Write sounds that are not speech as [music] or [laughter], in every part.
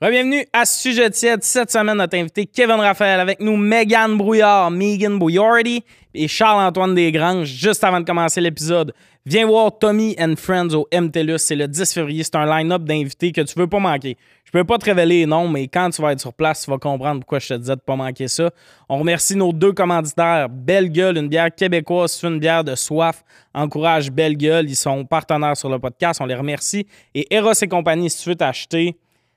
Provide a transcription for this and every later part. Bienvenue à Sujet tiède. Cette semaine, notre invité Kevin Raphaël avec nous, Megan Brouillard, Megan Bouillardi et Charles-Antoine Desgranges. Juste avant de commencer l'épisode, viens voir Tommy and Friends au MTLUS. C'est le 10 février. C'est un line-up d'invités que tu veux pas manquer. Je peux pas te révéler les noms, mais quand tu vas être sur place, tu vas comprendre pourquoi je te disais de pas manquer ça. On remercie nos deux commanditaires, Belle Gueule, une bière québécoise, c'est une bière de soif. Encourage Belle Gueule. Ils sont partenaires sur le podcast. On les remercie. Et Eros et compagnie, si tu veux t'acheter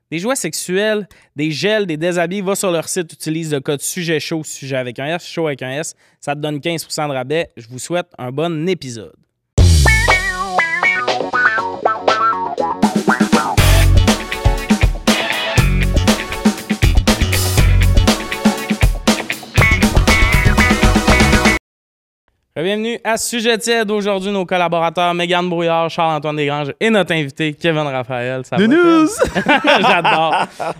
des jouets sexuels, des gels, des déshabits, va sur leur site, utilise le code sujet chaud, sujet avec un S, chaud avec un S. Ça te donne 15 de rabais. Je vous souhaite un bon épisode. Bienvenue à Sujet tiède. Aujourd'hui, nos collaborateurs Megan Brouillard, Charles-Antoine Desgranges et notre invité Kevin Raphaël. Ça va, Kevin? [laughs] J'adore.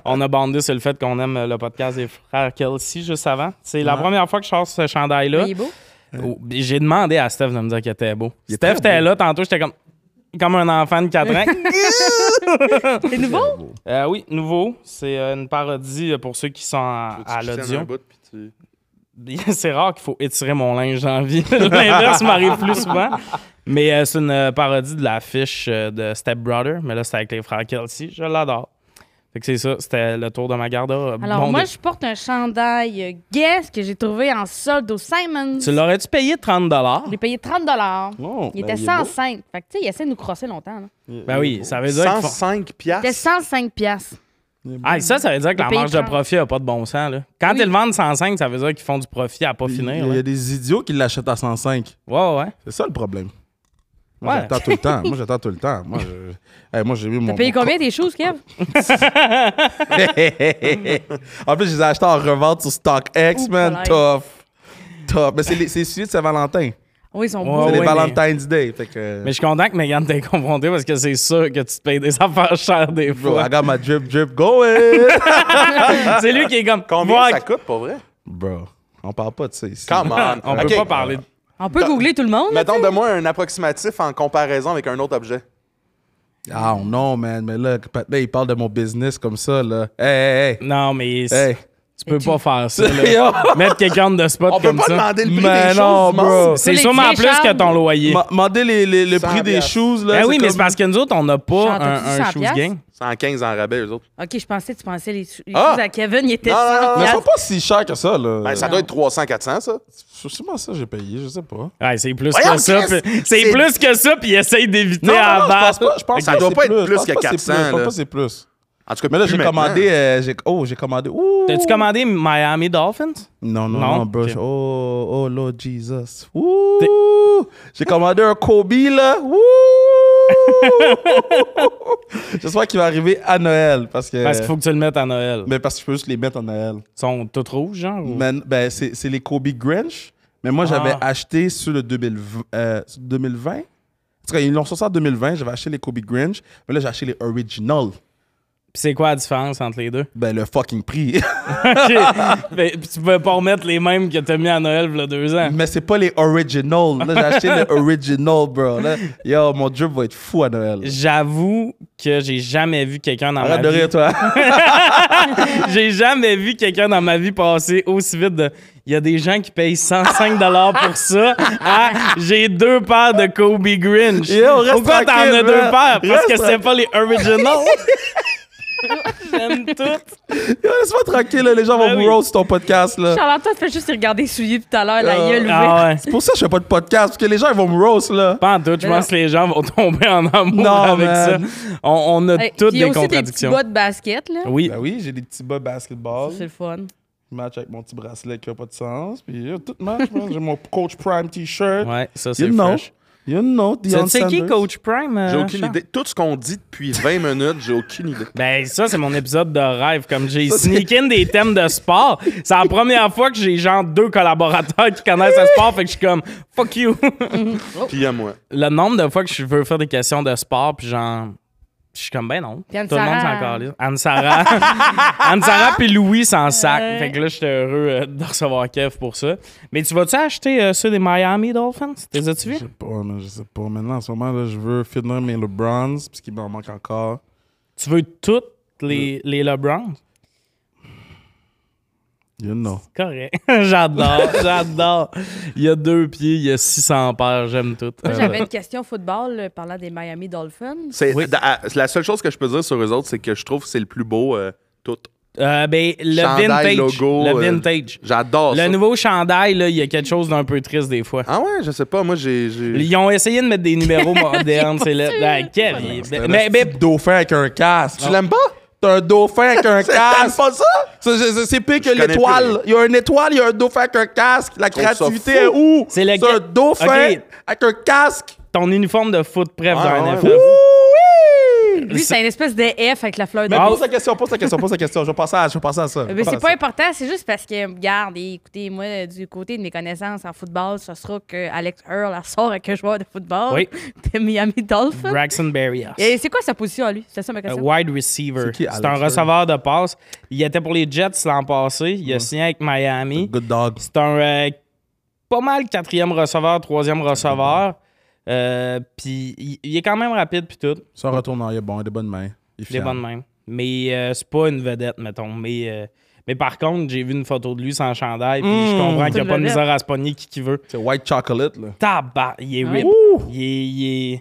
On a bandé sur le fait qu'on aime le podcast des frères Kelsey juste avant. C'est la première fois que je sors ce chandail-là. Il est beau. Oh, J'ai demandé à Steph de me dire qu'il était beau. Il est Steph très était beau. là tantôt, j'étais comme, comme un enfant de 4 ans. [laughs] [laughs] C'est nouveau? Euh, oui, nouveau. C'est euh, une parodie euh, pour ceux qui sont à, à l'audio. [laughs] C'est rare qu'il faut étirer mon linge en vie. [laughs] L'inverse m'arrive plus souvent. Mais euh, c'est une euh, parodie de l'affiche euh, de Step Brother. Mais là, c'était avec les frères Kelsey. Je l'adore. Fait que c'est ça. C'était le tour de ma garde-robe. Alors, Bon moi, dé- je porte un chandail euh, Guess que j'ai trouvé en solde au Simons. Tu l'aurais-tu payé 30 J'ai payé 30 Non, Il ben, était est 105. Fait que, tu sais, il essaie de nous crosser longtemps. là. beau. Il est- Ben il oui, est beau. ça veut dire qu'ils font- 105 Il était piastres. 105 piastres. Ah, et ça, ça veut dire que la payé marge de 30. profit n'a pas de bon sens. Là. Quand Oui. ils le vendent 105, ça veut dire qu'ils font du profit à pas Il finir. il y là. a des idiots qui l'achètent à 105. Ouais, ouais. C'est ça le problème. Moi, Ouais. j'attends tout le temps. Moi, j'attends tout le temps. [laughs] Moi, je- Hey, moi, j'ai eu T'as mon. payé mon- combien tes choses, Kev? [laughs] en plus, je les ai achetés en revente sur StockX, Ouh, man. palais. Tough. Tough. Mais c'est les- c'est celui de Saint-Valentin. Oui, Oh, ils sont Ah c'est beaux. les ouais, Valentine's Day. Fait que. Mais je suis content que Megan t'ait confronté parce que c'est sûr que tu te payes des [laughs] affaires chères des Bro, fois. I got my drip drip going. [laughs] c'est lui qui est comme. Combien Voir- ça coûte, pour vrai? Bro, on parle pas de ça ici. Come on! [laughs] On peut Ok. pas parler de. On peut googler tout le monde. là, Mettons de moi un approximatif en comparaison avec un autre objet. Ah non, man. Mais là, là, il parle de mon business comme ça, là. Hey, hey, Non, mais hey. c'est- hey. tu peux pas faire ça. [laughs] [laughs] là. Yo. Mettre quelqu'un de spot On peut comme pas ça. demander le prix Mais des non, choses, du monde. bro. C'est les sûrement tiens, plus que Charles. ton loyer. [laughs] Ma- Mandez les- les- le 100 prix des piastres. shoes, là. Ben oui, mais comme- c'est parce que nous autres, on n'a pas Charles, un, t'as-tu un 100 shoes gang. 115 en rabais, eux autres. OK, je pensais tu pensais les, les Ah! choses à Kevin, il était Non, non, non, non, 100 Mais c'est piastres. pas si cher que ça, là. Euh, Ben, ça doit être 300, 400, ça. C'est sûrement ça que j'ai payé, je sais pas. Ouais, c'est plus Voyons, que ça. Chris, puis- C'est c'est- plus que ça, puis essaye d'éviter Non, non, à non, je pense pas. Je pense Ok. Ça que doit c'est pas être plus Je pense que pas c'est 400, plus, Je pense là. pas que c'est plus. En tout cas, Mais là, j'ai plus commandé. maintenant. euh, j'ai- oh, j'ai commandé. Ouh! T'as-tu commandé Miami Dolphins? Non, non, Non? non, bro. Ok. Oh, oh, Lord Jesus. Ouh! J'ai commandé un Kobe, là. [laughs] Ouh! J'espère qu'il va arriver à Noël. Parce que. Parce qu'il faut que tu le mettes à Noël. Euh, Mais parce que je peux juste les mettre à Noël. Ils sont toutes rouges, genre? ou- Man, ben, c'est c'est les Kobe Grinch. Mais moi, j'avais Ah. acheté sur le 2020. euh, sur 2020? En tout cas, ils l'ont sorti en 2020. J'avais acheté les Kobe Grinch. Mais là, j'ai acheté les original. Puis c'est quoi la différence entre les [laughs] deux? Ben, le fucking prix. [laughs] Ok. Ben, puis tu pouvais pas remettre les mêmes que t'as mis à Noël il y a deux ans. mais c'est pas les original. Là, j'ai acheté [laughs] le original, bro. Là, yo, mon drip va être fou à Noël. J'avoue que j'ai jamais vu quelqu'un dans Arrête de ma vie. rire, toi. [laughs] [laughs] J'ai jamais vu quelqu'un dans ma vie passer aussi vite de. Il y a des gens qui payent 105 pour ça. Ah, j'ai deux paires de Kobe Grinch. Yo, reste Pourquoi t'en as tranquille, deux man. paires? Parce Reste que c'est pas les [laughs] originals. J'aime tout. Yo, laisse-moi tranquille, là, les gens Ben vont oui. vous roast ton podcast, là. Charles-Antoine fait juste regarder les souliers tout à l'heure, la Euh, gueule ouverte. Ah ouais. C'est pour ça que je fais pas de podcast, parce que les gens, ils vont me roast, là. Pas en tout, je Mais pense que les gens vont tomber en amour Non, avec man. ça. On, on a Hey, toutes puis il y a des aussi des petits contradictions. bas de basket, là. oui. Ben oui, j'ai des petits bas basketball. C'est le fun. Je match avec mon petit bracelet qui a pas de sens. Puis yo, tout match, man. j'ai mon Coach Prime T-shirt. Ouais, ça c'est you know. fresh. You know, Tu Deion sais qui Sanders. Coach Prime? euh, J'ai aucune Charles? idée. Tout ce qu'on dit [laughs] depuis 20 minutes, j'ai aucune idée. Ben, ça, c'est mon épisode de rêve. Comme j'ai Ça, c'est- sneak in des thèmes de sport, c'est la première fois que j'ai genre deux collaborateurs qui connaissent le sport. Fait que je suis comme, fuck you. Oh. Puis à moi. le nombre de fois que je veux faire des questions de sport, puis genre. Je suis comme, ben non. Puis Tout le monde s'en Anne-Sara. calisse. [laughs] Anne-Sara. Anne-Sara puis Louis s'en sac. Fait que là, j'étais heureux euh, de recevoir Kev pour ça. Mais tu vas-tu acheter euh, ceux des Miami Dolphins? T'es as-tu Je vu? sais pas, man, je sais pas. Maintenant, en ce moment, là, je veux finir mes LeBrons, parce qu'il m'en manque encore. Tu veux toutes les, les LeBron. You know. Correct. [laughs] j'adore, [laughs] j'adore. Il y a deux pieds, il y a 600 paires, j'aime tout. Moi, j'avais une question football euh, parlant des Miami Dolphins. C'est da- la seule chose que je peux dire sur eux autres, c'est que je trouve que c'est le plus beau euh, tout. Euh, ben, le Chandail, vintage. logo, le euh, vintage. J'adore le ça. nouveau chandail, là, il y a quelque chose d'un peu triste des fois. Ah ouais, je sais pas. Moi, j'ai. j'ai- Ils ont essayé de mettre des [laughs] numéros modernes, c'est là. Ah, quel- Un Mais, mais- petit dauphin avec un casque. Tu l'aimes pas? T'as un dauphin [laughs] avec un T'aimes casque. pas ça? Ça, c'est- c'est- C'est pire que Je connais plus, l'étoile. mais- Il y a une étoile, il y a un dauphin avec un casque. La trouve ça créativité fou. est où? C'est le- un dauphin Ok. avec un casque. ton uniforme de foot prep Ouais, dans ouais. NFL. Oui! Lui, c'est une espèce de F avec la fleur de Mais Ah, Ben, pose la question, pose la question, pose la question. Je vais passer à, je vais passer à ça. Je vais Mais c'est passer à pas ça. important, c'est juste parce que, regarde, et écoutez, moi, euh, du côté de mes connaissances en football, ça se trouve que Alex Earl elle sort avec un joueur de football Oui. de Miami Dolphins. Braxton Berrios. Et c'est quoi sa position à lui? C'est ça ma Un question. wide receiver. C'est qui, C'est Alex un Earl? receveur de passe. Il était pour les Jets l'an passé. Il a signé avec Miami. Good dog. C'est un euh, pas mal quatrième receveur, troisième receveur. Euh, puis il, il est quand même rapide puis tout. Ça retourne, il est bon, il est bonne main. Il est Il est fier. bon de même. Mais euh, c'est pas une vedette, mettons. Mais, euh, mais par contre, j'ai vu une photo de lui sans chandail. Puis je comprends qu'il n'y a Hmm. C'est une pas de vedette. misère à se pogner qui qui veut. C'est white chocolate, là. Tabac, il est whip. Il est. il est-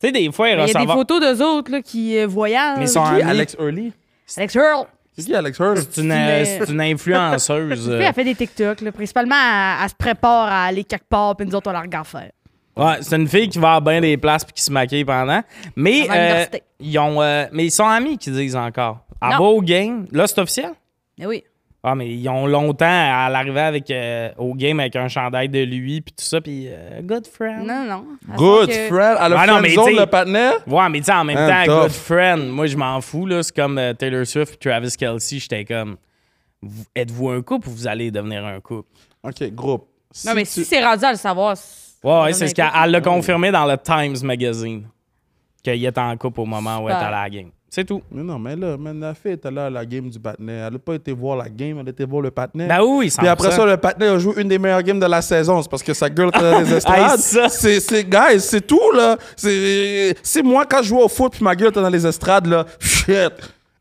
Tu sais, des fois, il Ah Mais Il y a receveur. des photos d'eux autres là, qui euh, voyagent. Mais ils sont en- Qui, ami. Alex Hurley? Alex Earl, C'est qui, Alex Hurley? C'est une, euh, Mais- c'est une influenceuse. [laughs] euh, tu sais, elle fait des TikTok. là. Principalement, elle, elle se prépare à aller quelque part, puis nous autres, on la regarde faire. Ouais, c'est une fille qui va à bien des places puis qui se maquille pendant. Mais, Avant euh, l'université. ils ont, euh, mais ils sont amis, qu'ils disent encore. À Non. beau game. Là, c'est officiel? Mais oui. Ah, mais ils ont longtemps à l'arrivée avec, euh, au game avec un chandail de lui puis tout ça. Puis, euh, good friend. Non, non. Elle Good sent Ah, que- friend. Elle Ah a non, mais fait zone, t'sais- le partenaire. Ouais, mais tu sais, en même Hein, temps, tough. good friend, moi, je m'en fous. là. C'est comme euh, Taylor Swift et Travis Kelsey. J'étais comme, vous- êtes-vous un couple ou vous allez devenir un couple? OK, groupe. Non, mais si c'est rendu à le savoir. Ouais, ouais, on c'est ce en qu'elle a elle l'a confirmé dans le Times Magazine. Qu'il était en couple au moment où elle était à la game. C'est tout. Mais non, mais là, man, la fille était là à la game du partenaire. Elle n'a pas été voir la game, elle était voir le partenaire. Ben oui, 100%. Puis après ça, le partenaire a joué une des meilleures games de la saison. C'est parce que sa gueule était dans les estrades. ça. c'est, c'est, guys, c'est tout, là. C'est, c'est moi quand je joue au foot, puis ma gueule était dans les estrades, là. Shit.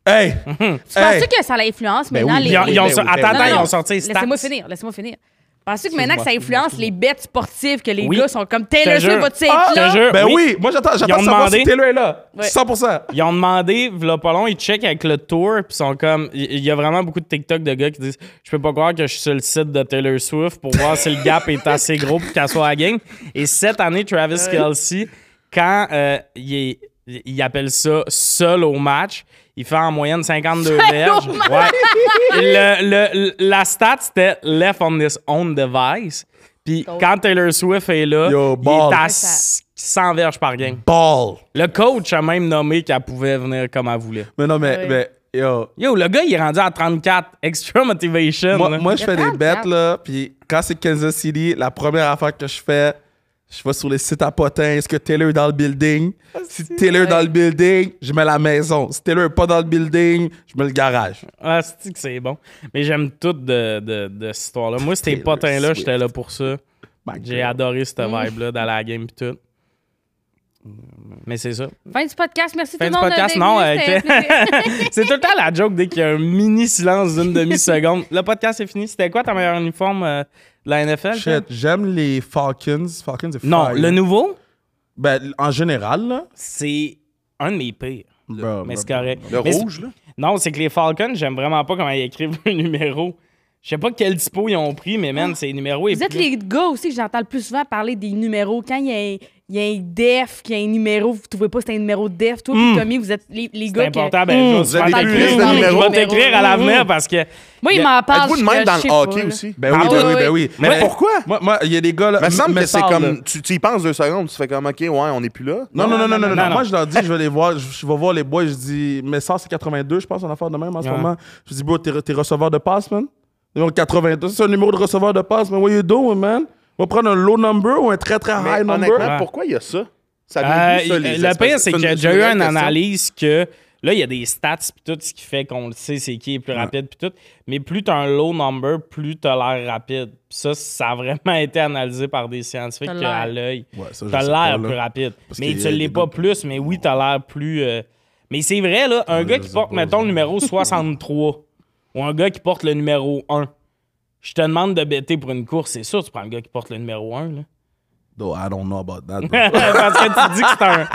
Hey! Tu penses que ça l'influence Ben maintenant? oui, Ils ont- les- ils ont Ben oui, sor- ben attends, oui. attends, Non, ils non. ont sorti les stats. Laissez-moi finir, laissez-moi finir. Penses-tu que maintenant que ça Excuse-moi. influence les bêtes sportives, que les Oui. gars sont comme Je Taylor te jure. Swift va être Ah, là? je te jure. Ben Oui. oui, moi j'attends, j'attends ont de savoir demandé. si Taylor est là. Ouais. 100%. Ils ont demandé, v'là pas long, ils checkent avec le tour, puis ils sont comme. Il y a vraiment beaucoup de TikTok de gars qui disent Je peux pas croire que je suis sur le site de Taylor Swift pour voir si le gap est assez gros pour qu'elle soit à la game. Et cette année, Travis Kelsey, quand euh, il, est- il appelle ça seul au match, il fait en moyenne 52 verges. au Ouais. Le- le- la stat, c'était left on this own device. Puis quand Taylor Swift est là, Yo, il est à ball. 100 verges par game. Ball. Le coach a même nommé qu'elle pouvait venir comme elle voulait. Mais non, mais, Oui. mais yo, Yo, le gars, il est rendu à 34. Extra motivation. Moi, là. moi, je fais des 34. bêtes, là. Puis quand c'est Kansas City, la première affaire que je fais, je vais sur les sites à potins. Est-ce que Taylor est dans le building? Ah, Si Taylor est dans le building, je mets la maison. Si Taylor est pas dans le building, je mets le garage. Ah, c'est que c'est bon. Mais j'aime tout de, de, de cette histoire-là. Moi, ces Taylor potins-là, Swift. Mm. j'étais là pour ça. My J'ai God. adoré cette vibe-là dans la game pis tout. Mais c'est [laughs] ça. Fin du podcast, merci Fin tout du le monde. podcast, d'être non, euh, venu, c'était ok. [laughs] un plaisir. C'est tout le temps la joke dès qu'il y a un mini silence d'une [laughs] demi-seconde. Le podcast est fini. C'était quoi ta meilleure uniforme euh, de la NFL? Shit, j'aime les Falcons. Falcons est Non, fire. le nouveau, Ben, en général, là. c'est un de mes pires. bro, Mais bro, c'est correct. Le Mais c'est- rouge, là. Non, c'est que les Falcons, j'aime vraiment pas comment ils écrivent [laughs] le numéro. Je sais pas quel typo ils ont pris, mais man, ces numéros. Ah. Vous êtes les gars aussi que j'entends le plus souvent parler des numéros. Quand il y a un, il y a un def, qu'il y a un numéro, vous trouvez pas que c'est un numéro def. Toi, puis Tommy, vous êtes les, les Hmm. C'est gars qui. important, ben, je vais vous êtes faire des ta puristes crise. de Je numéros. vais t'écrire à l'avenir Mmh. parce que. Moi, il Mais m'en parle. Êtes-vous de parce même que dans je le sais hockey pas, là. aussi? Ben oui, Ah ben oui, oui, ben oui. Mais Moi, pourquoi? Moi, moi, il y a des gars là. Il me semble que me c'est parle, là. comme. Tu, tu y penses deux secondes, tu fais comme, OK, ouais, on n'est plus là. Non, non, non, non, non, non, non, non. Moi, [laughs] je leur dis, je vais les voir, je, je vais voir les boys, je dis, mais ça, c'est 82, je pense, on a fait de même en ce Ouais. moment. Je dis, bro, t'es, re- t'es receveur de passe, man. Numéro 82, c'est un numéro de receveur de passe, man. What you doing, man? On va prendre un low number ou un très, très Mais high number? honnêtement, Ouais. pourquoi il y a ça? Ça Euh, vient d'où, ça, les le espèces- pire, c'est une- que j'ai une eu vraie une question. analyse que là, il y a des stats puis tout ce qui fait qu'on le sait, c'est qui est plus rapide puis tout. Mais plus t'as un low number, plus t'as l'air rapide. Puis ça, ça a vraiment [laughs] été analysé par des scientifiques T'as que l'air. à l'œil. Ouais, ça, je t'as sais l'air pas, là. plus rapide. Parce mais qu'il y tu a l'es des pas gars- plus, mais oui, t'as l'air plus. euh, Mais c'est vrai, là, un gars qui porte, mettons, le numéro [laughs] 63 ou un gars qui porte le numéro 1, je te demande de bêter pour une course, c'est sûr, tu prends le gars qui porte le numéro 1. Là. Though I don't know about that. [laughs] bro. parce que tu dis que c'est un.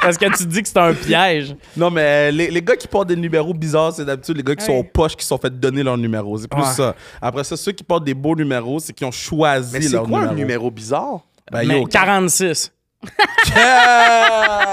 Parce que tu dis que c'est un piège. non, mais euh, les, les gars qui portent des numéros bizarres, c'est d'habitude les gars qui sont aux poches qui se sont fait donner leur numéro. C'est plus Ouais. ça. Après ça, ceux qui portent des beaux numéros, c'est qui ont choisi Mais c'est leur quoi un numéro bizarre? Ben, mais yo, [laughs] 46. [laughs]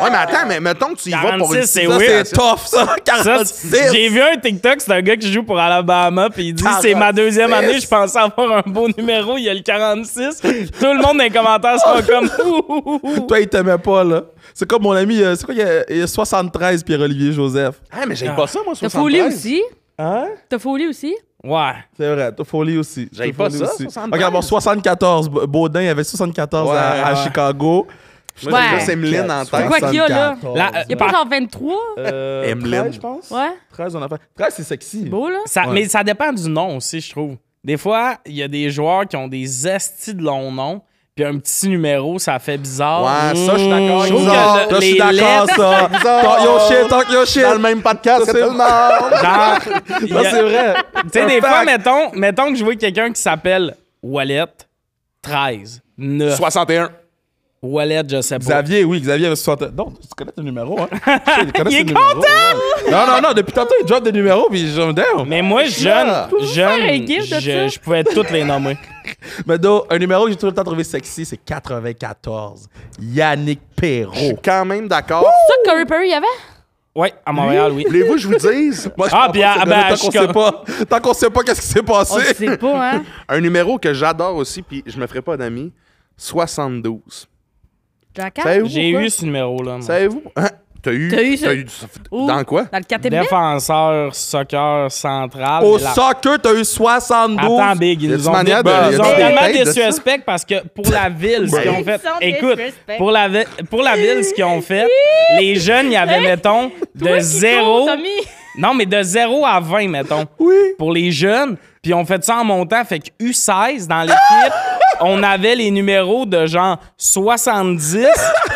Ouais, mais attends, mais mettons que tu y vas pour une 46, c'est ça, weird. c'est tough, ça. Ça, 46. c'est- J'ai vu un TikTok, c'est un gars qui joue pour Alabama, puis il dit c'est ma deuxième année, je pensais avoir un beau numéro, il y a le 46. Tout le monde dans les commentaires sera comme Ouh, ouh, ouh, ouh. [laughs] Toi, il t'aimait pas, là. C'est comme mon ami, euh, c'est quoi, il y a, il y a 73, Pierre-Olivier Joseph. Ah, mais j'aille pas ça, moi, T'as folie 73. aussi? Hein? T'as folie aussi? Ouais. C'est vrai, t'as folie aussi. T'as J'aille pas folie ça, aussi. 73. Regarde, bon, 74, B- Baudin, il avait 74 à, Ouais, à ouais. Chicago. Moi, j'ai Ouais. juste Emeline en C'est tête. quoi qu'il y a, là? 74, La- euh, Y a pas genre 23? euh, Emeline. 13, je pense. Ouais. 13, on a fait. 13, c'est sexy. Beau, là? Ça- Ouais. Mais ça dépend du nom aussi, je trouve. Des fois, il y a des joueurs qui ont des estis de long nom, puis un petit numéro, ça fait bizarre. Mm. Ouais, ça, je suis d'accord. Je trouve que Bizarre. le- Là, je suis les d'accord, lettres- [laughs] ça. Talk your shit, talk your shit. Dans le même podcast, Ça, c'est c'est- tout le [laughs] monde. Genre, il y a- Non, c'est vrai. Tu sais, Un des fois, fact. mettons, mettons que je vois quelqu'un qui s'appelle Wallet 13, 9. 61. Wallet, je sais pas. Xavier, oui, Xavier avait 60. Non, tu connais ton numéro, hein? [laughs] il connaît Il ses est numéros, ouais. Non, non, non, depuis tantôt, il drop des numéros, puis je me damn. Mais moi, jeune, jeune, faire un gif de je, ça? je pouvais toutes les nommer. Mais donc, un numéro que j'ai tout le temps trouvé sexy, c'est 94. Yannick Je Perrault. suis quand même d'accord. Ça que Corey Perry y avait? Ouais, à Montréal, oui. Voulez-vous que je [laughs] vous dise? Moi, je Ah, pense puis pas que à- c'est ah, ben, vrai. à tant qu'on sait Chicago. pas, tant qu'on sait pas qu'est-ce qui s'est On le passé. sait pas, hein? Un numéro que j'adore aussi, puis je me ferai pas d'amis, 72. Jacques? Savez-vous J'ai pourquoi? eu ce numéro-là. moi. Savez-vous? Hein? T'as eu? T'as eu ce- Où? Dans quoi? Dans le 4 e Défenseur, soccer, central. Au mais la- soccer, t'as eu 72. Attends, Big, ils Y a-tu nous ont, manière de- ils y a-tu nous ont des tellement têtes de déçu ça? respect parce que pour la ville, ce qu'ils ont fait. Ils sont Écoute, disrespect. pour la, vi- pour la ville, ce qu'ils ont fait, les jeunes, il y avait, mettons, de 0. Non, mais de 0 à 20, mettons. Oui. Pour les jeunes. Puis on fait ça en montant. Fait que U16, dans l'équipe, on avait les numéros de genre 70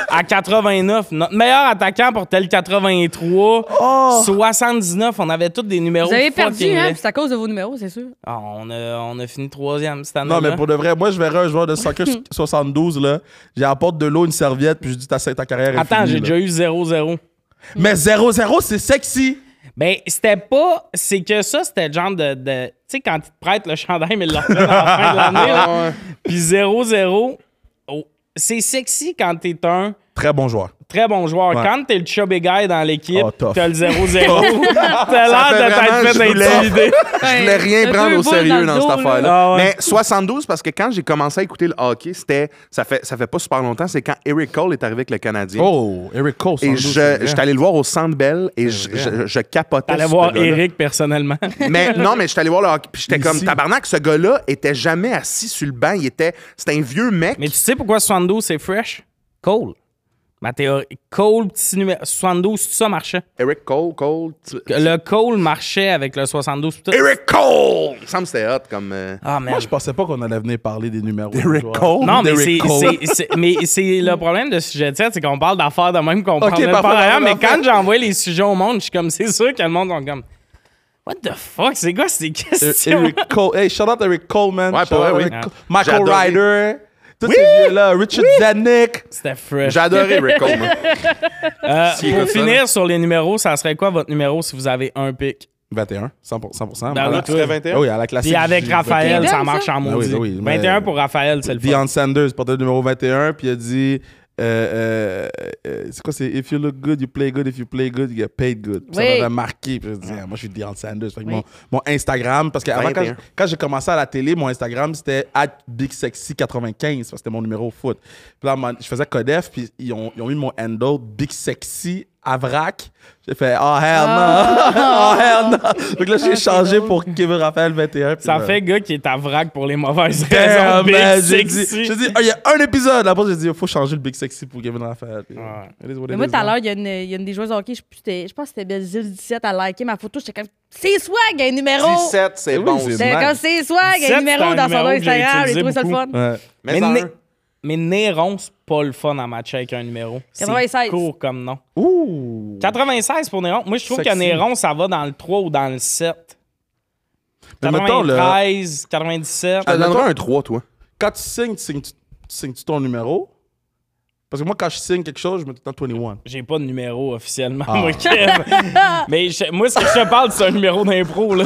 à 89. Notre meilleur attaquant portait le 83. Oh. 79, on avait tous des numéros. Vous avez perdu, fucking hein? laids. puis C'est à cause de vos numéros, c'est sûr. Ah, on, a, on a fini troisième cette année. Non, mais pour de vrai, moi, je verrais un joueur [laughs] de soccer 72, là. J'apporte de l'eau, une serviette, puis je dis ta, ta carrière est Attends, finie, j'ai déjà là. eu 0-0. Mais 0-0, c'est sexy. Ben, c'était pas. C'est que ça, c'était le genre de. de- tu sais, quand ils te prêtent le chandail, mais ils le reprennent à la fin de l'année. là. Puis 0-0. oh, c'est sexy quand t'es un Très bon joueur. très bon joueur. Ouais. Quand t'es le chubby guy dans l'équipe, Oh, tough. t'as le 0-0. [laughs] t'as Ça l'air de fait vraiment, t'être fait je voulais- intimider. [laughs] Je Ben, voulais rien Deux prendre au boules dans sérieux le dans, dos, cette là. affaire-là. Ah ouais. Mais 72, parce que quand j'ai commencé à écouter le hockey, c'était ça fait, ça fait pas super longtemps, c'est quand Eric Cole est arrivé avec le Canadien. Oh, Eric Cole, Et 72, c'est je, vrai. j'étais allé le voir au Centre Bell et je, je, je capotais. T'allais sur ce voir gars-là. Eric personnellement. [laughs] Mais non, mais j'étais allé voir le hockey. Puis j'étais Ici. comme, tabarnak, ce gars-là était jamais assis sur le banc. Il était, c'était un vieux mec. Mais tu sais pourquoi 72 c'est fresh? Cole. Ma théorie. Cole, petit numéro. 72, tout ça marchait. Eric Cole, Cole. tu- Le Cole marchait avec le 72. tout. Eric Cole! Il me semble que c'était hot comme. euh, Ah, Moi, merde. je pensais pas qu'on allait venir parler des numéros. de Eric joueurs. Cole? Non, mais c'est, Derrick Cole. c'est- c'est- mais c'est le problème de ce sujet de chat, c'est qu'on parle d'affaires de même qu'on parle parfait, par ailleurs, mais parfait, parfait. quand j'envoie les sujets au monde, je suis comme, c'est sûr que le monde est comme, what the fuck, c'est quoi ces E- questions? Eric Cole. Hey, shout out Eric Cole, man. Ouais, Shout pour vrai, out oui. Eric Ouais. Cole. J'ai Michael adoré. Ryder. Tous Oui! ces vieux-là. Richard Zanuck. [laughs] C'était fresh. J'adorais Eric [laughs] Cole. moi. Euh, Si, pour comme ça, finir sur les numéros, ça serait quoi votre numéro si vous avez un pic? 21, 100%. 100%. Ben Ah, oui, là, toi. tu- Ah oui, à la classique. Puis avec j'ai- Raphaël, ben, ça ben, marche ça. en Ben oui, maudit. ben oui, mais- 21 pour Raphaël, c'est le fun. Deion Sanders portait le numéro 21, puis il a dit. euh, euh, euh, c'est quoi, c'est If you look good, you play good. If you play good, you get paid good. Puis Ça Oui. m'avait marqué. Puis je dis, ah, moi, je suis Deion Sanders. Fait que Oui. mon, mon Instagram, parce que avant, quand, 21. quand j'ai commencé à la télé, mon Instagram, c'était BigSexy95, parce que c'était mon numéro au foot. Puis là, man, je faisais Codef, puis ils ont, ils ont mis mon handle Big Sexy Avrac. J'ai fait, oh hell no! [laughs] oh hell no! Donc là, j'ai Ah, c'est changé drôle. pour Kevin Raphaël 21. puis Ça là- fait gars qui est à vrac pour les mauvaises raisons. Damn, Big man, Ben, ah, j'ai dit, sexy. j'ai dit, Ah, il y a un épisode. Après, j'ai dit, il faut changer le Big Sexy pour Kevin Raphaël. Puis, Ouais. it is what it Mais moi, is, tout à man. l'heure, il y, a une- il y a une des joueuses de hockey, je, sais plus, c'était- je pense que c'était Belzile 17, à liker ma photo. J'étais comme, c'est swag, il y a un numéro. 17, c'est Oui, bon. c'est- J'étais Man. comme, c'est swag, il y 17, a un numéro c'est un dans son numéro que j'ai Instagram. J'ai utilisé trouvé ça le fun. Ouais. Mais Mais né- Mais Néron, c'est pas le fun à matcher avec un numéro. C'est 96. court comme nom. Ouh! 96 pour Néron. Moi, je trouve Sexy. que Néron, ça va dans le 3 ou dans le 7. Mais mettons, là- 93, 97. Je te donnerais Admettons- un 3, toi. Quand tu signes, tu signes- tu signes-tu ton numéro? Parce que moi, quand je signe quelque chose, je mets tout le temps 21. J'ai pas de numéro officiellement, moi, Kev. Mais je- moi, ce que je te parle, c'est un numéro d'impro, là.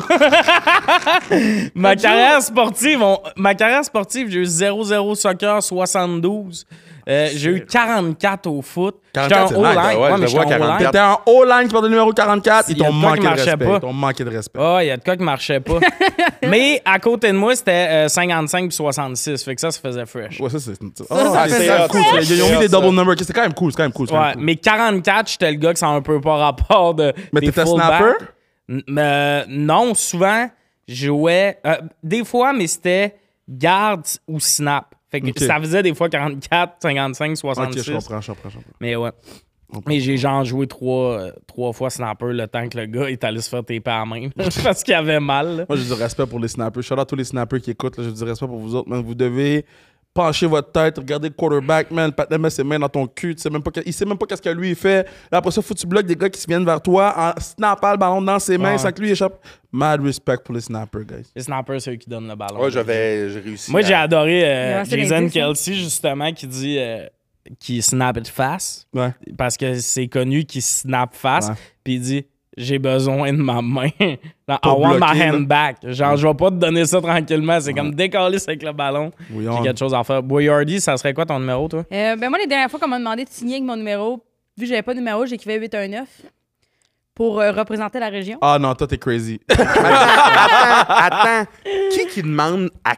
ma, carrière sportive, on- ma carrière sportive, j'ai eu 0-0 soccer 72. Euh, j'ai eu 44 au foot. J'étais en 44, c'est haut nice, line. Ouais, ouais, je mais le vois, j'étais en haut line. 44. T'étais en haut line pour le numéro 44, ils Il y a t'ont de quoi manqué qui de marchait respect. pas. Ils t'ont manqué de respect. Ah, il y a de quoi qui marchait pas. Mais à côté de moi, c'était euh, 55 puis 66. Fait que ça, ça faisait fresh. Ouais, ça, c'est. oh, ça, c'est c'est quand même hot, cool. ça. ça. Ils ont mis C'est des hot, ça. double numbers. C'est quand même cool. C'est quand même cool. c'est quand Ouais, même cool. mais 44, j'étais le gars que ça a un peu pas rapport de. Mais des t'étais fullbacks. snapper? N- euh, non, souvent, je jouais. euh, des fois, mais c'était garde ou snap. Fait que Ok. ça faisait des fois 44, 55, Ok, 66. je comprends, je comprends, je comprends. Mais ouais. Mais j'ai genre joué trois, euh, trois fois snapper le temps que le gars est allé se faire taper à la main. [laughs] parce qu'il avait mal. là. Moi, j'ai du respect pour les snappers. Shout out à tous les snappers qui écoutent. là. J'ai du respect pour vous autres, man. Vous devez pencher votre tête, regarder le quarterback, man. Patner met ses mains dans ton cul. Tu sais même pas que- il sait même pas qu'est-ce que lui il fait. Là, après ça, faut que tu bloques des gars qui se viennent vers toi en snappant le ballon dans ses mains Ouais. sans que lui échappe. Mad respect pour les snappers, guys. Les snappers, c'est eux qui donnent le ballon. Ouais, Ah, j'avais j'ai réussi. Moi, à- j'ai adoré Il a euh, lancé Jason l'indice, hein. Kelsey, justement, qui dit euh, qu'il snap de face. Ouais. Parce que c'est connu qu'il snap face. Ouais. Puis il dit J'ai besoin de ma main. [laughs] Genre, I Pour want my bloquer, là. hand back. Genre, je vais pas te donner ça tranquillement. C'est comme décoller avec le ballon. Oui, J'ai on- quelque chose à faire. Boyardi, ça serait quoi ton numéro, toi Euh, ben moi, les dernières fois qu'on m'a demandé de signer avec mon numéro, vu que j'avais pas de numéro, j'écrivais 819 pour euh, représenter la région. Ah non, toi, t'es crazy. [laughs] [laughs] Attends, qui qui demande à-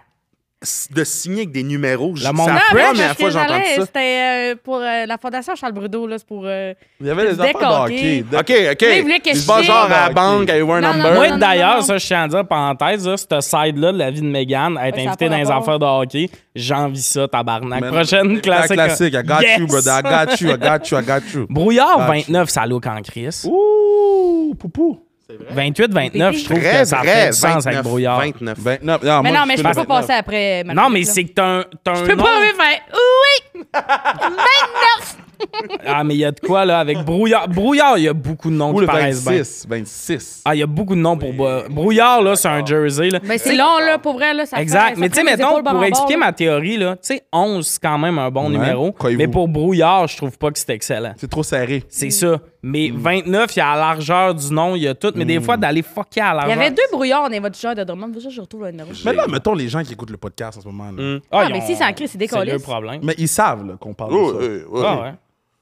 de signer avec des numéros? C'est monde. la Ah, mais première parce fois que j'entends j'allais, ça. C'était euh, pour euh, la Fondation Charles Brudeau, là, c'est pour... euh, Il y avait les Décoqué. enfants de hockey. De- OK, OK. Là, il voulait que C'est je pas signe. genre à la Ok. banque, I wear Non, non, number. non, Moi, non, non, d'ailleurs, non. ça, je tiens à dire, parenthèse, là, cette side-là de la vie de Megan, être Ouais, ça a invitée pas dans les rapport. affaires de hockey, j'envie ça, tabarnak. Man, Prochaine La classique. hein. classique. I got you, Yes! brother. I got [laughs] you, I got you, I got you. Brouillard Ah, je- 29, ça look en crise. Ouh, poupou. 28, 29, je trouve Vrai, que ça fait vrai, du sens avec 29, Brouillard. 29. 29. Mais non, mais je peux pas passer. passer après. euh, ma Non, mais chronique, là. c'est que t'as un, t'as un Je peux nom. pas arriver à faire oui! Ah, mais il y a de quoi, là, avec Brouillard. Brouillard, il y a beaucoup de noms Ou qui le paraissent bien. 26. 26. Ah, il y a beaucoup de noms pour Bo- Brouillard, là, c'est un jersey, là. Mais Ben, c'est long, là, pour vrai, là, ça fait- Exact. ça mais fait tu sais, mes mettons, épaules bord en pour bord, expliquer là. ma théorie, là, tu sais, 11, c'est quand même un bon Ouais, numéro. croyez-vous. Mais pour Brouillard, je trouve pas que c'est excellent. C'est trop serré. C'est Mm. ça. Mm. Mais 29, il y a la largeur du nom, il y a tout. Mais des fois, d'aller fucker à la Il y largeur. avait deux brouillards dans votre genre de Drummond. Déjà, je retrouve le numéro. Mais là, mettons les gens qui écoutent le podcast en ce moment. là. Mm. Ah, Ah, ils mais ont- si, c'est en crise, C'est c'est décaliste. le problème. Mais ils savent là, qu'on parle Oh, de ça. euh, ouais. Ah, ouais.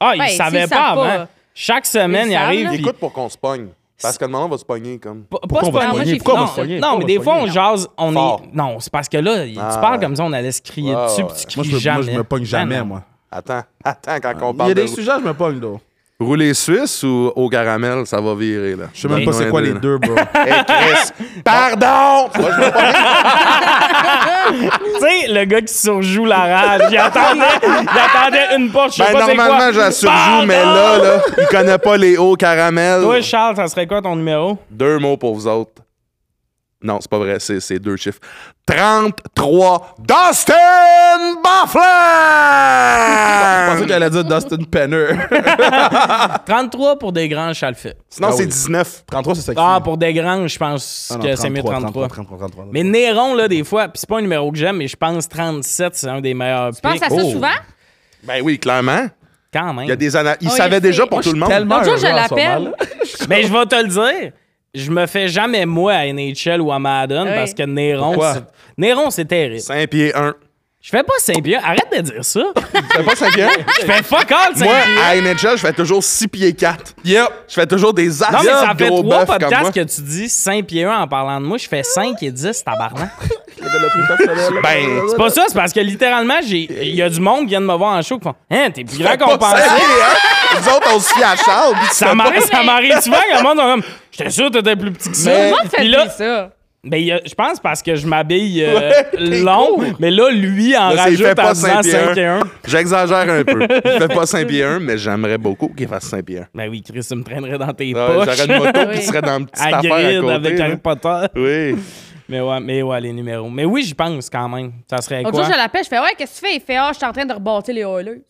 Ah, ils Ouais, s'ils savaient savent pas avant. pas, euh, Chaque semaine, ils ils savent, arrivent. là. puis- Écoute pour qu'on se pogne. Parce que le moment on va se pogner comme. Pas- pas Pourquoi se on va se pogner. pogner? j'ai Pourquoi on non, va se pogner? non, mais des fois, on jase. On Fort. est... Non, c'est parce que là, tu Ah, parles ouais. comme ça, on allait se crier Ouais, dessus, ouais. puis tu cries Moi, je me, moi, jamais. je me pogne jamais, Ah, non. moi. Attends, [laughs] attends, quand on Il y parle a de des sujets, je me pogne, là. rouler suisse ou au caramel, ça va virer, là. Je sais même pas c'est quoi les [laughs] deux, bro. Hey, Chris, pardon! Moi, je me pogne. Tu sais, le gars qui surjoue la rage, il attendait, il attendait une porte, je sais Ben, pas c'est quoi. normalement, je la surjoue, Pardon! mais là, là, il connaît pas les hauts caramels. Toi, Charles, ça serait quoi ton numéro? Deux mots pour vous autres. Non, c'est pas vrai, c'est c'est deux chiffres. 33 Dustin Je pensais Bufflin! qu'elle allait dire Dustin Penner. [laughs] 33 pour des grands, Charles fait. Sinon, Ah c'est oui. 19. 33, c'est sexy. Ah, pour des grands, je pense Ah non, que c'est mieux 33. 33, 33. Mais Néron, là, des fois, pis c'est pas un numéro que j'aime, mais je pense 37, c'est un des meilleurs Tu penses à Oh. ça souvent? Ben oui, clairement. Quand même. Il y a des ana- Il Oh, savait il déjà sait. pour Moi, tout le monde. tellement L'autre jour, heureux je en ce moment, l'appelle. là. Mais je vais te le dire, je me fais jamais moi à NHL ou à Madden Oui. parce que Néron, Pourquoi? c'est- Néron, c'est terrible. 5 pieds 1. Je fais pas Saint-Pierre. Arrête de dire ça. C'est pas 5 pieds 1? Je fais fuck all Moi, Saint-Pierre. à NHL, je fais toujours 6 pieds 4. Yep. Je fais toujours des Non, arcs mais ça fait gros trois bœufs comme moi. podcasts que tu dis Saint-Pierre en parlant de moi. Je fais 5 et 10, tabarnak. Ben, C'est pas ça, c'est parce que littéralement, j'ai- il y a du monde qui vient de me voir en show qui font Hein, t'es plus grand qu'on Pas pensait. cinq pieds, hein? Nous autres, on se fie à Charles. puis tu Ça fais m'arrive, ça m'arrive souvent que le monde est comme J'étais sûr que t'étais plus petit que ça. Tout le monde Euh, Puis fait là, ça. Ben, il y a- je pense parce que je m'habille euh, Ouais, [laughs] t'es long, mais là, lui, en Là, c'est- il rajoute fait en pas disant 5 pieds 5 et 1. 1. J'exagère un peu. Il fait pas 5 pieds 1, mais j'aimerais beaucoup qu'il fasse 5 pieds 1. Ben oui, Chris, tu me traînerais dans tes Ah, poches. [laughs] J'aurais une moto Oui. puis il serait dans une petite à affaire à grid côté. avec là. Harry Potter. Oui. Mais ouais, mais ouais, les numéros. Mais oui, j'y pense quand même. Ça serait L'autre quoi? jour, je l'appelle, je fais Ouais, qu'est-ce que tu fais Il fait Ah, je suis en train de rebâtir les Oilers.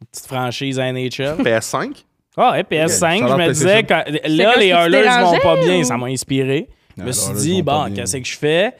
Une petite franchise NHL. PS5? Ah, ouais, PS5, Ça a je l'air me disais que là, comme les si tu Hurlers vont dérangeais, pas bien. ou? Ça m'a inspiré. Je me les suis Oilers dit, vont pas bon, bien. qu'est-ce que je fais?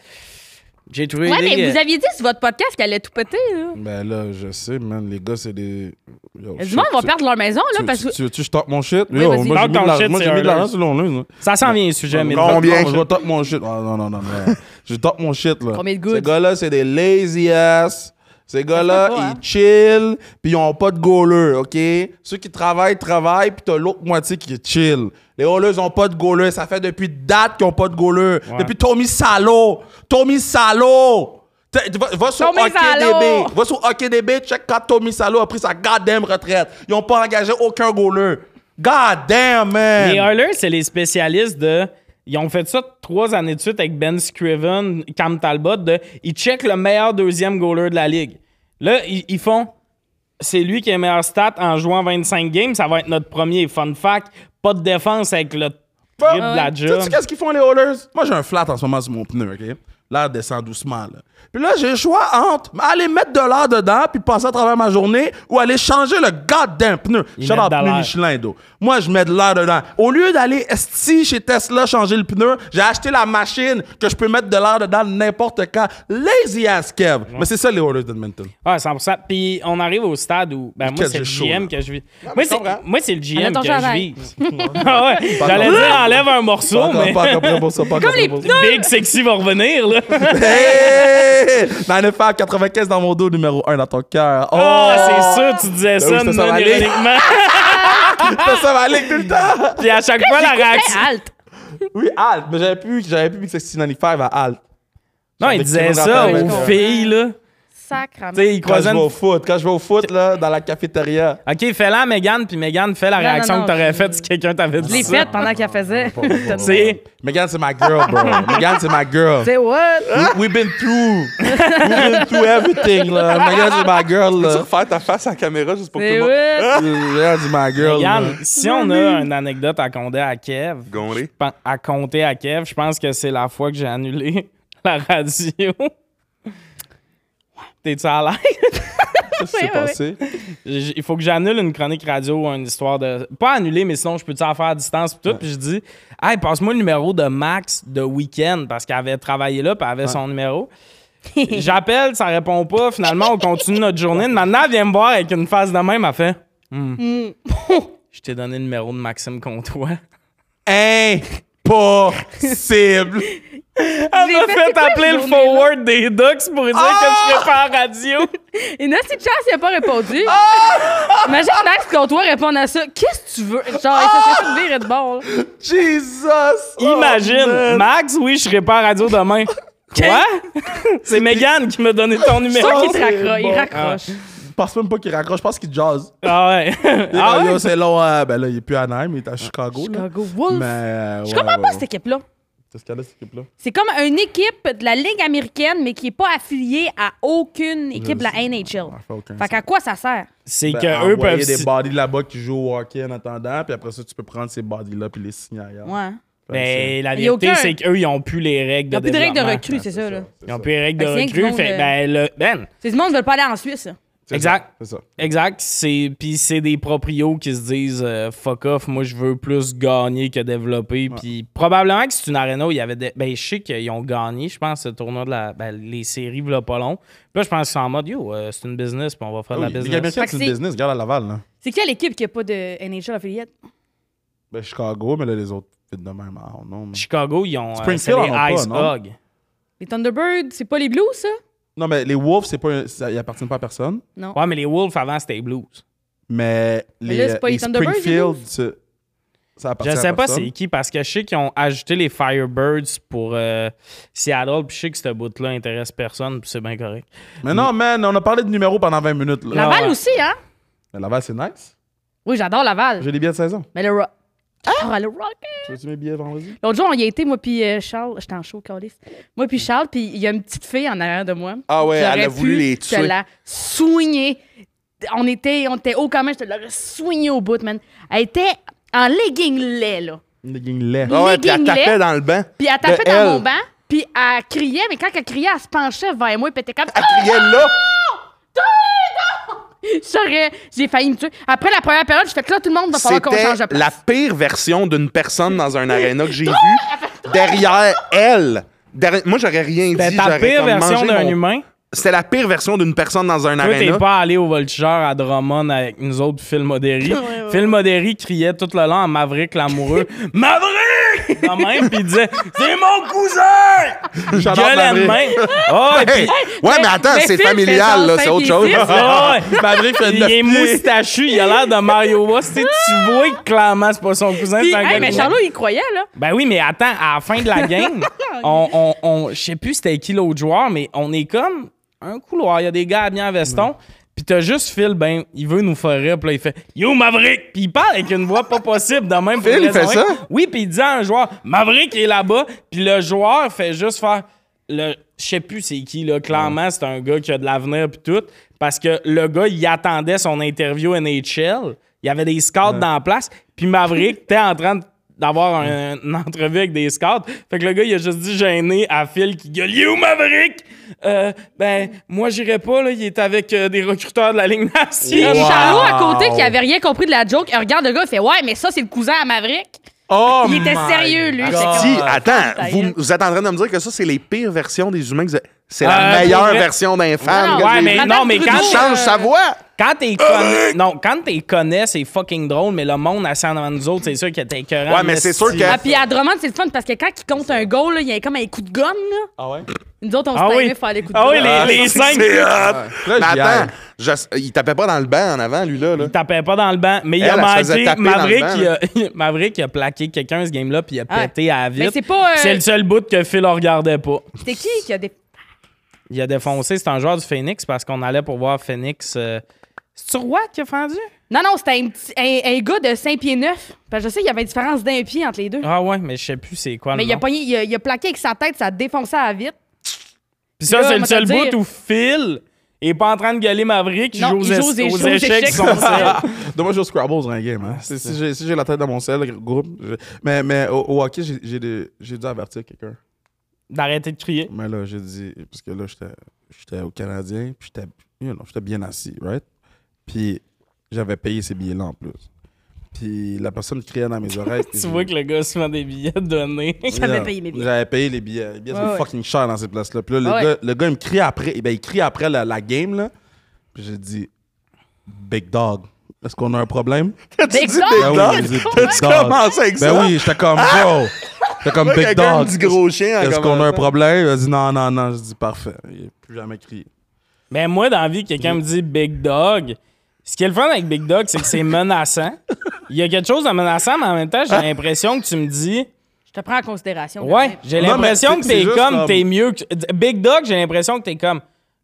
J'ai trouvé. Ouais, des- mais vous aviez dit sur votre podcast qu'elle allait tout péter. Là. Ben là, je sais, man, les gars, c'est des. Yo, Du shit, monde va tu- perdre leur maison, là, tu- parce tu- que. Tu veux-tu que je tape mon shit? Oui, Yo, vas-y. moi, j'ai Tape mis ton de l'argent- shit, moi, c'est j'ai mis de Hurlers. l'argent sur l'online. là. Ça s'en vient, le sujet. mais Combien? Non, je vais top mon shit. Ah, non, non, non, [laughs] non. Je top mon shit, là. Combien de goods? Ces gars-là, c'est des lazy ass. Ces Ça gars-là, se fait pas, hein? ils chill, puis ils ont pas de goaler, OK? Ceux qui travaillent, travaillent, puis t'as l'autre moitié qui chill. Les goalers ont pas de goaler. Ça fait depuis date qu'ils ont pas de goaler. Depuis Tommy Salo. Tommy Salo! T'es- Va, va sur Tommy OKDB. Salo. Va sur OKDB, check quand Tommy Salo a pris sa goddamn retraite. Ils ont pas engagé aucun goaler. Goddamn, man! Les Oilers, c'est les spécialistes de. Ils ont fait ça trois années de suite avec Ben Scriven, Cam Talbot. De, ils checkent le meilleur deuxième goaler de la ligue. Là, ils, ils font. C'est lui qui a les meilleurs stats en jouant 25 games. Ça va être notre premier. Fun fact, pas de défense avec le trip de la Tu sais job. -tu qu'est-ce qu'ils font les haulers? Moi, j'ai un flat en ce moment sur mon pneu, OK? L'air descend doucement, là. Puis là, j'ai le choix entre aller mettre de l'air dedans puis passer à travers ma journée ou aller changer le goddamn pneu. Je mettent de pneu l'air. Michelin, d'eau. Moi, je mets de l'air dedans. Au lieu d'aller esti chez Tesla changer le pneu, j'ai acheté la machine que je peux mettre de l'air dedans n'importe quand. Lazy ass Kev. Mais c'est ça les haulers d'Edmonton. Ouais, 100%. Puis on arrive au stade où. Ben, moi, Quel c'est le chaud, GM là. que je vis. Moi, c'est- comprends. moi, c'est le GM Attends, que j'arrête. je vis. [laughs] Ah ouais, J'allais encore. dire enlève un morceau, Pas mais. encore- pas encore prêt pour ça, pas encore les prêt pour ça. Big Sexy va revenir, là. Hey! Dans le Fab 95 dans mon dos, numéro 1 dans ton cœur. Oh, Ah, c'est sûr, tu disais oui, ça, ça non s'en allait. ironiquement. ça, ça va aller tout le temps! Puis à chaque fois, la réaction. Halt [laughs] Oui, Alt. Mais j'avais plus, j'avais plus Big Sexy 95 à Alt. Non, il Avec disait Kevin ça Raphaël, aux je filles, là. Tu Sacrament. sais, il Quand je croisait. vais une- au foot, quand je vais au foot, là, dans la cafétéria. Ok, fais-la à Mégane, puis Mégane, fais la Non, non, réaction non, que t'aurais je- faite si quelqu'un t'avait Je dit l'ai ça. faite pendant qu'elle faisait. Tu sais, Oh, Megan, c'est ma girl, bro. Megan, c'est ma girl. C'est what? Ah, We- We've been through. We've been through everything, là. Megan, c'est ma girl, Tu là. refaire ta face à la caméra juste pour que tout C'est le monde. what? Megan, c'est ma girl. là. Mégane, si on a une anecdote à compter à Kev, Gonlé. je pen- à compter à Kev, je pense que c'est la fois que j'ai annulé [laughs] la radio. T'es-tu à l'aise? Qu'est-ce qui s'est Oui, oui, passé? J- Il faut que j'annule une chronique radio ou une histoire de. Pas annuler, mais sinon, je peux-tu en faire à distance pis tout. Puis je dis, hey, passe-moi le numéro de Max de week-end parce qu'elle avait travaillé là puis elle avait son [laughs] numéro. J'appelle, ça répond pas. Finalement, on continue notre journée. Maintenant, elle vient me voir avec une face de même. Elle fait, Hmm. [laughs] je t'ai donné le numéro de Maxime Comtois. Impossible. Elle m'a fait, c'est fait quoi, appeler cette le forward des Ducks pour lui dire que je serais pas en radio. [laughs] Et Nancy Chance, il a pas répondu. Ah, Ah! Imagine Max contre toi répondre à ça. Qu'est-ce que tu veux? Genre, il s'est fait une virée de bord. là. Jesus. Oh, Imagine, man. Max, oui, je serai pas en radio [laughs] demain. Quoi? [laughs] C'est Megan qui m'a donné ton numéro. Toi qui te c'est raccroche, il bon. raccroche. Je pense même pas qu'il raccroche, je pense qu'il jazz. Ah [laughs] ouais. Ah Ah, ouais? yo, c'est long. euh, ben là, il est plus à Anaheim, il est à Chicago. Chicago là. Wolf. hein. Mais, euh, Je ouais, comprends ouais, pas ouais. cette équipe-là. C'est ce qu'il y a de cette équipe-là. C'est comme une équipe de la Ligue américaine, mais qui n'est pas affiliée à aucune équipe de la NHL. Ça fait aucun Fait qu'à quoi ça sert? C'est Ben, que eux envoyer peuvent. des si- bodies là-bas qui jouent au hockey en attendant, puis après ça, tu peux prendre ces bodies-là puis les signer ailleurs. Ouais. Ben, la Il y a vérité, aucun- c'est qu'eux, ils ont plus les règles Ils de ont plus de règles de développement. recrues, c'est ça, là. Ils ont plus les règles de Fait que c'est recrue. rien qu'ils vont, Fait euh, ben, le- ben, C'est du monde qui ne veut pas aller en Suisse. ça. C'est exact. ça, C'est ça. exact. C'est puis c'est des proprios qui se disent euh, fuck off, moi je veux plus gagner que développer. Puis probablement que c'est une arena où il y avait des... ben je sais qu'ils ont gagné, je pense ce tournoi de la ben, les séries v'là pas long. Puis là je pense que c'est en mode yo, euh, c'est une business, puis on va faire de Ah Oui, la les business. Américains, c'est Fait que une business, regarde à Laval, là. C'est quelle équipe qui n'a pas de NHL affiliate? Ben, Chicago, mais là, les autres, vite de même. Ah, non, mais... Chicago, ils ont euh, Springfield c'est les en a pas, Ice non? Hog. Les Thunderbirds, c'est pas les Blues, ça? non, mais les Wolves, c'est pas un- ça- ils appartiennent pas à personne. Non. Ouais, mais les Wolves avant c'était les Blues. Mais les, là, c'est pas les les Thunderbirds, les Springfield, Wolves? c'est- ça appartient Je sais à pas personne. c'est qui, parce que je sais qu'ils ont ajouté les Firebirds pour euh, Seattle, puis je sais que ce bout-là intéresse personne, puis c'est bien correct. Mais non, man, on a parlé de numéros pendant 20 minutes, là. Ah Laval ouais. aussi, hein? Mais Laval, c'est nice. Oui, j'adore Laval. J'ai les billets de saison. Mais le Rock. Ah, le Rock! Tu veux-tu mes billets vendredi? L'autre jour, on y a été, moi puis euh, Charles. J'étais en show, Carlis. Moi puis Charles, puis il y a une petite fille en arrière de moi. Mm. Ah ouais, elle J'aurais a voulu pu les Te tuer. la soigner. On était, on était haut quand même, je te l'aurais soigné au bout, man. Elle était en legging lait, là. Les gangs laids. Ah ouais, puis elle Legging tapait lait. dans le banc. Puis elle De tapait dans elle. mon banc. Puis Puis elle criait, mais quand elle criait, elle se penchait vers moi, puis elle était comme. Ah, Elle criait là. J'aurais. J'ai failli me tuer. Après la première période, je fais que là, tout le monde va falloir qu'on change de C'était place. la pire version d'une personne dans un aréna que j'ai vue. Derrière elle. Derrière- Moi, j'aurais rien dit. Ben, ta j'aurais pire comme version mangé d'un mon- humain. C'était la pire version d'une personne dans un Toi, aréna. t'es pas allé au Voltigeur à Drummond avec nous autres, Phil Modéry. Phil Modéry criait tout le long à Maverick l'amoureux Maverick De même, puis il disait C'est mon cousin Il J'adore gueulait de Maverick. même. Ah, et Hey, puis. ouais, mais attends, mais c'est Phil fait familial, genre là, c'est autre chose. 5 et Ah ouais. Maverick fait Il neuf est pieds. moustachu, il a l'air de Mario Bros. Tu sais, tu vois que clairement, c'est pas son cousin, Puis, c'est un gars hey, de mais loin. Charlot, il croyait, là. Ben oui, mais attends, à la fin de la game, on, on, on- je sais plus c'était qui l'autre joueur, mais on est comme un couloir. Il y a des gars habillés en veston. Puis t'as juste Phil, ben, il veut nous faire rire. Puis là, il fait Yo, Maverick! Puis il parle avec une voix pas possible de même. pour Phil, il raison fait un. ça? Oui, puis il dit à un joueur Maverick est là-bas. Puis le joueur fait juste faire le Je sais plus c'est qui, là. Clairement, c'est un gars qui a de l'avenir, puis tout. Parce que le gars, il attendait son interview NHL. Il y avait des scouts dans la place. Puis Maverick était en train de- d'avoir un- une entrevue avec des scouts. Fait que le gars, il a juste dit gêné à Phil qui gueule You Maverick Euh, Ben, moi, j'irai pas, là. Il est avec euh, des recruteurs de la Ligue Puis nationale. Charlot, à côté, qui avait rien compris de la joke, il regarde le gars, il fait Ouais, mais ça, c'est le cousin à Maverick. Oh Il était my sérieux, lui. God. J'étais comme- euh, Si, Ah, attends, vous, gueule. vous êtes en train de me dire que ça, c'est les pires versions des humains. que vous- C'est la Euh, pour meilleure vrai- version d'un Non, fan. que Ouais, j'ai mais euh, vue. Madame non, mais Trudeau, euh, quand. Il change sa voix. Quand t'es connais, non, quand t'es connais, c'est fucking drôle, mais le monde assis en avant de nous autres, c'est sûr qu'il était écœurant. Ouais, mais c'est sûr que- Ah, puis à Drummond, c'est le fun parce que quand il compte un goal, là, il y a comme un coup de gomme. Là. Ah ouais? Nous autres, on se Ah timait oui. pour faire des coups de Ah oui, gomme. les, les C'est cinq. hot. Très Mais génial. attends, je- il tapait pas dans le banc en avant, lui, là. là. Il tapait pas dans le banc, mais il Elle, a elle se manqué. faisait taper dans le Maverick, banc, il a, [laughs] Maverick, il a plaqué quelqu'un ce game-là, puis il a Ah. pété à la vitre. Mais c'est pas, euh, C'est le seul bout que Phil ne regardait pas. C'était qui qui a des. Il a défoncé, c'est un joueur du Phoenix, parce qu'on allait pour voir Phoenix. euh, C'est-tu Roy qui a fendu? Non, non, c'était un, petit- un, un gars de 5 pieds 9. Parce que je sais qu'il y avait une différence d'un pied entre les deux. Ah ouais, mais je sais plus c'est quoi. mais le il a, nom. pogné- il, a, il a plaqué avec sa tête, ça a défoncé à la vitre. Puis ça, Là, c'est on le va seul te dire- bout où Phil est pas en train de gueuler Maverick, il Non, joue aux, [laughs] il joue aux échecs, aux échecs- échecs qui sont sales. Dommage, je joue au Scrabble sur un game. Hein. Si, si j'ai, si j'ai la tête dans mon sel, le groupe. je- Mais, mais au, au hockey, j'ai, j'ai, des- j'ai dû avertir quelqu'un. D'arrêter de crier. Mais là, j'ai dit. Parce que là, j'étais, j'étais au Canadien, puis j'étais, you know, j'étais bien assis, right? Puis j'avais payé ces billets-là en plus. Puis la personne criait [laughs] dans mes oreilles. Tu vois que le gars a souvent des billets [laughs] donnés. J'avais payé mes billets. J'avais payé les billets. Les billets sont Ouais, ouais. fucking chers dans ces places-là. Puis là, le, Ouais. gars, le gars, il me crie après. eh ben, il crie après la, la game, là. Puis j'ai dit, Big Dog, est-ce qu'on a un problème? T'as-tu Big dit Dog? Big Ben oui, Dog? il dit T'as-tu Big Dog. commencé avec ça? Ah! Ben oui, j'étais comme, bro. J'étais comme Moi, Big quelqu'un me Dog. dit gros chien. Est-ce en qu'on a un commençant. problème? Il a dit, non, non, non. J'ai dit, parfait. Il a plus jamais crié. [laughs] Mais moi, dans la vie, quelqu'un me dit Big Dog. Ce qui est le fun avec Big Dog, c'est que c'est menaçant. Il y a quelque chose de menaçant, mais en même temps, Ah. j'ai l'impression que tu me dis. Je te prends en considération. quand Ouais, même. j'ai Non, l'impression mais que c'est- t'es c'est juste comme. comme- T'es mieux que. Big Dog, j'ai l'impression que t'es comme.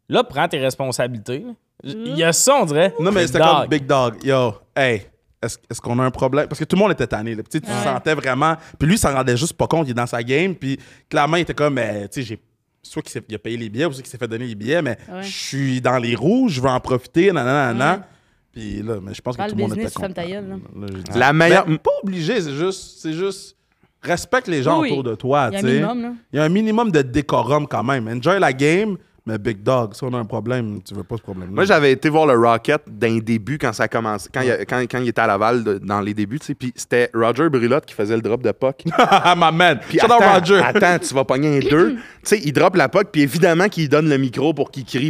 Là, prends tes responsabilités. Il y a ça, on dirait. Mm. Non, mais Big c'était comme Dog. Big Dog. Yo, hey. Est-ce, est-ce qu'on a un problème? Parce que tout le monde était tanné. Là. Puis, Tu sais, tu sentais vraiment. Puis lui, il s'en rendait juste pas compte. Il est dans sa game. Puis clairement, il était comme, eh, tu sais, j'ai. Soit qu'il s'est- il a payé les billets ou soit qu'il s'est fait donner les billets, mais je suis dans les rouges, je veux en profiter, nanana. nanana. Puis là, mais je pense que Dans tout le le monde business, était ferme content. ta gueule, là. Là, j'ai dit, La meilleure. Ben, pas obligé, c'est juste, c'est juste respecte les gens Oui, autour de toi. Il y a un tu sais. minimum, là. Il y a un minimum de décorum quand même. Enjoy la game, mais big dog, si on a un problème, tu veux pas ce problème-là. Moi, j'avais été voir le Rocket d'un début quand ça a commencé, quand, il, a- quand, quand il était à Laval, de- dans les débuts, tu sais. Puis c'était Roger Brulotte qui faisait le drop de puck. [laughs] ah, ma man. Puis Shout out attends, Roger. attends, tu vas pogner un deux. tu sais, il drop la puck, puis évidemment qu'il donne le micro pour qu'il crie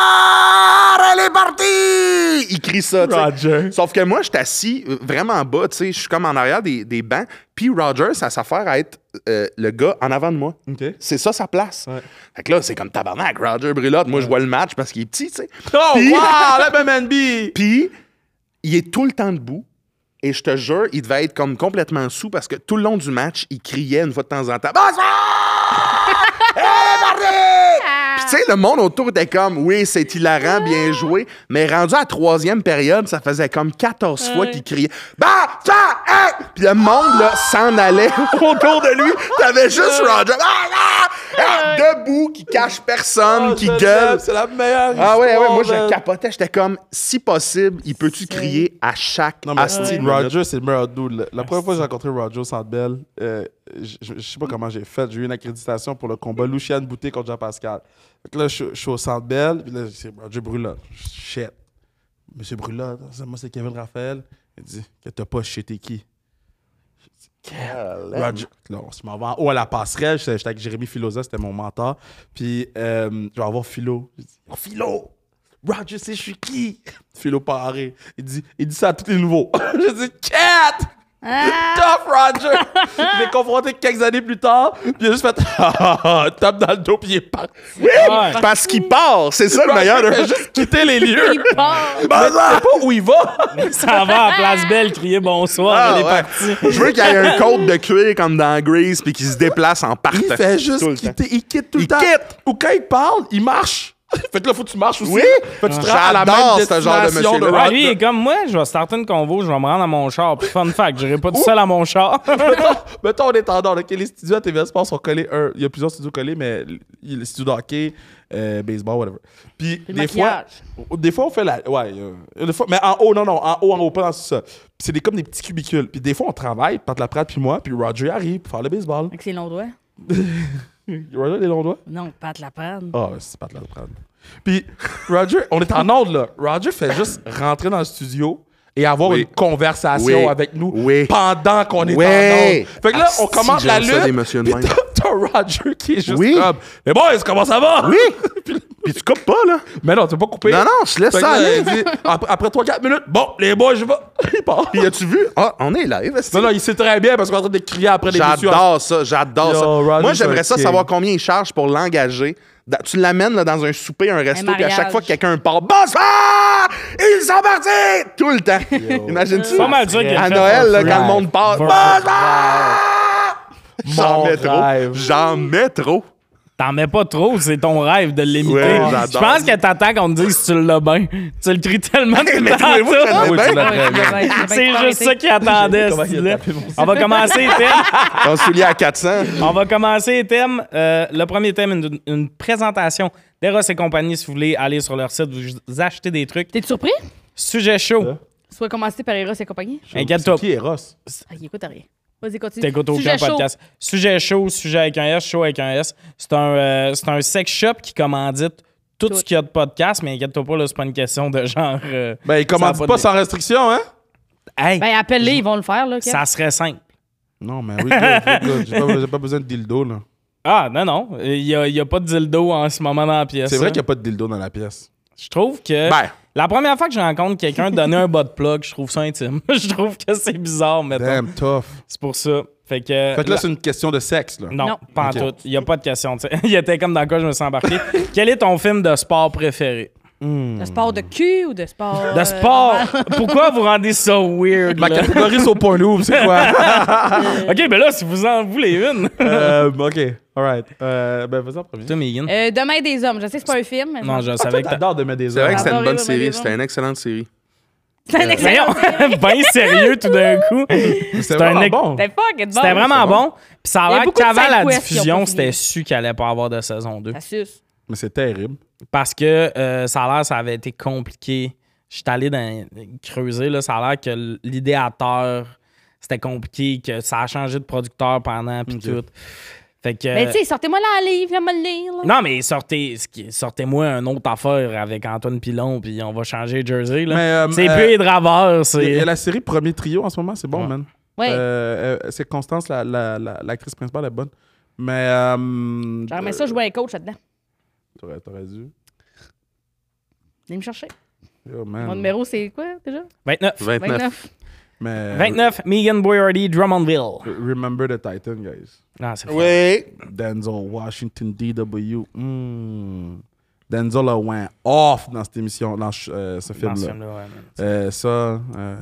Bonsoir, elle est partie! Il crie ça, tu sais. Roger. Sauf que moi, je suis assis euh, vraiment bas, tu sais, je suis comme en arrière des, des bancs. Puis Roger, ça s'affaire à être euh, le gars en avant de moi. OK. C'est ça sa place. Ouais. Fait que là, c'est comme tabarnak, Roger Brulotte. Moi, je vois le match parce qu'il est petit, tu sais. Oh, Puis- wow, la même NB. Puis, il est tout le temps debout. Et je te jure, il devait être comme complètement sous parce que tout le long du match, il criait une fois de temps en temps. Bonsoir! Eh, Marie! Puis tu sais, le monde autour était comme, oui, c'est hilarant, bien joué. Mais rendu à la troisième période, ça faisait comme 14 fois qu'il criait Bah, ça, hein! Puis le monde, là, s'en allait autour de lui. T'avais juste Roger. Ah, ah! Ah, debout, qui cache personne, qui Je gueule. l'aime, C'est la meilleure Ah ouais, ouais, histoire, moi man. je capotais, j'étais comme, si possible, il peut-tu crier à chaque Non, mais hostie de minute? Roger, c'est le meilleur dude. là. La première fois que j'ai rencontré Roger au Centre Bell, euh, je je- je sais pas comment j'ai fait. J'ai eu une accréditation pour le combat Luciane Bouté contre Jean Pascal. Fait que là, je suis- je suis au Centre Bell, puis là, c'est Roger Brulotte. Shit. Monsieur Brulotte, moi, c'est Kevin Raphaël. Il dit que t'as pas chez t'es qui. Roger. Là, on se m'en va en haut à Oh, la passerelle. J'étais j'étais avec Jérémy Filosa, c'était mon mentor. Puis, euh, je vais avoir Philo. Je dis, oh, Philo! Roger, c'est je suis qui? Philo Paré. Il dit, il dit ça à tous les nouveaux. [laughs] je dis, Cat! Tough Roger! je l'ai confronté quelques années plus tard. Puis il a juste fait, [laughs] Ah, ah, ah, tape dans le dos, puis il est parti. Oui, Ouais. parce qu'il part, c'est ça le meilleur. hein. Roger a juste quitté les lieux. Il part. Je sais pas où il va. Ah, [laughs] Ça va à Place Belle crier bonsoir, [laughs] Ah, elle est ouais. partie. Je veux qu'il y ait un code de cuir comme dans Grease puis qu'il se déplace en partant. Il fait juste Tout le temps. quitter. Il quitte tout le Il temps. quitte. Ou quand il parle, il marche. [laughs] fait que là, faut que tu marches aussi. Oui. Fait que tu te rends à la J'adore même ce genre de destination monsieur-là. Ouais, Roger. lui, il est comme moi, je vais starter une convo, je vais me rendre à mon char. Puis fun fact, j'irai pas tout seul à mon char. [laughs] mettons, mettons, on est en dehors. ok, les studios à TVA Sports sont collés. un- il y a plusieurs studios collés, mais il y a les studios de hockey, euh, baseball, whatever. Puis, Le des fois, maquillage. des fois, on fait la. Ouais. euh, des fois, mais en haut, non, non. En haut, en haut, pas dans tout ça. Puis c'est des, comme des petits cubicules. Puis des fois, on travaille, Pat Laprade, puis moi, puis Roger arrive pour faire le baseball. Avec ses longs doigts? Roger a les longs doigts. Non, pas de la panne. Ah, ouais, c'est pas de la prendre. Puis, Roger, on est en ordre, là. Roger fait juste rentrer dans le studio et avoir Oui. une conversation Oui. avec nous Oui. pendant qu'on est Oui. en ordre. Fait que là, Ah, on si, commence la j'aime ça, des lutte. messieurs de Puis même. t'as- t'as Roger qui est juste Oui. comme « Les boys, comment ça va? » Oui. Puis tu coupes pas, là. Mais non, t'as pas coupé. Non, non, je laisse Fait que ça là, aller. il dit, après, après 3-4 minutes, « Bon, les boys, je vais. » [laughs] Il part. Puis as-tu vu? Ah, on est live. est-ce que- Non, non, il sait très bien parce qu'on est en train de crier après des messieurs. J'adore ça, j'adore Yo, ça. Rodney Moi, j'aimerais ça Burke. savoir combien il charge pour l'engager. Da- Tu l'amènes là, dans un souper, un resto, Un puis à chaque mariage. fois que quelqu'un part, bonsoir! Ils sont partis! Tout le temps. [laughs] Imagine-tu? Pas mal sûr qu'il a À fait Noël, un là, fou quand le rêve. monde part, Bon bonsoir! J'en Mon mets trop. rêve. J'en mets trop. [laughs] T'en mets pas trop, c'est ton rêve de l'imiter. Ouais, je j'adore. pense que t'attends qu'on te dise si tu l'as bien. Tu le cries tellement tout [laughs] mais le temps, trouvez-vous ça. que ça Ah oui, tu Ben, l'as très [laughs] bien. C'est juste ça qui attendait. [laughs] Comment il a ce là. tapé mon- On va [laughs] commencer, Tim. Ton soulier à 400. On va commencer les thèmes. Euh, le premier thème, une, une présentation d'Eros et compagnie. Si vous voulez aller sur leur site, vous achetez des trucs. T'es surpris? Sujet Euh, chaud. Soit commencer par Eros et compagnie? Inquiète-toi. C'est qui, Eros? Ah, il écoute rien. Vas-y, continue. T'écoutes aucun Sujet chaud. podcast. Sujet chaud, sujet avec un S, chaud avec un S. C'est un, euh, c'est un sex shop qui commandite tout, Tout. ce qu'il y a de podcast, mais inquiète-toi pas, là, c'est pas une question de genre. euh, Ben, il commande Ça a pas, pas de- sans restriction, hein? hey, Ben, appelle-les, ils vont le faire, là. Kev. ça serait simple. Non, mais oui, good, good, good. J'ai pas, j'ai pas besoin de dildo, là. Ah, non, non. Il y a, il y a pas de dildo en ce moment dans la pièce. C'est vrai hein. qu'il n'y a pas de dildo dans la pièce. Je trouve que. Ben. La première fois que je rencontre quelqu'un donner un bas de plug, je trouve ça intime. [laughs] je trouve que c'est bizarre, mais Damn, tough. C'est pour ça. Fait que. Fait que la- là, c'est une question de sexe, [laughs] là. Non, Non. pas en Ok. tout. Il n'y a pas de question. tu sais. [laughs] Il était comme dans quoi je me suis [laughs] embarqué. Quel est ton film de sport préféré? De sport de cul ou de sport. De euh, sport! normal? [laughs] Pourquoi vous rendez ça weird? Ma là? catégorie sur point louvre, c'est quoi? Ok, ben là, si vous en voulez [laughs] une. euh, OK, alright. Euh, ben, vas-y en premier. Toi, Megan. Euh, Demain des hommes. Je sais que c'est pas un film. mais Non, bon. je savais que t'as. T'adores de mettre des C'est vrai que œufs. c'était une bonne J'adorais, série. j'adorais. C'était une excellente série. C'est un excellent. Voyons, [laughs] ben sérieux tout d'un coup. C'est un vraiment ex- bon. C'était fuck, it, bon. C'était vraiment bon. Puis ça Il y a a l'air beaucoup de qu'avant side la quests qui ont diffusion, pas c'était fini. su qu'il allait pas avoir de saison 2. Ça suce. Euh, Mais c'est terrible. Parce que euh, ça a l'air ça avait été compliqué. Je suis allé dans- creuser, là, ça a l'air que l'idéateur, c'était compliqué, que ça a changé de producteur pendant, puis tout. Fait que... euh, Mais Ben, tu sais, sortez-moi là un livre, viens me le lire. là. non, mais sortez, ce qui- sortez-moi un autre affaire avec Antoine Pilon, puis on va changer Jersey. Là. Mais, euh, c'est euh, plus les draveurs, Il y c'est... a la série Premier Trio en ce moment, c'est bon, man. Ouais. Euh, euh, c'est Constance, la- la- la- l'actrice principale est bonne. Mais. Euh, J'aurais aimé ça jouer un coach là-dedans. T'aurais t'aurais dû. Venez me chercher. Oh, man. Euh, Mon numéro, c'est quoi déjà 29. 29. 29. Mais. 29, Megan Boyardi, Drummondville. Remember the Titan, guys. Non, c'est fou. Oui. Denzel Washington DW. Mm. Denzel a went off dans cette émission, dans ch- euh, ce Dans ce film-là. film-là, ouais, man. Euh, ça, euh,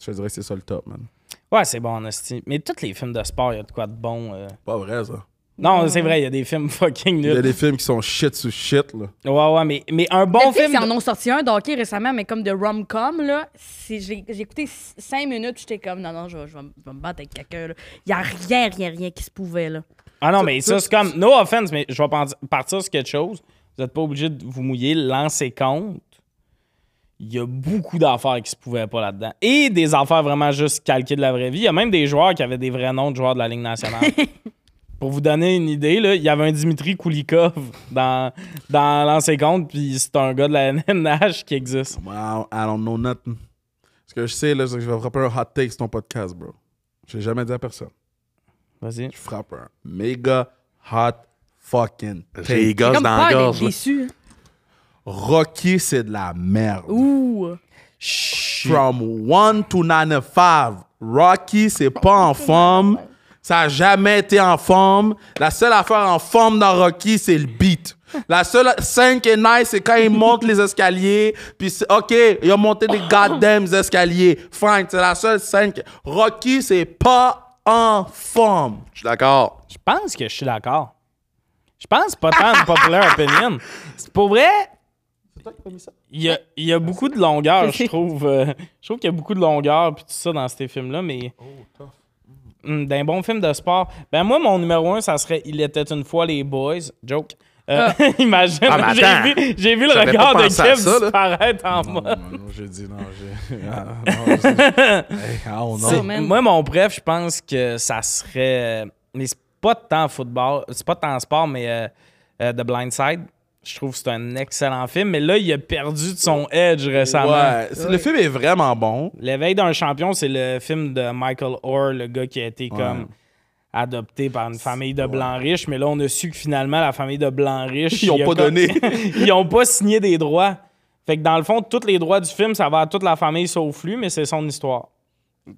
je te dirais que c'est ça le top, man. Ouais, c'est bon, honesty. Mais tous les films de sport, il y a de quoi de bon. euh. Pas vrai, ça. Non, c'est vrai, il y a des films fucking Il y nuls. a des films qui sont shit sous shit, là. Ouais, ouais, mais, mais un bon Netflix, film. ils en de- ont sorti un d'hockey récemment, mais comme de rom-com, là. c'est- J'ai j'ai écouté 5 minutes, j'étais comme, non, non, je vais, je vais me je vais me battre avec quelqu'un, là. Il n'y a rien, rien, rien qui se pouvait, là. Ah non, mais ça, c'est comme. No offense, mais je vais pan- partir sur quelque chose. Vous n'êtes pas obligé de vous mouiller, lancer compte. Il y a beaucoup d'affaires qui se pouvaient pas là-dedans. Et des affaires vraiment juste calquées de la vraie vie. Il y a même des joueurs qui avaient des vrais noms de joueurs de la Ligue [laughs] nationale. Pour vous donner une idée, là, il y avait un Dimitri Koulikov dans, dans Lancer compte, puis c'est un gars de la NNH qui existe. Wow, I don't know nothing. Ce que je sais, là, c'est que je vais frapper un hot take sur ton podcast, bro. Je l'ai jamais dit à personne. Vas-y. Je frappe un méga hot fucking J'ai les take. gosses Comme dans la peur d'être gorge. là. déçu. hein. Rocky, c'est de la merde. Ouh. From 1 to 95. Rocky, c'est pas en forme. Ça a jamais été en forme. La seule affaire en forme dans Rocky, c'est le beat. La seule 5 et 9, c'est quand il monte les escaliers. Puis c'est OK, il a monté des goddamn escaliers. Frank, c'est la seule 5. Rocky, c'est pas en forme. Je suis d'accord. Je pense que je suis d'accord. Je pense pas tant une populaire opinion. [laughs] C'est pour vrai. Il y a, il y a beaucoup de longueur, [laughs] je trouve. euh, je trouve qu'il y a beaucoup de longueur puis tout ça dans ces films-là, mais. Oh, Hmm, D'un bon film de sport. Ben moi, mon numéro un, ça serait Il était une fois les boys. Joke. Euh, [laughs] imagine, Ah, mais attends. j'ai vu, j'ai vu le J'avais pas regard de pensé à Kev ça, là. Oh, disparaître en moi. J'ai [laughs] dit non. J'ai. ah, C'est- Oh, man. moi, mon préf, je pense que ça serait. Mais c'est pas tant football, c'est pas tant sport, mais euh, euh, The Blind Side. Je trouve que c'est un excellent film, mais là, il a perdu de son edge récemment. Ouais, c'est- le film est vraiment bon. L'éveil d'un champion, c'est le film de Michael Orr, le gars qui a été comme adopté par une famille de blancs riches, mais là, on a su que finalement, la famille de blancs riches. Ils ont il a pas donné. [laughs] ils ont pas signé des droits. Fait que dans le fond, tous les droits du film, ça va à toute la famille sauf lui, mais c'est son histoire.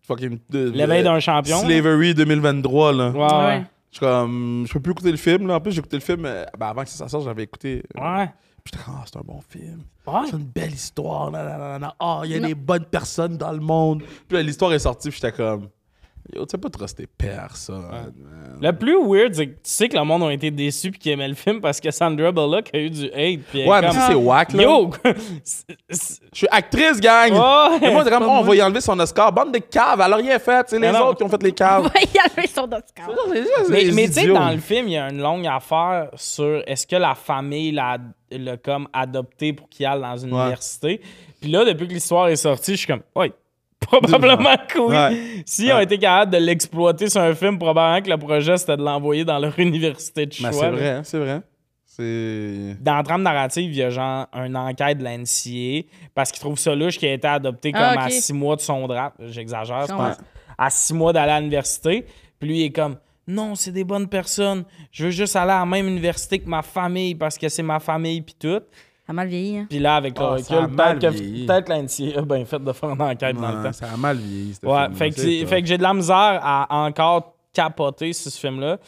fucking euh, L'éveil d'un champion. Slavery 2023 là. Ouais, ouais. Je suis comme je peux plus écouter le film là. En plus j'ai écouté le film euh, ben, avant que ça sorte, j'avais écouté. euh, Ouais. puis J'étais comme Ah, c'est un bon film. Ouais. C'est une belle histoire. là, là, là, là, là. Ah, il y a des bonnes personnes dans le monde. Puis là, l'histoire est sortie, puis j'étais comme Yo, tu sais pas truster personne. man. Le plus weird, c'est que tu sais que le monde a été déçu puis qu'ils aimaient le film parce que Sandra Bullock a eu du hate. Puis elle Ouais, est mais comme, ça c'est whack là. Yo! [laughs] c'est- c'est- Je suis actrice, gang. Ouais. Et moi, c'est comme Oh, on va y enlever son Oscar. Bande de caves. Alors rien fait. C'est les Mais non. autres qui ont fait [laughs] les caves. [laughs] Ouais, il a levé son Oscar. mais C'est mais tu sais, idiot. dans le film, il y a une longue affaire sur est-ce que la famille l'a l'a comme adopté pour qu'il aille dans une Ouais. université. Puis là, depuis que l'histoire est sortie, je suis comme, ouais, [laughs] probablement que oui. Ouais. S'ils ont Ouais. été capables de l'exploiter sur un film, probablement que le projet c'était de l'envoyer dans leur [laughs] université de choix. Mais c'est là. vrai, hein, c'est vrai. C'est. dans la trame narrative, il y a genre une enquête de l'NCA parce qu'il trouve ça louche qui a été adopté comme Ah, à ok. six mois de son draft. J'exagère, je Ouais. pense. À six mois d'aller à l'université. Puis lui, il est comme Non, c'est des bonnes personnes. Je veux juste aller à la même université que ma famille parce que c'est ma famille, puis tout. Ça a mal vieilli, hein. Puis là, avec le Ah, ça a recul, mal peut-être que vieilli. peut-être l'NCA a bien fait de faire une enquête dans le temps. Ouais, Ça a mal vieilli. ce Ouais, film-là, fait que, c'est c'est- tough. fait que j'ai de la misère à encore capoter sur ce film-là.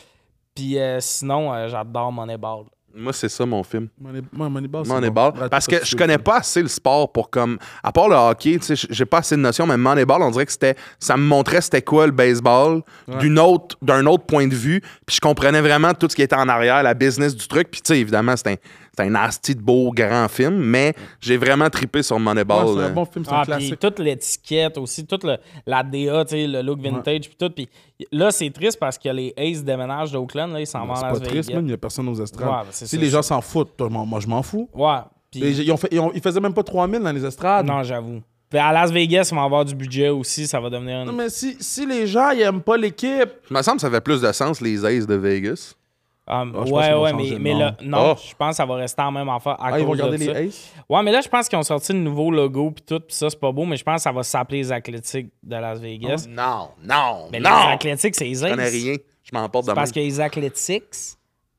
Puis euh, sinon, euh, j'adore Moneyball. Moi, c'est ça mon film. Money- moi, Moneyball, c'est Moneyball. bon. Parce Ratatouille, que je connais pas assez le sport pour comme. À part le hockey, tu sais, j- j'ai pas assez de notions, mais Moneyball, on dirait que c'était. Ça me montrait c'était quoi le baseball d'une autre, d'un autre point de vue. Puis je comprenais vraiment tout ce qui était en arrière, la business du truc. Puis tu sais, évidemment, c'est un, c'est un nasty de beau grand film, mais j'ai vraiment tripé sur euh. Ouais, Moneyball. c'est là. un bon film, c'est Ah, un puis classique. toute l'étiquette aussi, toute le- la DA, tu sais, le look vintage, puis tout. Puis là, c'est triste parce que les Aces déménagent d'Oakland, là, ils s'en vont C'est à pas Las triste, Vegas. même, il y a personne aux estrades. Ouais, ben, c'est si ça, les c'est gens s'en foutent, toi, moi, moi, je m'en fous. Ouais, Et puis Ils, ont fait- ils ont- ils faisaient même pas 3000 dans les estrades. non, j'avoue. Puis à Las Vegas, ils vont avoir du budget aussi, ça va devenir Non, une... mais si, si les gens, ils aiment pas l'équipe. Il me semble que ça fait plus de sens, les Aces de Vegas. Um, Ah, je pense ouais, qu'ils vont ouais, changer mais, de mais nom. là, non, Oh. je pense que ça va rester en même affaire à Ah, ils vont cause de garder les ça. Aces. Ouais, mais là, je pense qu'ils ont sorti le nouveau logo, puis tout, puis ça, c'est pas beau, mais je pense que ça va s'appeler les Athlétiques de Las Vegas. Ah Non, non, Mais les non! Je Athlétiques, c'est les connais Aces. rien. Je m'emporte C'est dans parce que les Athlétiques,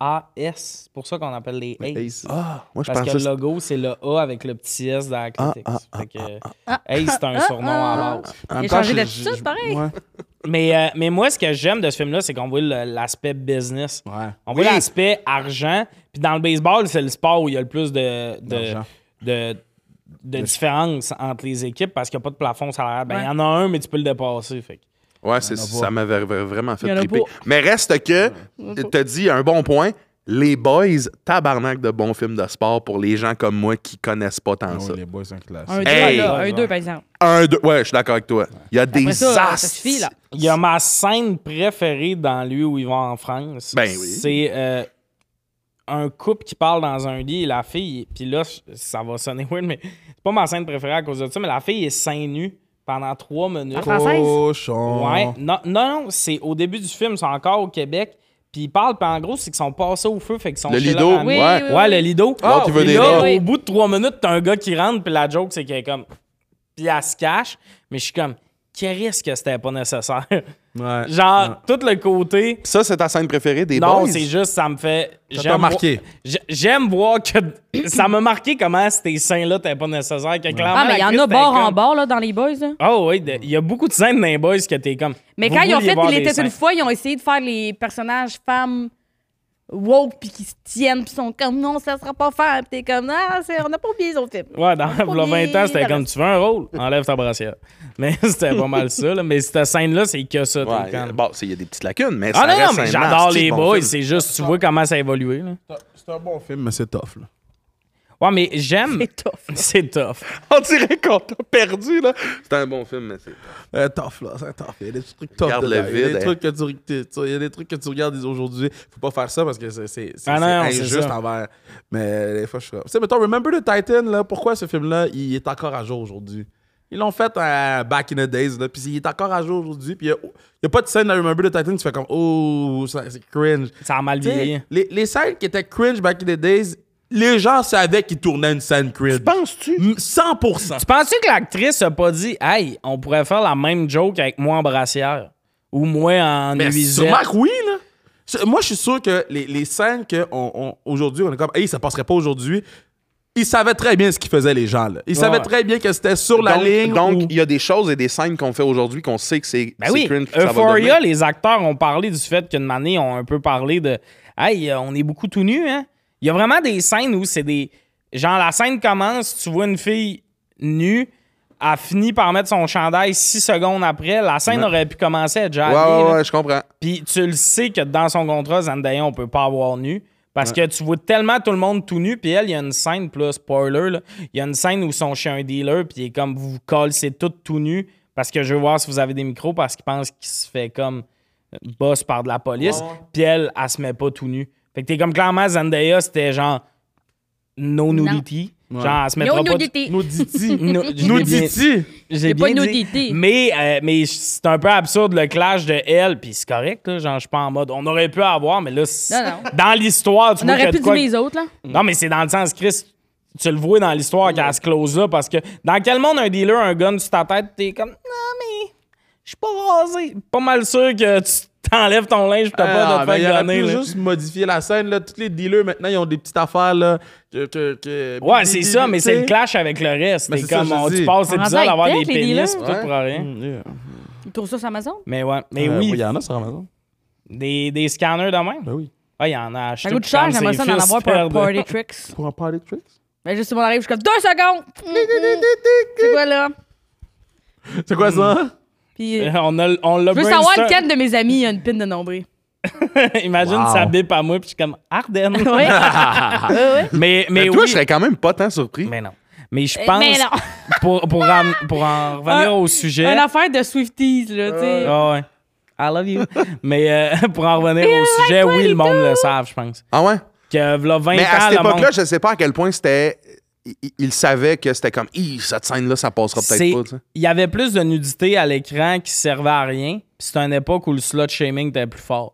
A-S, c'est pour ça qu'on appelle les Aces. Ah, moi, je Parce que pensais. le logo, c'est Ah, le A avec le petit S dans Athletics. Fait que, euh, hey, c'est un surnom ah, à base. En même Il a temps, changé je- d'attitude, je- pareil. Ouais. Mais, euh, mais moi, ce que j'aime de ce film-là, c'est qu'on voit le- l'aspect business. Ouais. On voit l'aspect argent. Puis dans le baseball, c'est le sport où il y a le plus de, de, D'argent. de, de différence entre les équipes parce qu'il n'y a pas de plafond salarial. Ben, il y Ouais. en a un, mais tu peux le dépasser. Fait. que- Ouais, c'est, en a pas. ça m'avait vra- vraiment Il y fait en a triper. pas. Mais reste que, t'as dit un bon point, Les Boys, tabarnak de bons films de sport pour les gens comme moi qui connaissent pas Ah tant ça. les boys sont classe. Un 2, Hey! là. Un 2, par exemple. Un, deux, ouais, je suis d'accord avec toi. Il y a des Après ça, ça astis- suffit, là. Il y a ma scène préférée dans lui où ils vont en France. Ben oui. C'est euh, un couple qui parle dans un lit et la fille. Puis là, je- ça va sonner weird, mais c'est pas ma scène préférée à cause de ça. Mais la fille est seins nus pendant trois minutes. Ah, Française? Cochon. Ouais. Non, non, non, c'est au début du film, ils sont encore au Québec. Puis ils parlent, puis en gros, c'est qu'ils sont passés au feu, fait qu'ils sont Le chez lido. leur ami. Oui, Ouais. oui, oui. Ouais, le lido. Ah, qui veut Et des là, draps. Oui. au bout de trois minutes, t'as un gars qui rentre, puis la joke, c'est qu'il est comme. Puis elle se cache, mais je suis comme. Qu'est-ce que c'était pas nécessaire? Ouais. Genre, tout le côté. Ça, c'est ta scène préférée des Non, Ah. Boys? c'est juste, ça me fait. Ça j'aime t'a marqué. voir- j'ai- J'aime voir que. ça m'a marqué comment ces seins-là, t'es pas nécessaire. Que clairement, Ah, mais il y la en Chris, a t'es bord en comme- bord, là, dans les boys, là. Oh oui, de- il y a beaucoup de scènes dans les boys que t'es comme. Mais vous quand ils ont vouliez fait voir Il des était une seins. fois, ils ont essayé de faire les personnages femmes woke puis qui se tiennent puis sont comme non, ça sera pas faire. Puis t'es comme ah, c'est- on n'a pas oublié les autres films. Ouais, dans On a pas le 20 oublié ans, c'était la comme reste. tu veux un rôle, enlève ta brassière. Mais [laughs] c'était pas mal ça, là. Mais cette scène-là, c'est que ça. t'es Ouais, euh, comme- bon, c'est- il y a des petites lacunes, mais ça Ah non, non, reste un mais j'adore nasty les bon boys. film. C'est juste, tu vois comment ça a évolué, là. C'est un bon film, mais c'est tough. Là. Ouais, mais [laughs] j'aime. C'est tough. C'est tough. On dirait qu'on t'a perdu, là. C'est un bon film, mais c'est... C'est Euh, tough, là. C'est tough. Il y a des trucs tough. Regarde dedans. le Il y a des vide, hein. trucs que tu, tu- tu- il y a des trucs que tu regardes aujourd'hui. Faut pas faire ça parce que c'est c'est- c'est- Ah non, c'est c'est injuste ça. envers. Mais des fois, je suis comme. Tu sais, mettons, Remember the Titan, là. Pourquoi ce film-là, il est encore à jour aujourd'hui? Ils l'ont fait euh, back in the days, là. Puis il est encore à jour aujourd'hui. Puis il y a, il y a pas de scène dans Remember the Titan que tu fais comme. Oh, ça- c'est cringe. Ça a mal Tu sais, vieilli. Les, les scènes qui étaient cringe back in the days, les gens savaient qu'ils tournaient une scène cringe. Penses-tu? M- 100%. Tu penses-tu que l'actrice a pas dit, hey, on pourrait faire la même joke avec moi en brassière? Ou moi en Mais nuisette? sûrement que oui, là. C'est- Moi, je suis sûr que les, les scènes qu'aujourd'hui, on, est comme, hey, ça passerait pas aujourd'hui, ils savaient très bien ce qu'ils faisaient, les gens, là. Ils savaient ouais. très bien que c'était sur la donc, ligne. donc, ou- il y a des choses et des scènes qu'on fait aujourd'hui qu'on sait que c'est Ben c'est oui, cringe. que ça va Euphoria, devenir. les acteurs ont parlé du fait qu'une année, ont un peu parlé de Hey, euh, on est beaucoup tout nus, hein? Il y a vraiment des scènes où c'est des. Genre, la scène commence, tu vois une fille nue, elle finit par mettre son chandail six secondes après. La scène aurait pu commencer à déjà Ouais, aller, ouais, là. ouais, je comprends. Puis tu le sais que dans son contrat, Zendaya, on peut pas avoir nu. Parce que tu vois tellement tout le monde tout nu, puis elle, il y a une scène, plus spoiler, là, il y a une scène où ils sont chez un dealer, puis il est comme, vous vous collez, c'est tout tout nu, parce que je veux voir si vous avez des micros, parce qu'il pense qu'il se fait comme euh, boss par de la police, puis elle, elle se met pas tout nu. Fait que t'es comme, clairement, Zendaya, c'était genre, no nudity. Genre, elle se mettra No pas... nudity. [laughs] Nous dit No- Nous j'ai bien- dit j'ai C'est bien pas une dit. nudité. Mais, euh, mais c'est un peu absurde le clash de elle, puis c'est correct, là, genre, je suis pas en mode. On aurait pu avoir, mais là, c'est- Non, non. dans l'histoire, tu On vois qu'il y aurait a pu de dire quoi- les autres là. Non, mais c'est dans le sens, Chris, tu le vois dans l'histoire qu'elle se close là, parce que dans quel monde un dealer, un gun sur ta tête, t'es comme, non, mais je suis pas rasé. Pas mal sûr que tu t'enlèves ton linge, pis t'as pas de te Ah, il faire aurait gonner, pu là. juste modifier la scène. Là. Tous les dealers, maintenant, ils ont des petites affaires. Là, que- que- que- Ouais, tu c'est ça, mais sais. c'est le clash avec le reste. Mais C'est Ben, c'est ça, comme, je on, dis. tu passes On l'épisode rend à avoir tech, des les pénis, pis dealers. tout pour rien. Mm, yeah. Ils trouvent ça sur Amazon. Mais ouais, mais Euh, Ben oui, Il y en a sur Amazon. Des, des scanners de même. Ben oui. Ah, il y en a acheté. Ça coûte pour cher, quand j'aimerais ses ça d'en fils avoir pour un perdent. party tricks. Pour un party tricks? Ben juste mon arrive, je suis comme deux [laughs] secondes. Hum, hum. C'est quoi là? C'est quoi ça? Puis euh, [laughs] on a, on l'a je veux savoir brainstorm- lequel de mes amis a une pine de nombril. [laughs] Imagine Wow. ça bip à moi, puis je suis comme Arden. [laughs] [laughs] Oui. mais mais, Mais toi, Ben oui. je serais quand même pas tant surpris. Mais non. Mais je Euh, pense. mais non. [laughs] pour, pour, en, pour [laughs] en revenir Un- au sujet. Une affaire de Swifties là, tu sais. Ah ouais. I love [laughs] you. mais euh, pour en revenir au sujet, like oui, le monde 22. le savent, je pense. Ah ouais? Que v'là 20 Mais ans, à cette le monde- époque-là, je sais pas à quel point c'était... il- il- Il savait que c'était comme, Ih, cette scène-là, ça passera C'est- peut-être pas. tu sais. Il y avait plus de nudité à l'écran qui servait à rien. Puis c'était une époque où le slot shaming était plus fort.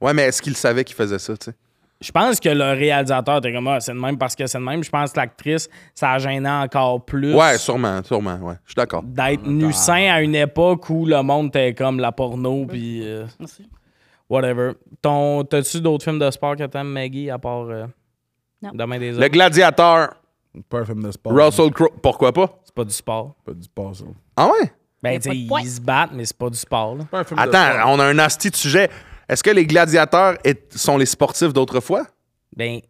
Ouais, mais est-ce qu'il savait qu'il faisait ça, tu sais? Je pense que le réalisateur était comme ah, c'est de même parce que c'est de même. Je pense que l'actrice, ça a gêné encore plus Ouais, sûrement, sûrement, ouais. Je suis d'accord. d'être nu sain à une époque où le monde était comme la porno puis euh, Merci. whatever. Ton t'as-tu d'autres films de sport que t'aimes, Maggie, à part euh, Non. Demain des Le autres? gladiateur, Pas un film de sport. Russell Crowe, pourquoi pas? C'est pas du sport. Pas du sport, ça. Ah ouais? Ben, a tu pas sais, de point. ils se battent, mais c'est pas du sport. là. Pas un film de sport. Attends, on a un asti de sujet. Est-ce que les gladiateurs est- sont les sportifs d'autrefois? Ben.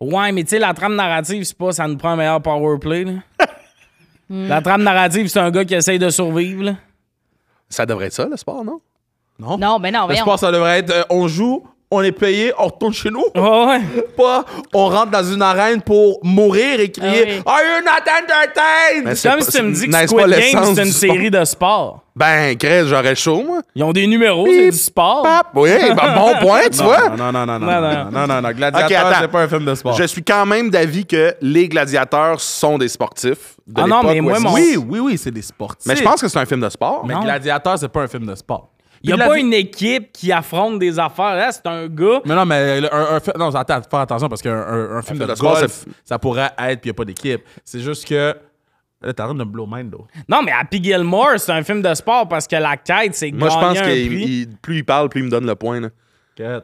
Ouais, mais tu sais, la trame narrative, c'est pas ça nous prend un meilleur power play. là. [laughs] la trame narrative, c'est un gars qui essaye de survivre. là. Ça devrait être ça, le sport, non? Non, ben non, Le voyons. sport, ça devrait être euh, on joue, on est payé, on retourne chez nous. Ouais, ouais. Pas, on rentre dans une arène pour mourir et crier Ah oui. Are you not entertained? Mais C'est comme pas- si tu me dis que n'est-ce Squid pas Game, l'essence c'est une du série de sport. Ben, Chris, j'aurais chaud, moi. Ils ont des numéros, c'est Bip, du sport. Pap, oui, ben, bon point, tu vois. Non, non, non, [laughs] Non, non, non. non, non, non, non, non. Gladiateur, attends. c'est pas un film de sport. Je suis quand même d'avis que les gladiateurs sont des sportifs. De Ah non, l'époque mais moi, ouest- mon- Oui, Oui, oui, oui, c'est des sportifs. mais je pense que c'est un film de sport. Mais Non. Gladiateur, c'est pas un film de sport. Il n'y a pas une équipe qui affronte des affaires. Là, c'est un gars. Mais non, mais le- un, un fi- non, attends, fais attention parce qu'un un, un film de, de sport, golf, c'est- ça pourrait être puis il n'y a pas d'équipe. C'est juste que. Là, t'es en train de me blow mind, though. Non, mais Happy Gilmore, c'est un film de sport parce que la quête, c'est Moi, je pense gagner un que prix. plus il parle, plus il me donne le point. là. Que-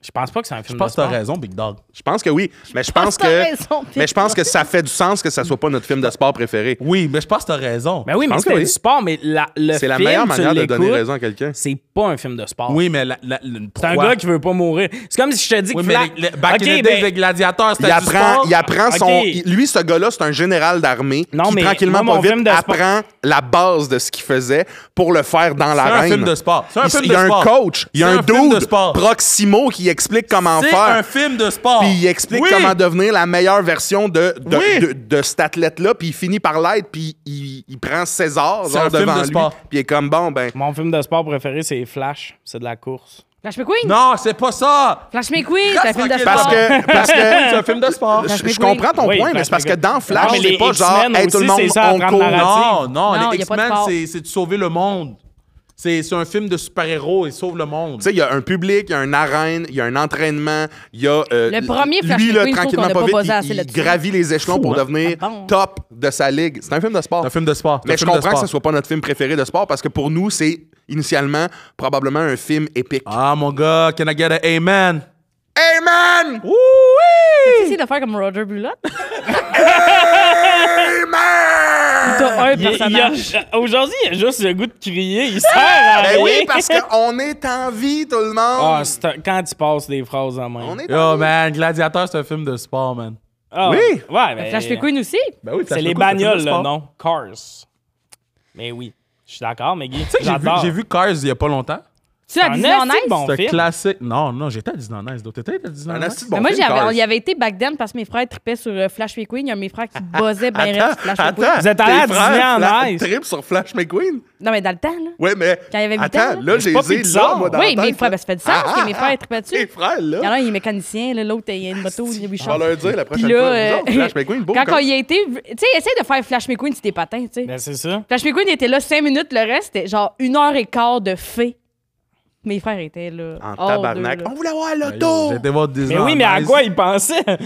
Je pense pas que c'est un film Je de pense que t'as sport. raison, Big Dog. Je pense que oui, mais je pense pense que t'as que raison, Pierre. mais je pense que ça fait du sens que ça soit pas notre film de sport préféré. Oui, mais je pense que t'as raison. Ben oui, mais pense que c'est oui. du sport, mais la, le C'est la film, meilleure tu manière de donner l'écoutes, raison à quelqu'un. C'est pas un film de sport. Oui, mais la, la- le- C'est un pourquoi? gars qui veut pas mourir. C'est comme si je te dis que. Oui, mais Fla- les- les- back Ok, in the days, ben, les gladiateurs, Il c'était du apprend, sport. il apprend son. Ok. il- Lui, ce gars-là, c'est un général d'armée Non, qui mais tranquillement, moi, mon pas film vite, de sport- apprend la base de ce qu'il faisait pour le faire dans C'est l'arène. un film de sport. C'est un Il- film il y a de un sport. coach, il y a C'est un, un film de dude sport. proximo qui explique comment C'est faire. un film de sport. Puis il explique Oui. comment devenir la meilleure version de, de, Oui. de, de cet athlète-là. Puis il finit par l'être, puis il, il prend César C'est genre, un film devant de lui. sport. Puis il est comme bon, ben. Mon film de sport préféré, c'est Flash. C'est de la course. Flash McQueen! Non, c'est pas ça. Flash McQueen, c'est un film de tranquille. sport. Parce que. Parce que [laughs] C'est un film de sport. je, je McQueen. comprends ton Oui, point, mais Flash c'est parce que McQueen. dans Flash, Non, mais les c'est pas genre, X-Men hey, tout le monde, aussi, c'est ça, on apprendre court. la Non, non, Non, les y a pas de X-Men, sport. c'est c'est de sauver le monde. C'est c'est un film de super-héros, ils sauvent le monde. Tu sais, il y a un public, il y a une arène, il y a un entraînement, il y a. euh, Le premier Flash Lui, là, McQueen, je trouve tranquillement qu'on a pas pas vite, basé assez il, il là-dessus. gravit les échelons pour hein? devenir Ah bon? top de sa ligue. C'est un film de sport. C'est un film de sport. c'est un Mais je film de comprends que sport. ce soit pas notre film préféré de sport parce que pour nous, c'est initialement probablement un film épique. Ah, mon gars, can I get an amen? Hey man! Oui! Essaye de faire comme Roger Bullock. Hey man! T'as un [laughs] Il y a- il y a- personnage. Aujourd'hui, il y a juste le goût de crier. [laughs] Il sert à Ben rien. oui, parce qu'on est en vie, tout le Ah, Oh. monde! c'est un- quand tu passes des phrases en main. On est en Yo, vie. man, Gladiateur, c'est un film de sport, man. Ah, Oui. Ouais, ben, Flash McQueen aussi. Ben oui, C'est les bagnoles, là, non? Cars. Mais oui. Je suis d'accord, mais Guy. J'ai vu, j'adore. j'ai vu Cars il y a pas longtemps. Tu as Un Disney en esti Ice? de bon C'est un film. classique. Non, non, j'étais à Disneyland Nice. donc. T'étais à Disneyland Un Nice? asti de bon Mais moi, film, j'avais, on Cars. y avait été back then parce que mes frères tripaient sur euh, Flash McQueen. Il y a un de mes frères qui buzzaient bien raide sur Flash McQueen. attends, Vous êtes allé à tes frères Disney en fla- Ice. trip sur Flash McQueen? Non, mais dans le temps, là. Ouais, mais. Quand il y avait huit Attends, ans, là. là, j'ai pas les ai Pixar. là, moi, dans Oui, la mes tête, frères, là. ben, ça fait du sens Ah, parce que mes frères tripaient Tes dessus. frres, là. Il y en a un, il est mécanicien, là, l'autre, il y a une moto, il y a On va Richard. leur dire la Puis prochaine là, fois. euh, nous autres, Flash McQueen, beau. quand comme- on y a été, tu sais, essaye de faire Flash McQueen sur tes patins, tu sais. Ben, c'est ça. Flash McQueen était là cinq minutes, le reste, c'était genre une heure et quart de feu. Mes frères étaient là. En hors tabarnak. Oh, d'eux, là. On voulait avoir Yo, l'auto! J'étais voir Disneyland Mais oui, mais à Nice. quoi il pensait? Le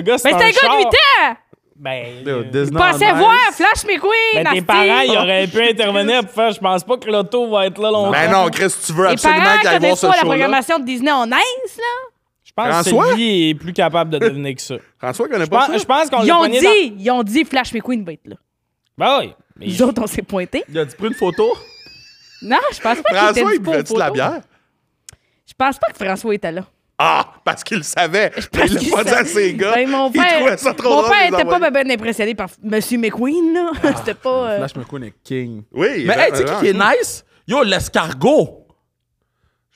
gars, c'est Mais c'était un gars de char. 8 ans! Ben, Yo, euh, Disneyland Passez Nice. voir Flash McQueen! ben, tes nasty. parents, ils [laughs] auraient pu intervenir pour faire « Je pense pas que l'auto va être là longtemps. Mais Ben non, Chris, tu veux Les Oh, absolument parents qu'il aille voir connaissent ce pas la show-là. programmation de Disney en Inde, là. Je pense que François? Sylvie est plus capable de devenir que ça. François connaît Je pas ça? pense, je pense qu'on Ils l'a ont pogné dit, ils ont dit Flash McQueen va être là. dans- Ben oui. Mais Nous autres, on s'est pointés. Il a dit, prends une photo. Non, je pense pas qu'il François, était il du pour buvait-tu de la bière? Je pense pas que François était là. Ah, parce qu'il le savait. Mais il Parce l'a qu'il pas dit à savait. ses gars. Ben, mon il père, trouvait ça trop mon drôle. père de les était pas envoyer. bien impressionné par Monsieur McQueen, là. Ah, [laughs] C'était pas. euh, Flash McQueen est king. Oui, Mais ben, hey, tu sais qui qui est nice? Yo, l'escargot.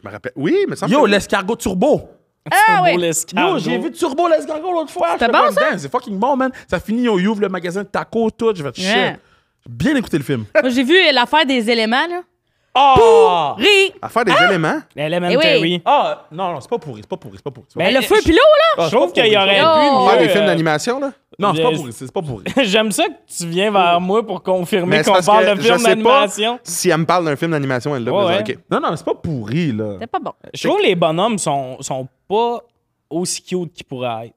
Je me rappelle. Oui, mais ça me Yo, fait- l'escargot turbo. Ah pour ouais! l'escargot. Yo, j'ai vu Turbo Lescargot l'autre fois. C'était J'étais bon, comme, ça? Damn, C'est fucking bon, man. Ça finit, on y ouvre le magasin de tacos, tout. Je vais te Ouais. shit. Bien écouter [laughs] le film. Moi, J'ai vu l'affaire des éléments, là. Ah! Ri! À faire des éléments. Elementary. Eh oui. Ah! Non, non, c'est pas pourri, c'est pas pourri, c'est pas pourri. c'est pas Mais Le Ah. Eh, je- feu pilot, là! Je trouve qu'il y aurait Yo. pu mieux, Faire des films euh, d'animation, là. pourri. Non, c'est je- pas pourri, c'est pas pourri. [laughs] J'aime ça que tu viens vers moi pour confirmer Mais c'est qu'on parce parle que de je films sais pas d'animation. si elle me parle d'un film d'animation, elle l'a. Ouais, mais ouais. ok. Non, non, c'est pas pourri, là. C'était pas bon. Eh, Je trouve que les bonhommes sont, sont pas aussi cute qu'ils pourraient être.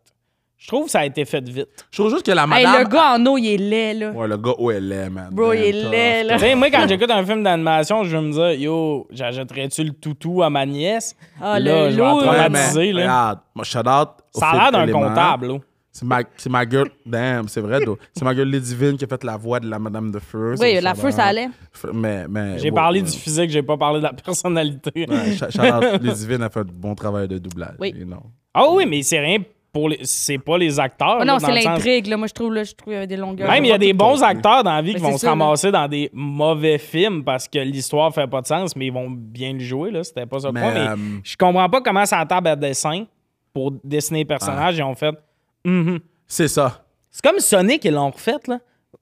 Je trouve que ça a été fait vite. Je trouve juste que la Hey, madame. le gars en eau, il est laid, là. Ouais, le gars, où elle est, man. Bro, il Damn, est tough. laid, là. Tu sais, moi, quand j'écoute un film d'animation, je vais me dire Yo, j'achèterais-tu le toutou à ma nièce Ah, Là, le je vais loup, attendre. Ouais, Traumatisé, mais, là. ah, regarde, moi, shout out. au Ça a film l'air d'un Élément. comptable. là. C'est ma, c'est ma gueule. Damn, c'est vrai, d'où. C'est ma gueule Divine qui a fait la voix de la Madame de Feu. Oui, la feu, ça allait. Mais, mais. J'ai ouais, parlé ouais. du physique, j'ai pas parlé de la [laughs] personnalité. Ouais, Cha- Charlotte Lézivine a fait un bon travail de doublage. Oui. Et non. Ah oui, mais c'est rien pour les- c'est pas les acteurs. Ah là, non, dans c'est le sens- l'intrigue. là. Moi, je trouve là, je trouve qu'il y avait des longueurs. Même il y a des bons acteurs dans la vie qui Ben, vont c'est se ça, là. ramasser dans des mauvais films parce que l'histoire fait pas de sens, mais ils vont bien le jouer. là. C'était pas ça le Mais, point. Mais euh, je comprends pas comment ça table à dessin pour dessiner les personnages. Ils Ah. ont fait. Mhm. C'est ça. C'est comme Sonic, ils l'ont refait. Là.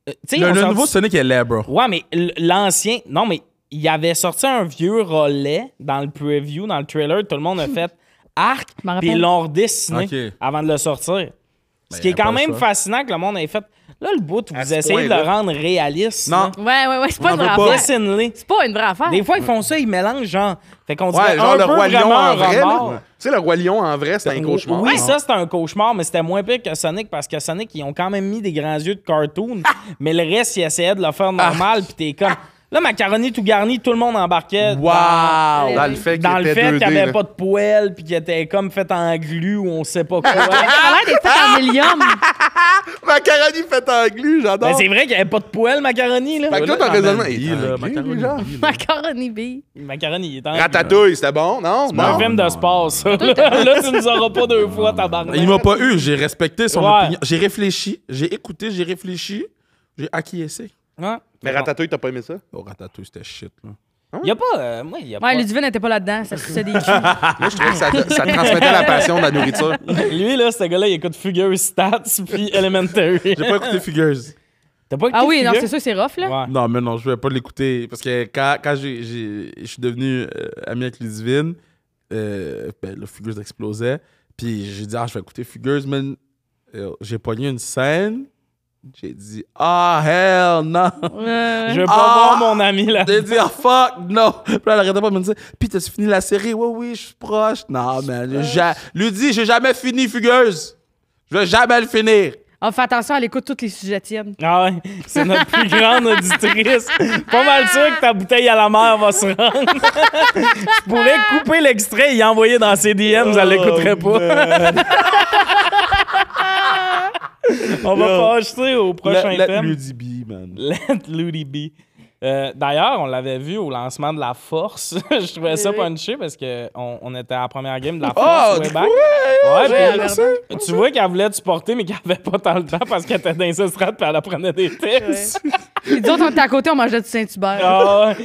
Euh, tu sais, ils Le, ont le sorti- nouveau Sonic est laid, bro. Ouais, mais l- l'ancien. Non, mais il avait sorti un vieux relais dans le preview, dans le trailer. Tout le monde a fait arc, Hmm. Je m'en puis ils rappelle. l'ont redessiné Ok. avant de le sortir. Ben, Ce qui y est a pas quand le même choix. fascinant que le monde ait fait. Là, le bout, vous ce essayez de le point-là. rendre réaliste. Non. Ouais, ouais, ouais. C'est pas On une en vraie veut pas. affaire. Dessine-les. C'est pas une vraie affaire. Des fois, ils font ça, ils mélangent, genre. Fait qu'on dirait Ouais, genre un le peu roi lion vraiment en un vrai. remords. là. Tu sais, le roi lion en vrai, c'est un cauchemar. Oui, Ouais. ça, c'était un cauchemar, mais c'était moins pire que Sonic parce que Sonic, ils ont quand même mis des grands yeux de [laughs] cartoon, mais le reste, ils essayaient de le faire Ah. normal, puis t'es comme. Là, macaroni tout garni, tout le monde embarquait. Wow! dans- Dans le fait qu'il Dans le était fait qu'il 2D. n'y avait là. pas de poêle, puis qu'il était comme fait en glu ou on sait pas [laughs] quoi. Ça Ah, a l'air d'être fait Ah! [laughs] en hélium. Macaroni fait en glu, mais j'adore. Ben, c'est vrai qu'il n'y avait pas de poêle, macaroni, là. Fait que toi, ton Là, raisonnement Amandie, est là, en glu, macaroni, genre. là. Macaroni bille. Macaroni, il est en Ratatouille, c'était bon, non? C'est un Non. film de sport, ça. Là, là, tu nous auras pas deux fois, tabarnak. Il m'a pas eu, j'ai respecté son Ouais. opinion. J'ai réfléchi, j'ai écouté, j'ai réfléchi, j'ai acquiescé. Hein? Mais Ratatouille, t'as pas aimé ça? Oh, Ratatouille, c'était shit, là. Il y a pas. euh, moi, il y a pas- Ouais, Ludivine n'était pas là-dedans. Ça [laughs] suçait des Ah culs. Moi, je trouvais que ça, ça transmettait la passion de la nourriture. [laughs] Lui, là, ce gars-là, il écoute Fugueuse Stats puis Elementary. J'ai [laughs] pas écouté Figures. T'as pas écouté Ah oui, non, Fugueuse? c'est sûr, c'est rough, là. Ouais. Non, mais non, je vais pas l'écouter. Parce que quand, quand j'ai- j'ai- je suis devenu euh, ami avec Ludivine, euh, ben, le Fugueuse explosait. Puis j'ai dit, ah, je vais écouter Fugueuse, man. Euh, J'ai pogné une scène. J'ai dit, ah, hell non! Euh, Je veux pas Ah! voir mon ami là. J'ai dit, ah, fuck, non! Puis là, elle arrêtait pas de me dire, puis t'as-tu fini la série? Oui, oui, je suis proche. Non, man, j'ai ja- Ludie, j'ai jamais fini Fugueuse! Je vais jamais le finir! On fait Ah, attention, elle écoute tous les sujets tiennes. Ah ouais, c'est notre plus grande auditrice. Pas mal sûr que ta bouteille à la mer va se rendre. Je pourrais couper l'extrait et y envoyer dans ses DM, vous elle l'écouterait pas. [laughs] On va pas acheter au prochain Let- let thème. Ludie be, man. Let Ludi be. Euh, D'ailleurs, on l'avait vu au lancement de la Force. [laughs] je trouvais ça Oui. punché parce qu'on on était à la première game de la Force. Oh, way ouais, back. ouais, Ouais, ouais, puis- ça. Tu vois qu'elle voulait te supporter, mais qu'elle avait pas tant le temps parce qu'elle était dans les estrades puis elle apprenait des [laughs] tests. Et nous autres, on était à côté, on mangeait du Saint-Hubert. Ah ouais.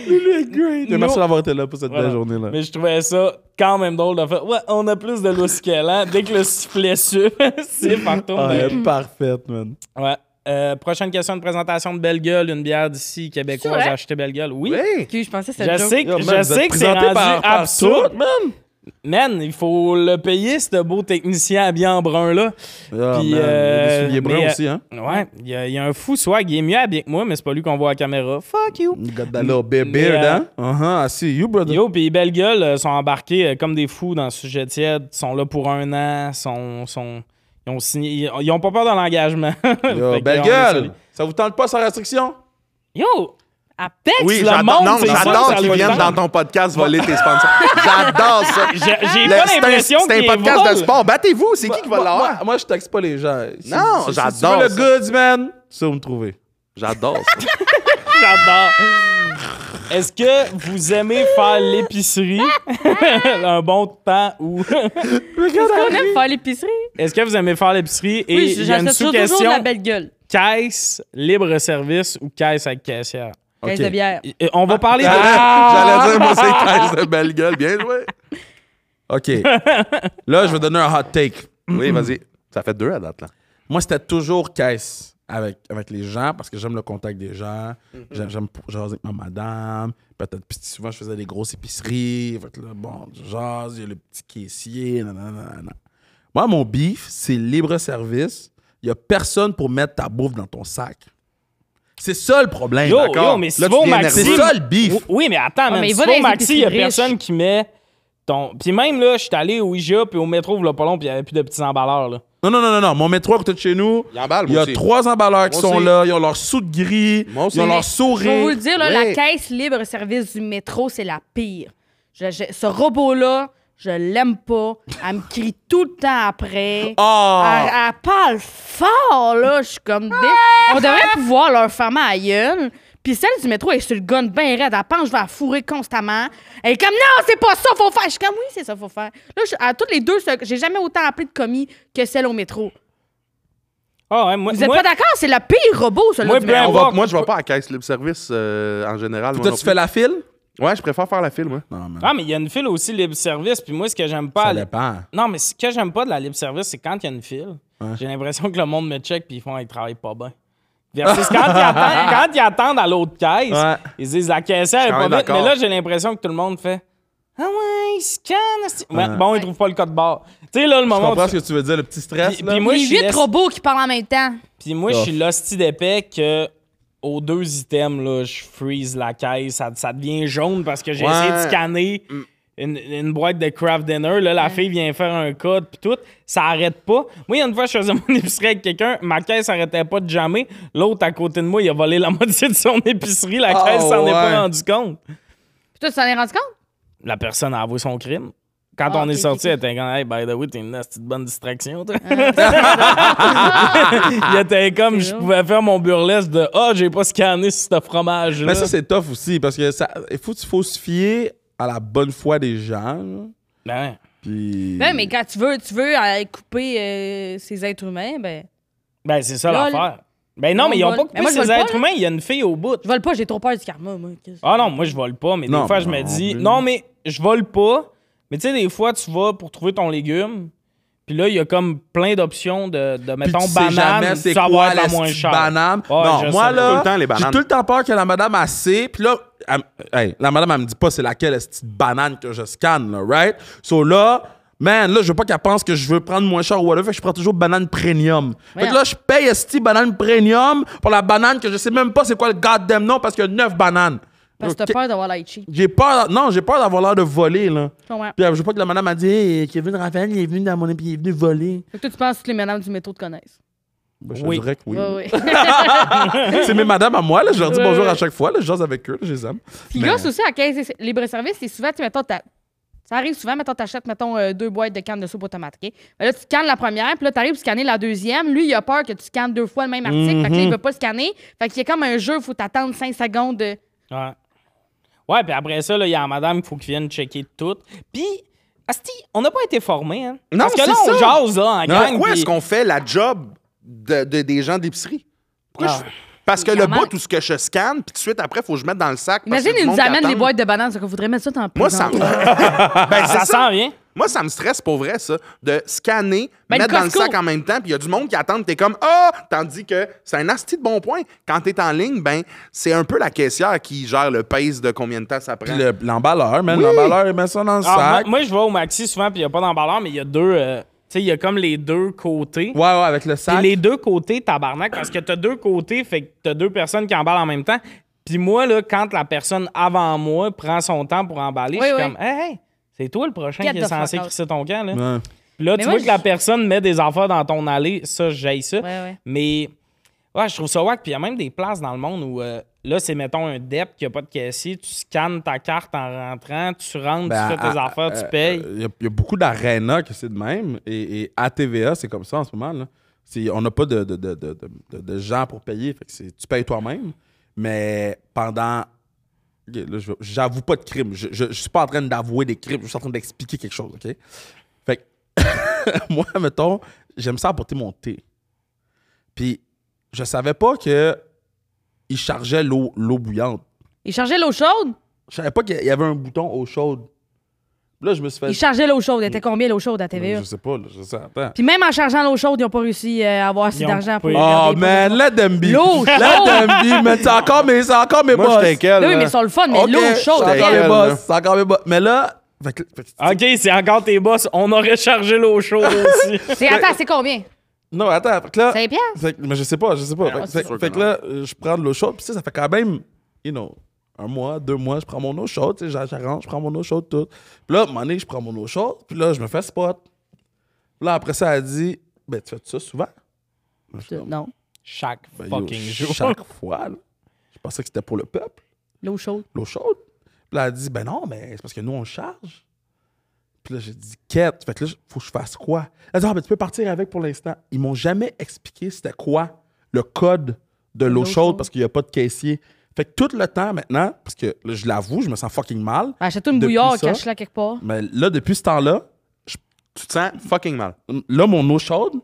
Great. Merci No. d'avoir été Ah, là pour cette Voilà. belle journée-là. Mais je trouvais ça quand même drôle de faire. Ouais, on a plus de lousse qu'elle, hein, dès que le sifflet suit, [laughs] c'est partout. Ah, elle est parfaite, man. Ouais. Euh, prochaine question de présentation de Belle Gueule, une bière d'ici québécoise C'est vrai? achetée Belle Gueule. Oui. Oui. Ok, je pensais que c'était Je le joke. sais, Oh, que- je sais que c'est rendu absurde. Man, il faut le payer, ce beau technicien habillé en brun là. Puis, Puis, euh, Ah, il est brun mais, aussi, hein? Ouais, il y, a- il y a un fou swag. Il est mieux habillé que moi, mais c'est pas lui qu'on voit à la caméra. Fuck you. You got that little beard, mais, euh, hein? Uh-huh, I see you, brother. Yo, puis Belle Gueule euh, sont embarqués euh, comme des fous dans le sujet tiède. Ils sont là pour un an. Sont, sont, ils, ont signé, ils, ils ont pas peur de l'engagement. [laughs] Fait Yo, que, euh, belle on est gueule! solide. Ça vous tente pas sans restriction? Yo! À peine. Oui, le j'adore. monde, Non, c'est ça, j'adore ça qu'ils le tente. viennent dans ton podcast voler tes sponsors. J'adore ça. J'ai- J'ai Le- pas c'est un- l'impression que C'est un podcast de sport. Battez-vous. C'est qui qui va Moi- l'avoir? moi- Moi, je taxe pas les gens. Si- Non, si- si j'adore tu veux le goods, man, ça, vous me trouvez. J'adore ça. J'adore. Est-ce que vous aimez faire l'épicerie? [laughs] un bon temps ou. [laughs] Est-ce qu'on aime faire l'épicerie? Est-ce que vous aimez faire l'épicerie? Et Oui, il y a une j'achète toujours de sous-question la belle gueule. caisse, libre-service ou caisse avec caissière? Caisse Ok. de [laughs] bière. Et- et On Ah, va parler de. J'allais dire, moi, Ah! c'est caisse de belle gueule. Bien joué. [laughs] OK. là, je vais donner un hot take. Oui, vas-y. Ça fait deux à date, là. Moi, c'était toujours caisse avec, avec les gens parce que j'aime le contact des gens. Mm-hmm. J'aime J'aime pour- jaser avec ma madame. Peut-être puis souvent, je faisais des grosses épiceries. Fait que là, bon, je jase, il y a le petit caissier. nanana, nanana. Moi, mon beef, c'est libre-service. Il n'y a personne pour mettre ta bouffe dans ton sac. C'est ça le problème. Yo, d'accord? yo, mais si Là, tu vas au viens Maxi. nerveux. C'est ça, le beef. Ou- Oui, mais attends, man, Ah, mais il si va tu vas dans au les Maxi, il n'y a épiceries riches. personne qui met ton. Puis même là, je suis allé au IGA puis au métro, v'là pas long, puis il n'y avait plus de petits emballeurs, là. Non, non, non, non, non. Mon métro à côté de chez nous, Il emballe, il moi y a aussi. trois emballeurs qui Moi sont aussi. là. Ils ont leur sou de gris. Moi aussi. Ils ont Mais leur Je vais sourire. vous le dire, là, Oui. la caisse libre-service du métro, c'est la pire. Je- je- ce robot-là, je l'aime pas. Elle me crie tout le [laughs] temps après. Ah! Elle, elle parle fort, là. Je suis comme... dé- On devrait pouvoir leur fermer la gueule, puis Puis celle du métro, elle est sur le gun bien raide. Elle pense, je vais la fourrer constamment. Elle est comme, non, c'est pas ça, faut faire. Je suis comme, oui, c'est ça, faut faire. Là, je- à toutes les deux, secondes, j'ai jamais autant appelé de commis que celle au métro. Ah ouais, moi, Vous êtes moi- pas d'accord? C'est le pire robot, celui-là. Moi, du peu métro. On va- importe. moi, je vais pas à caisse libre service euh, en général. moi Toi, non tu fais la file? plus. Ouais, je préfère faire la file, moi. Non, mais Ah, mais il y a une file aussi libre-service, puis moi, ce que j'aime pas... ça à la- dépend. Non, mais ce que j'aime pas de la libre-service, c'est quand il y a une file, j'ai l'impression que le monde me check, puis ils font « Ils travaillent pas bien ». Versus quand ils attendent, quand [laughs] ils attendent à l'autre caisse, Ouais. ils disent « La caissière est suis pas quand vite », même mais d'accord. là, j'ai l'impression que tout le monde fait « Ah ouais, ils scannent, esti- Ouais, Bon, ils trouvent pas le code barre. Tu sais, là, le Je moment... où comprends tu- ce que tu veux dire, le petit stress. Puis- là. puis moi, les je suis huit laisse- robots qui parlent en même temps. Puis moi, je suis l'hostie d'épais que aux deux items, là, je freeze la caisse. Ça, ça devient jaune parce que j'ai Ouais. essayé de scanner Mm. une, une boîte de craft dinner. Là, la fille vient faire un code, puis tout. Ça arrête pas. Moi, il y a une fois, je faisais mon [laughs] épicerie avec quelqu'un. Ma caisse arrêtait pas de jammer. L'autre, à côté de moi, il a volé la [laughs] moitié de son épicerie. La Ah, caisse s'en est ouais. pas rendu compte. Puis toi, tu t'en es rendu compte? La personne a avoué son crime. Quand Ah, on est ok, sorti, ok, Ah. elle était comme, hey, by the way, t'es une petite bonne distraction, toi. [laughs] Il était comme, je pouvais faire mon burlesque de, ah, j'ai pas scanné ce fromage-là. Mais Ben, ça, c'est tough aussi, parce que ça, il faut, il faut se fier à la bonne foi des gens. là. Ben, Puis... Ben, mais quand tu veux, tu veux euh, couper euh, ces êtres humains, ben. ben, c'est ça Lol. l'affaire. Ben non, Non, mais ils ont lol. pas coupé Mais moi, je ces vole pas, êtres là. humains. Il y a une fille au bout. Je vole pas, j'ai trop peur du karma, moi. Qu'est-ce que- Ah non, moi, je vole pas, mais Non, des fois, je me non dis, plus. non, mais je vole pas. Mais tu sais, des fois, tu vas pour trouver ton légume, puis là, il y a comme plein d'options de, de Puis mettons, tu sais banane, jamais c'est ça va quoi être la la moins petite chère. banane. Ouais, je non, moi sais. là, Tout le temps, les j'ai bananes. tout le temps peur que la madame a assez. Puis là, elle- hey, la madame, elle me dit pas c'est laquelle cette petite banane que je scanne, là, right? So là, man, là, je veux pas qu'elle pense que je veux prendre moins cher ou whatever, fait que je prends toujours banane premium. Fait que Voyons. là, je paye cette banane premium pour la banane que je sais même pas c'est quoi le goddamn nom parce qu'il y a neuf bananes. Parce que t'as Donc, peur d'avoir l'air cheap. j'ai peur, non, j'ai peur d'avoir l'air de voler, là. Je comprends. Puis euh, je veux pas que la madame a dit, hey, Kevin Raphaël, il est venu dans mon épi- il est venu voler. Fait que toi, tu penses que les madames du métro te connaissent. Ben, je Oui. dirais que oui. Ouais, ouais. [laughs] C'est mes madames à moi, là, je leur dis Ouais, bonjour ouais. à chaque fois, là, je jase avec eux, là, je les aime. [laughs] Puis là, c'est aussi à caisse libre-service, c'est souvent, tu sais, mettons, t'as- ça arrive souvent, mettons, t'achètes, mettons, euh, deux boîtes de cannes de soupe automate, OK? Mais là, tu scannes la première, puis là, t'arrives à scanner la deuxième. Lui, il a peur que tu scannes deux fois le même article, Mm-hmm. fait que là, il veut pas scanner. Fait qu'il y a comme un jeu, faut t'attendre cinq secondes. de- Ouais. Ouais, puis après ça, là, il y a la madame qu'il faut qu'il vienne checker tout. Puis, Asti, on n'a pas été formés, hein? Non, Parce que là, c'est on ça. jase, là, en gang. Pourquoi puis- est-ce qu'on fait la job de, de- des gens d'épicerie? Pourquoi Ah. je- Parce que le Normal. bout, tout ce que je scanne, puis tout de suite après, faut que je mette dans le sac. parce Imagine, qu'il y a ils du nous monde qui amènent attend. des boîtes de bananes, ça que faudrait mettre ça dans le Moi, ça me. [laughs] ben, c'est Ça sent rien. Moi, ça me stresse pour vrai, ça, de scanner, Ben, le mettre dans le Costco. sac en même temps, puis il y a du monde qui attend, t'es comme Ah! Tandis que c'est un asti de bon point. Quand t'es en ligne, ben, c'est un peu la caissière qui gère le pace de combien de temps ça prend. Puis le- l'emballeur, man, l'emballeur, il met ça dans le Ah, moi, sac. moi, je vais au maxi souvent, puis il n'y a pas d'emballeur, mais il y a deux. euh, tu sais, il y a comme les deux côtés. Ouais, ouais, avec le Puis sac. les deux côtés, tabarnak, parce que t'as deux côtés, fait que t'as deux personnes qui emballent en même temps. Puis moi, là, quand la personne avant moi prend son temps pour emballer, Oui, je suis oui. comme, hey, hey, c'est toi le prochain Get qui the est fuck censé out. crisser ton camp, là. Ouais. Puis là, tu vois Mais moi, que je- la personne met des affaires dans ton allée, ça, j'aille ça. ouais. Mais, ouais, je trouve ça wack. Puis il y a même des places dans le monde où, euh, là, c'est, mettons, un dep qui a pas de caissier, tu scannes ta carte en rentrant, tu rentres, Ben, tu fais tes à- affaires, tu euh, payes. euh, Il y a- il y, a beaucoup d'arénas que c'est de même. Et, et à TVA, c'est comme ça en ce moment. Là. C'est- On n'a pas de, de, de, de, de- de gens pour payer. Fait que c'est- tu payes toi-même. Mais pendant. Ok, là, je- j'avoue pas de crime. Je, je, je suis pas en train d'avouer des crimes. Je suis en train d'expliquer quelque chose. OK? Fait que [laughs] moi, mettons, j'aime ça apporter mon thé. Puis je savais pas que ils chargeaient l'eau, l'eau bouillante. Ils chargeaient l'eau chaude? Je savais pas qu'il y avait un bouton eau chaude. Là, je me suis fait. Ils chargeaient l'eau chaude. Elle était combien l'eau chaude à TVA? Je sais pas, là, je sais, attends. Puis même en chargeant l'eau chaude, ils n'ont pas réussi euh, à avoir assez Ils ont d'argent pour. coupé. Oh garder les man, let them be. L'eau Let chaude. them be, man. C'est encore mes, c'est encore mes boss. Moi, je t'inquiète. Là, oui, mais ils sont le fun, Ah, mais Ok, l'eau chaude. C'est encore t'inquiète, mes elle. là. boss. C'est encore mes boss. Mais là, fait que- fait que- Ah, OK, c'est encore tes boss. On aurait chargé l'eau [laughs] chaude aussi. C'est, attends, c'est combien? non, attends. Fait que là, Cinq piastres? fait que- mais je sais pas, je sais pas. Ah, Fait, c'est que- sûr fait que que là, euh, je prends de l'eau chaude, puis ça, ça fait quand même, you know, un mois, deux mois, je prends mon eau chaude, tu sais, j'a- j'arrange, je prends mon eau chaude, tout. Puis là, à un moment donné, je prends mon eau chaude, puis là, je me fais spot. Puis là, après ça, elle dit, ben, tu fais ça souvent? Non. Chaque Ben, yo, fucking jour. [laughs] Chaque fois, là. Je pensais que c'était pour le peuple. L'eau chaude. l'eau chaude. Puis là, elle dit, ben non, mais c'est parce que nous, on charge. Puis là, j'ai dit, quête. Fait que là, faut que je fasse quoi? Elle dit, ah, ben tu peux partir avec pour l'instant. Ils m'ont jamais expliqué c'était quoi le code de l'eau l'eau chaude chaude. parce qu'il n'y a pas de caissier. Fait Fait que tout le temps maintenant, parce que là, je l'avoue, je me sens fucking mal. Ben, Achète-toi une Depuis bouillarde, ça- cache-la quelque part. Mais là, depuis ce temps-là, Tu te sens fucking mal. là, mon eau chaude,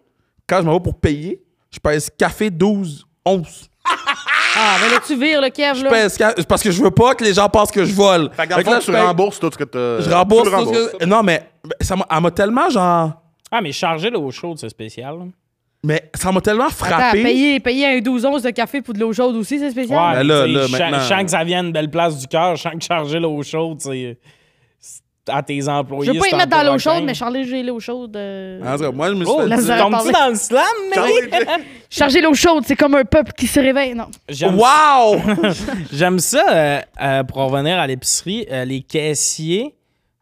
quand je m'en vais pour payer, je pèse café 12 onces. Ah, ben là, tu vires le Kev, Je là. pèse ca- Ben, parce que je veux pas que les gens pensent que je vole. Fait que dans le Fait que fond, là, tu paye- rembourses tout ce que t'as- Je rembourse. tu le tout ce que- Non, mais mais ça m'a- elle m'a tellement genre. Ah, mais charger l'eau chaude, c'est spécial. là. Mais ça m'a tellement Attends, frappé. payer, payer un 12 onces de café pour de l'eau chaude aussi, c'est spécial? mais Ouais, Ben là, tu sais, là, je- maintenant- euh, Je sens que ça vient une belle place du cœur. Je sens que [laughs] charger l'eau chaude, c'est c'est à tes employés. Je veux pas y c'est mettre dans l'eau chaude, encourageant. mais charger j'ai l'eau chaude. euh, En tout cas, moi, je me suis Oh, fait tu la dire- zone. tombes-tu dans le slam, mec? Charger l'eau chaude, c'est comme un peuple qui se réveille. Non. J'aime Wow! J'aime ça, euh, euh, pour revenir à l'épicerie, euh, les caissiers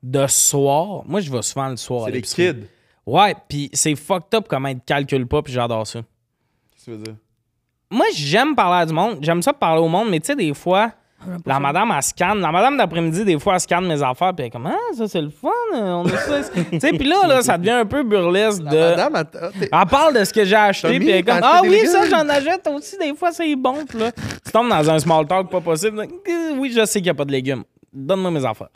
de soir. Moi, je vais souvent le soir à C'est les l'épicerie. kids. Ouais, puis c'est fucked up comment ils te calculent pas, puis j'adore ça. Qu'est-ce que tu veux dire? Moi, j'aime parler à du monde. J'aime ça parler au monde, mais tu sais, des fois, la madame, elle scanne. La madame d'après-midi, des fois, elle scanne mes affaires, puis elle est comme « Ah, ça, c'est le fun, euh, on a ça. » Tu sais, puis là, là, ça devient un peu burlesque de... Madame, attends, t'es- Elle parle de ce que j'ai acheté, Tommy, puis elle est t'as comme acheté Ah des oui, légumes? ça, j'en achète aussi, des fois, c'est bon. Puis là, tu tombes dans un small talk pas possible. Donc, Euh, Oui, je sais qu'il n'y a pas de légumes. Donne-moi mes affaires.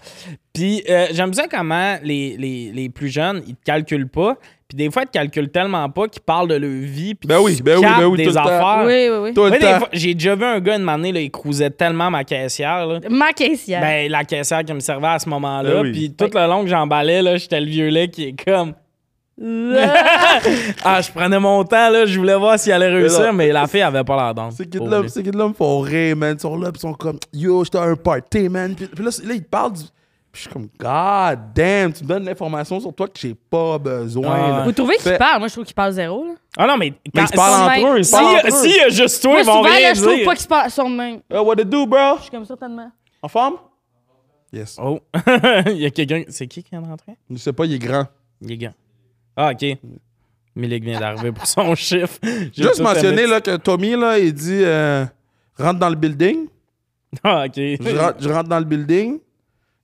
Puis euh, j'aime ça comment les, les, les plus jeunes, ils te calculent pas. Puis des fois, ils te calculent tellement pas qu'ils parlent de leur vie. Puis Ben tu oui, ben oui, captes ben oui, tout des le temps. affaires. Oui, oui, oui. Toi, Moi, le des temps. fois, j'ai déjà vu un gars une année, là, il cruisait tellement ma caissière. là. Ma caissière. Ben, la caissière qui me servait à ce moment-là. Ben oui. Puis tout le long que j'emballais, là, j'étais le vieux là qui est comme. [laughs] ah, je prenais mon temps, là. Je voulais voir si elle allait réussir, non. mais la fille avait pas la dent. Ces kids-là ces kids-là me font rire, man. Ils sont là, puis ils sont comme, yo, j'étais à un party, man. Puis, puis là, c'est- là, ils parlent du. Puis je suis comme, God damn, tu me donnes l'information sur toi que j'ai pas besoin. Ah, là. ouais. Vous trouvez qu'il Fait- parle? Moi, je trouve qu'il parle zéro. Là. Ah non, mais. Mais ils se parlent si- entre eux. Ils se si, parlent entre si, eux. y a juste toi, Moi, ils vont souvent, rien là, je trouve dire. pas qu'il parle sur le même. Euh, what to do, bro? Je suis comme ça tellement. En forme? Yes. Oh, [laughs] il y a quelqu'un. C'est qui qui vient de rentrer? Je sais pas, il est grand. Guégan. Ah, OK. Milik vient d'arriver pour son [laughs] chiffre. J'ai Juste tout mentionner aimé. là, que Tommy, là, il dit euh, rentre dans le building. Ah, OK. Je, rentre- je rentre dans le building.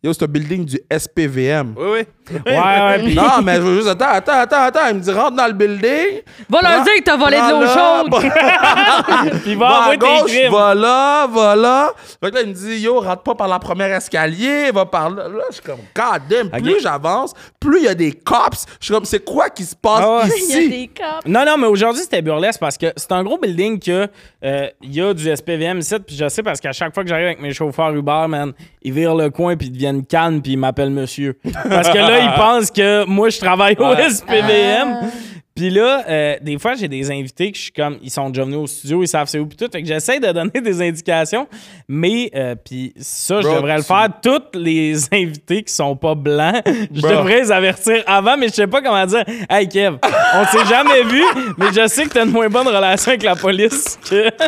Yo, c'est un building du SPVM. Oui, oui. Ouais, [laughs] ouais, puis- Non, mais je veux juste. Attends, attends, attends, attends. Il me dit rentre dans le building. Va Ah, leur dire que t'as volé de l'eau chaude. [laughs] chaude. puis il Va va à envoyer tes gauche, crimes. va là, va là. Fait que là, il me dit, yo, rentre pas par la première escalier, va par là. Là, je suis comme, god damn, plus j'avance, plus il y a des cops. Je suis comme, c'est quoi qui se passe Ah ouais. [laughs] [laughs] Il y a ici? des cops. Non, non, mais aujourd'hui, c'était burlesque parce que c'est un gros building que euh, il y a du SPVM ici. Puis je sais parce qu'à chaque fois que j'arrive avec mes chauffeurs Uber, man, ils virent le coin puis ils deviennent calmes puis ils m'appellent monsieur. Parce que là, ils pensent que moi, je travaille au SPVM. Puis là, euh, des fois, j'ai des invités que je suis comme, ils sont déjà venus au studio, ils savent c'est où puis tout. Fait que j'essaie de donner [laughs] des indications. Mais, euh, puis ça, je Bro, devrais le tu- faire. Toutes les [laughs] invités qui sont pas blancs, je Bro. devrais les avertir avant, mais je sais pas comment dire. Hey Kev, on s'est jamais vu, mais je sais que t'as une moins bonne relation avec la police que. [laughs]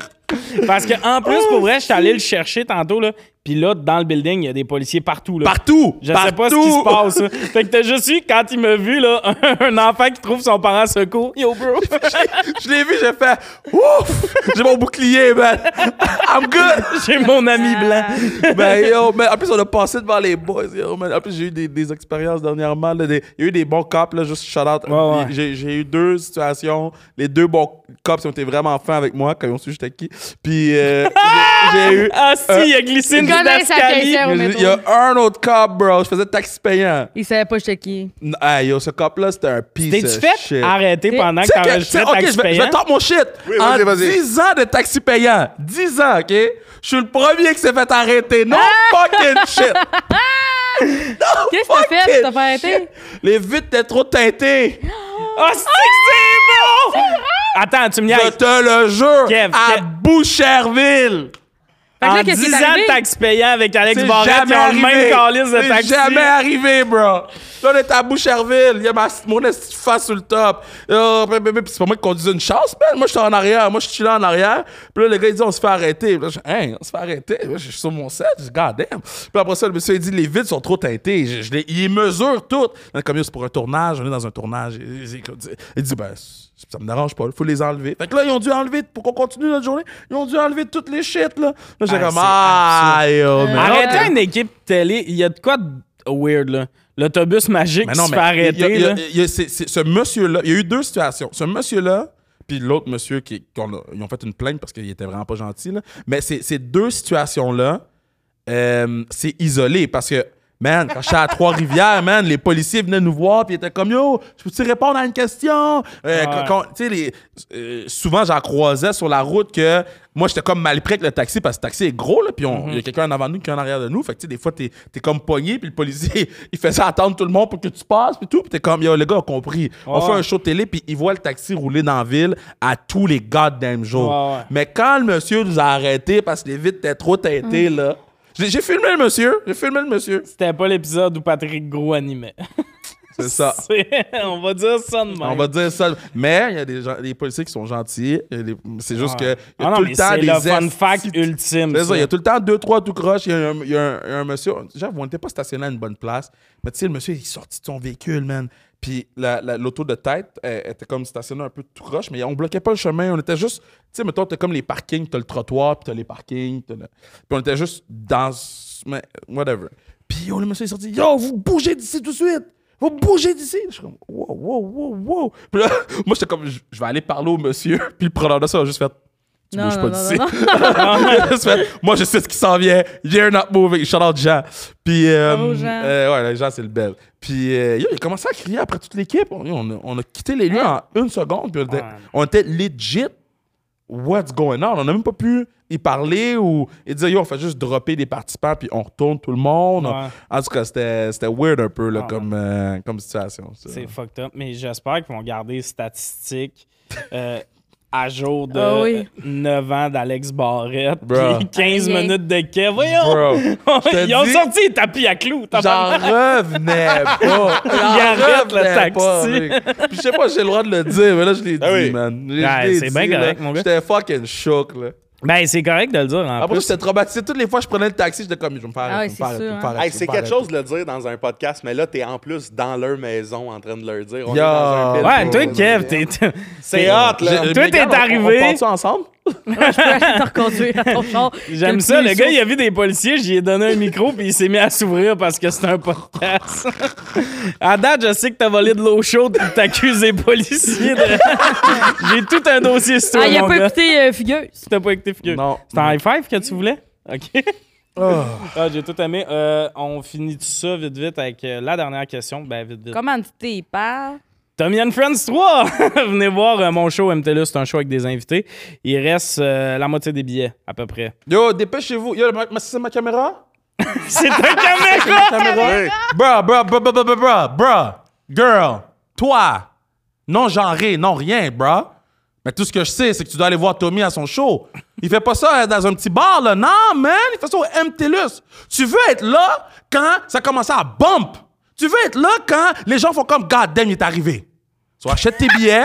Parce que en plus, pour vrai, je suis allé le chercher tantôt, là. Puis là, dans le building, il y a des policiers partout, là. Partout! Je sais partout. pas ce qui se passe. là. Fait que t'as juste eu, quand il m'a vu, là, [laughs] un enfant qui trouve son parent secours. Yo, bro. Je l'ai vu, j'ai fait, ouf! J'ai mon bouclier, man! I'm good! [laughs] J'ai mon ami blanc. ben yo, mais en plus on a passé devant les boys. Yo, man. En plus j'ai eu des, des expériences dernièrement. là, des- il y a eu des bons cops, là, juste shout out. ouais. Des- J'ai, j'ai eu deux situations. Les deux bons cops ils ont été vraiment fins avec moi quand ils ont su j'étais qui. Puis euh, [laughs] j'ai, j'ai eu. Ah, si, il a glissé une Il connaît sa didascalie. caissière au Il y métro. a un autre cop, bro. Je faisais taxi payant. Il savait pas j'étais qui. Non, hey, yo, ce cop-là, c'était un piece T'es-tu of fait shit. arrêter Hein, pendant que Tu sais que- t'enregistrais tu sais, ok, Taxi je vais, je Payant? vais tenter mon shit. Oui, en vas-y, vas-y. 10 ans de taxi payant. 10 ans, OK? Je suis le premier qui s'est fait arrêter. No fucking [laughs] shit. No Ah! Qu'est-ce que t'as fait? fucking T'as pas arrêté? shit. Les vitres étaient trop teintées. Ah, c'est que c'est bon! Attends, tu me Je niaises. te le jure. Kev, à Kev. Boucherville. que là, En qu'est-ce qui 10 est ans arrivé? de taxes payants avec Alex C'est Barrette, ils jamais ont le même arrivé. calice de C'est taxi. jamais arrivé, bro. Là, on est à Boucherville. Il y a ma, mon esti de face sur le top. Euh, ben, ben, ben, puis c'est pas moi qui conduisais une chasse, man. Moi, j'étais en arrière. Moi, je suis là en arrière. Puis là, le gars, il dit, on se fait arrêter. Puis là, je hein, on se fait arrêter. Moi, je suis sur mon set. Je dis, god damn. Puis après ça, le monsieur, il dit, les vides sont trop teintées. Je, je les, il mesure toutes. Là, Comme yo, c'est pour un tournage. On est dans un tournage. Il, il- il- il dit, ben, c'est- ça me dérange pas. Il faut les enlever. Fait que là, ils ont dû enlever, pour qu'on continue notre journée, ils ont dû enlever toutes les shit, là. Là, j'ai Ah, comme, c'est ah, yo, man. Arrêter une équipe télé, il y a de quoi de weird, là? L'autobus magique Mais qui non, se mais fait il y a- arrêter, il y a- là. il y a- c'est- c'est- ce monsieur-là, il y a eu deux situations. Ce monsieur-là, Puis l'autre monsieur, qui, qu'on a- ils ont fait une plainte parce qu'il était vraiment pas gentil. là. Mais ces ces deux situations-là, euh, c'est isolé parce que, man, quand j'étais à Trois-Rivières, man, les policiers venaient nous voir puis ils étaient comme Yo, je peux-tu répondre à une question? Euh, Ah ouais. quand- quand- tu sais, les- euh, souvent, j'en croisais sur la route que moi, j'étais comme mal pris avec le taxi parce que le taxi est gros, là, puis on- Mhm. il y a quelqu'un en avant de nous qui est en arrière de nous. Fait que, tu sais, des fois, t'es es comme pogné, puis le policier, [laughs] il faisait attendre tout le monde pour que tu passes, puis tout. Puis t'es comme, yo, les gars, ont compris. On Ouais. fait un show de télé, puis ils voient le taxi rouler dans la ville à tous les goddamn jours. Ouais, ouais. Mais quand le monsieur nous a arrêtés parce que les vitres étaient trop teintées, Mm. là, j'ai j'ai filmé le monsieur, j'ai filmé le monsieur. C'était pas l'épisode où Patrick Gros animait. C'est ça. [laughs] C'est- on va dire ça de même. On va dire ça. Mais il y a des, gens- des policiers qui sont gentils. Il y a des- C'est juste Ouais. que il y a Ah non, tout mais le temps c'est des le fun esti- fact ultime. C'est ça, ça. il y a tout le temps deux, trois tout croche. Il y a un, il y a un- il y a un monsieur. Genre, on n'était pas stationné à une bonne place. Mais tu sais, le monsieur, il est sorti de son véhicule, man. Puis la- la- l'auto de tête elle- elle était comme stationnée un peu tout croche, mais on bloquait pas le chemin. On était juste. Tu sais, mettons, t'as comme les parkings, t'as le trottoir, puis t'as les parkings. t'as le- Puis on était juste dans. ce- mais Whatever. Puis yo, le monsieur est sorti. Yo, vous bougez d'ici tout de suite! Vous bougez d'ici! Je suis comme, wow, wow, wow, wow! Puis là, [laughs] moi, j'étais comme, je je vais aller parler au monsieur. [laughs] Puis le preneur de ça a juste fait, tu Non, bouges non, pas non, d'ici. non, non. [laughs] Ça fait, Moi, je sais ce qui s'en vient. You're not moving. Shout out Jean. Puis, euh, Oh, Bravo, Jean. euh, ouais, là, Jean, c'est le bel. Puis, euh, yo, il a commencé à crier après toute l'équipe. On, on a- on a quitté les lieux en une seconde. Puis, on était, Ouais. on était legit. What's going on? On n'a même pas pu y parler ou y dire, yo, on fait juste dropper des participants, puis on retourne tout le monde. Ouais. En tout cas, c'était c'était weird un peu là, Ah, comme, euh, comme situation. ça. C'est [laughs] fucked up, mais j'espère qu'ils vont garder les statistiques euh, à jour de Ah oui. 9 ans d'Alex Barrette Bruh. puis 15 Rien. minutes de Kev. Voyons! Bro, [laughs] Ils te ont dis- sorti les tapis à clous. t'as J'en pas- revenais [laughs] pas. arrête le revenais pas, taxi. mec. Puis Je sais pas, j'ai le droit de le dire, mais là, je l'ai Ah dit, oui. man. Je- je Ouais, l'ai c'est dit, bien là. correct, mon gars. J'étais fucking choc, là. Ben, c'est correct de le dire. En Après, plus. j'étais traumatisé. Toutes les fois que je prenais le taxi, j'étais comme, je vais me faire Ah arrêter, oui, je vais me c'est faire sûr, arrêter, je vais me faire hein. arrêter, Hey, je vais c'est me quelque faire chose de le dire dans un podcast, mais là, t'es en plus dans leur maison en train de leur dire. On Yo. est dans un bed Ouais, room. toi, Kev, t'es. [laughs] t'es- C'est t'es- hot, là. arrêter. Toi, Mais t'es regarde, on- arrivé. On, part-tu ensemble? Je peux aller te reconduire à ton char. [laughs] J'aime Quel ça, le plus gars, chaud. il a vu des policiers, j'y ai donné un micro, puis il s'est mis à s'ouvrir parce que c'est un podcast. à date, je sais que t'as volé de l'eau chaude, puis t'accuses les policiers. de- [laughs] J'ai tout un dossier sur toi, Ah, il a mon pas gars. écouté euh, Fugueuse. T'as pas écouté figure. Non. C'était en high five que tu voulais? OK. Ah, J'ai tout aimé. Euh, on finit tout ça vite, vite avec euh, la dernière question. Ben, vite, vite. Comment tu t'es par? Tommy and Friends 3! [laughs] Venez voir euh, mon show MTLU, c'est un show avec des invités. Il reste euh, la moitié des billets, à peu près. [laughs] Yo, dépêchez-vous. Yo, ma- ma- c'est ma caméra? C'est un caméra! Ta caméra? Bruh, bruh, bruh, bruh, bruh, bruh, bruh, bruh. Girl, toi, non genré, non rien, bruh. Mais tout ce que je sais, c'est que tu dois aller voir Tommy à son show. Il fait pas ça euh, dans un petit bar, là. Non, man, il fait ça au MTLUS. Tu veux être là quand ça commence à bump. Tu veux être là quand les gens font comme God damn, il est arrivé. Tu achètes tes billets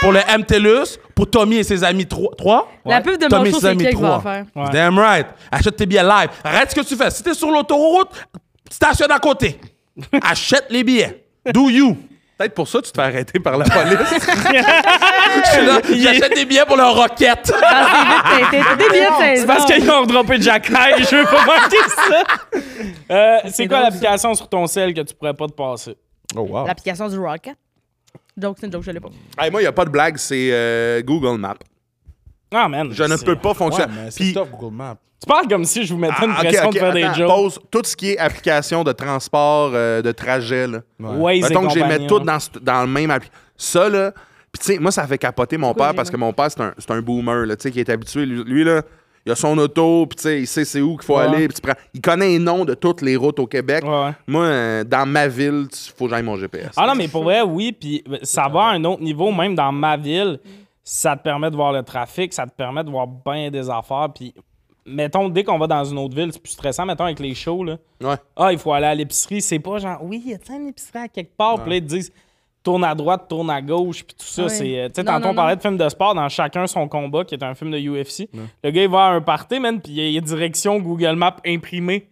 pour le MTLUS, pour Tommy et ses amis 3. La pub de mon show, c'est Kay qui va en faire. Ouais. Damn right. Achète tes billets live. Arrête ce que tu fais. Si t'es sur l'autoroute, stationne à côté. Achète les billets. Do you. Peut-être pour ça, tu te fais arrêter par la [laughs] police. Je suis là, J'achète des billets pour leur roquette. Ah, T'es t'es- t'es des billets de Ah, C'est saison. parce qu'ils ont droppé Jack High, je veux pas manquer ça! Euh, c'est quoi drôle, l'application sur ton cell que tu pourrais pas te passer? Oh, wow. L'application du Rocket. Joke, c'est une joke, je l'ai pas. Hey, moi, il n'y a pas de blague, c'est euh, Google Maps. Ah, man! Je ne c'est- peux pas fonctionner. Puis- Google Maps. Tu parles comme si je vous mettais une Ah, ok, pression ok, de faire attends, des jokes. pause. Tout ce qui est application de transport, euh, de trajet, là. Waze et Mettons que je les compagnie, mets toutes ouais. dans, ce- dans le même appli. Ça, là. Puis, tu sais, moi, ça fait capoter mon père parce que mon père, c'est un, c'est un boomer, là, tu sais, qui est habitué. Lui, lui, là, il a son auto, puis, tu sais, il sait c'est où qu'il faut Ouais. aller. puis tu prends- Il connaît les noms de toutes les routes au Québec. Ouais, ouais. Moi, euh, dans ma ville, il faut que j'aille mon GPS. Ah non, mais pour vrai, oui, puis ben, ça va à un autre niveau, même dans ma ville, Mm. ça te permet de voir le trafic, ça te permet de voir bien des affaires, puis mettons, dès qu'on va dans une autre ville, c'est plus stressant, mettons, avec les shows, là. Ouais. Ah, il faut aller à l'épicerie, c'est pas genre, oui, y a-t-il une épicerie à quelque part, puis là, ils te disent, tourne à droite, tourne à gauche, puis tout ça, Ouais. c'est... euh, Tu sais, Non, tantôt, non, on non. parlait de films de sport dans Chacun son combat, qui est un film de UFC. Le gars, il va à un party, man, puis il y a direction Google Maps imprimée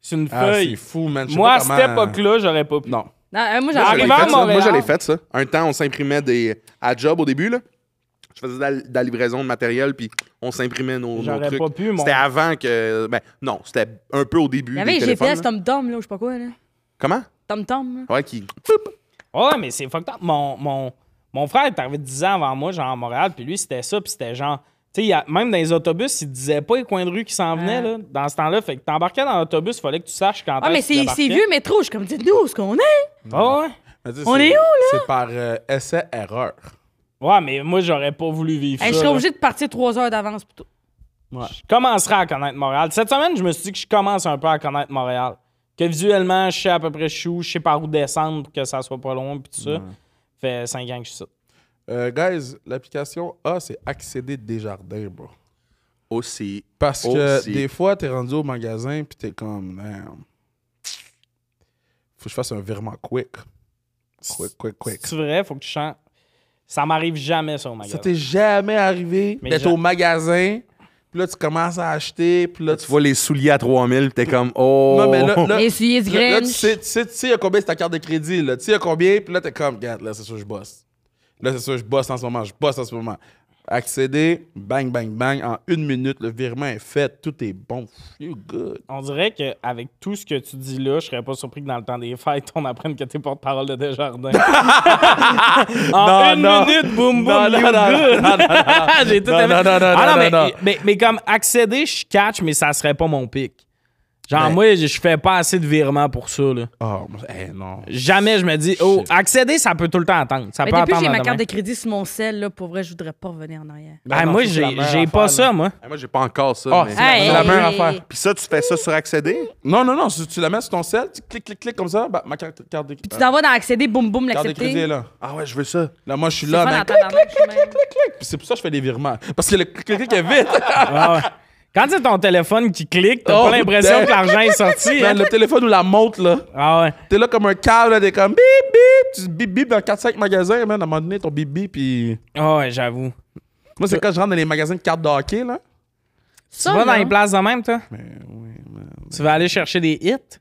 sur une Ah, c'est feuille. fou, man. Je sais Moi, pas à cette comment- époque-là, j'aurais pas pu. Non. Non, Ah, euh, moi, Je l'ai j'arrive Arrivé à fait, ça. Montréal. Moi, je l'ai fait, ça. Un temps, on s'imprimait des. À job au début, là. Je faisais de la, de la livraison de matériel, puis on s'imprimait nos, nos J'aurais trucs. pas pu, mon- C'était avant que. Ben, non, c'était un peu au début. Il y avait des les téléphones, GPS là. Tom Tom, là, ou je sais pas quoi, là. Comment? Ah, Tom Tom. Ouais, qui. Ouais, mais c'est fucked up. Mon, mon, Mon frère est arrivé 10 ans avant moi, genre à Montréal, puis lui, c'était ça, puis c'était genre. Tu sais, il y a- même dans les autobus, il disait pas les coins de rue qui s'en venaient, là, dans ce temps-là. Fait que t'embarquais dans l'autobus, il fallait que tu saches quand Ah, mais est-ce que c'est ben, tu c'est vieux métro. Je suis comme, dites-nous où ce qu'on est. Ah ouais. Mais tu sais, On euh, c'est- est où, là? C'est par euh, essai-erreur. Ouais, mais moi, j'aurais pas voulu vivre Hey, je ça. serais là. obligé de partir trois heures d'avance plutôt. Je commencerai à connaître Montréal. Cette semaine, je me suis dit que je commence un peu à connaître Montréal. Que visuellement, je sais à peu près chou, je sais par où descendre pour que ça soit pas loin, puis tout ça. Fait 5 ans que je suis ça. Euh, guys, l'application A, c'est accéder des jardins, bro. Oh, Aussi. Parce que Aussi. des fois, t'es rendu au magasin, puis t'es comme, Man, faut que je fasse un virement quick. Quick, quick, quick. C'est vrai, faut que tu chantes. Ça m'arrive jamais, ça, au magasin. Ça t'est jamais arrivé Mais d'être ja- au magasin, puis là, tu commences à acheter, puis là, Tu vois les souliers à 3000, t'es comme, oh. Non, mais là, là, Essuyez du là, là, tu Grinch. sais, tu sais, tu sais, il y a combien c'est ta carte de crédit, là. Tu sais, il y a combien, puis là, t'es comme, regarde, là, c'est sûr, je bosse. Là, c'est sûr, je bosse en ce moment, je bosse en ce moment. Accéder, bang, bang, bang, en une minute, le virement est fait, tout est bon, you good. On dirait qu'avec tout ce que tu dis là, je serais pas surpris que dans le temps des fêtes, on apprenne que t'es porte-parole de [laughs] Desjardins. en Non, une non. minute, boum, boum, Non, non, you non, good. [laughs] J'ai tout Non, aimé. non, non, non, Ah non, mais, non. Mais, mais comme accéder, je catch, mais ça serait pas mon pic. Genre, moi, je je fais pas assez de virements pour ça. là. Oh, eh non. Jamais je me dis, oh, Shit. accéder, ça peut tout le temps attendre. Ça Mais peut depuis que attendre. j'ai ma à carte de demain. crédit sur mon sel, là, pour vrai, je voudrais pas revenir en arrière. Ah, Non, moi, non, c'est la j'ai meilleure j'ai pas affaire, là. ça, moi. Ah, Moi, j'ai pas encore ça. Ah, mais- c'est la- c'est la Hey. meilleure affaire. Puis ça, tu fais ça sur accéder? Non, non, non, si tu la mets sur ton sel, tu cliques, cliques, cliques comme ça, bah, ma carte, carte de Tu crédit. t'en vas dans accéder, boum, boum, Carte de crédit l'accepter. est là. Ah ouais, je veux ça. Là, moi, je suis C'est là, fun ben, en clic, tabarnak, je suis même- clic, puis c'est pour ça que je fais des virements. Parce que le clic, clic, clic [laughs] est vite. Ah ouais. Quand c'est ton téléphone qui clique, t'as Oh, pas l'impression putain. que l'argent est sorti. hein. Ben, le téléphone ou la montre, là. Ah ouais. T'es là comme un câble, là, t'es comme bip bip, tu bip bip dans 4-5 magasins, man, à un moment donné, ton bip bip, puis... Ah ouais, j'avoue. Moi, c'est quand je rentre dans les magasins de cartes de hockey, là. Tu Ça, vas dans là, les places de même, toi? Ben Tu vas aller chercher des hits?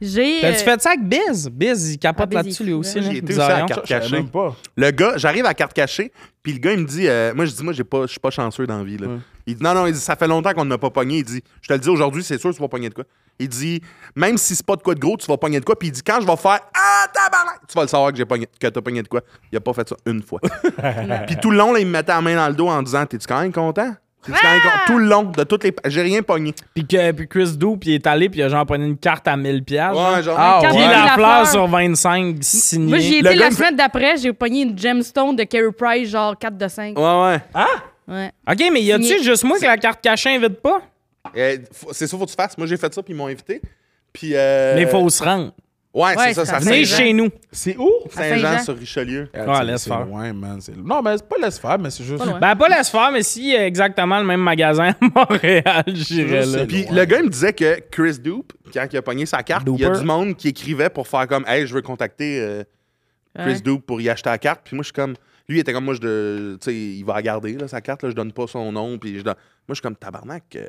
J'ai. T'as-tu euh, fait ça avec Biz? Biz, il capote Ah, Biz, là-dessus, il est lui fou, aussi. là. là, J'ai été nous aussi à la aurions. carte Je savais cachée. même pas. Le gars, j'arrive à carte cachée, puis le gars, il me dit, euh, moi, je dis, moi, j'ai pas, je suis pas chanceux dans la vie. là. Il dit, non, non, il dit, ça fait longtemps qu'on n'a pas pogné. Il dit, je te le dis aujourd'hui, c'est sûr, que tu vas pogner de quoi. Il dit, même si c'est pas de quoi de gros, tu vas pogner de quoi. Puis il dit, quand je vais faire, ah, tabarnak, tu vas le savoir que j'ai pogné, que t'as pogné de quoi. Il a pas fait ça une fois. puis tout le long, là, il me mettait la main dans le dos en disant, t'es-tu quand même content? T'es-tu quand même content? Tout le long, de toutes les. J'ai rien pogné. Puis, que, puis Chris Doux, puis il est allé, puis il a genre pogné une carte à 1000$. piastres, genre. genre. Ah, Quand Puis j'ai ouais. pris la la fleur fleur. sur 25 signée. Moi, j'y Le gars étais la me fait- semaine d'après, j'ai pogné une gemstone de Carey Price, genre 4 de 5. Ouais, ouais. Ouais. OK, mais y a-tu Signé. juste moi que la carte cachée invite pas? Euh, faut- c'est ça, faut que tu fasses. Moi, j'ai fait ça, puis ils m'ont invité. Puis. euh, Mais faut se rendre. Ouais, Ouais, c'est ça, c'est ça à Venez Saint-Jean. chez nous. C'est où? Saint-Jean. Saint-Jean sur Richelieu. Ouais, Ah, laisse c'est- faire. Ouais, man, c'est... Non, mais c'est pas laisse faire, mais c'est juste... Pas loin. Ben, pas laisse faire, mais si euh, exactement le même magasin à [laughs] Montréal, j'irais là. C'est Puis loin. le gars, il me disait que Chris Dupe, quand il a pogné sa carte, il y a Duper. du monde qui écrivait pour faire comme Hey, je veux contacter euh, Chris Ouais. Dupe pour y acheter la carte. Puis moi, je suis comme. Lui, il était comme moi, je. de- Tu sais, il va la garder, là, sa carte, là, je donne pas son nom. Puis je donne- Moi, je suis comme tabarnak. euh,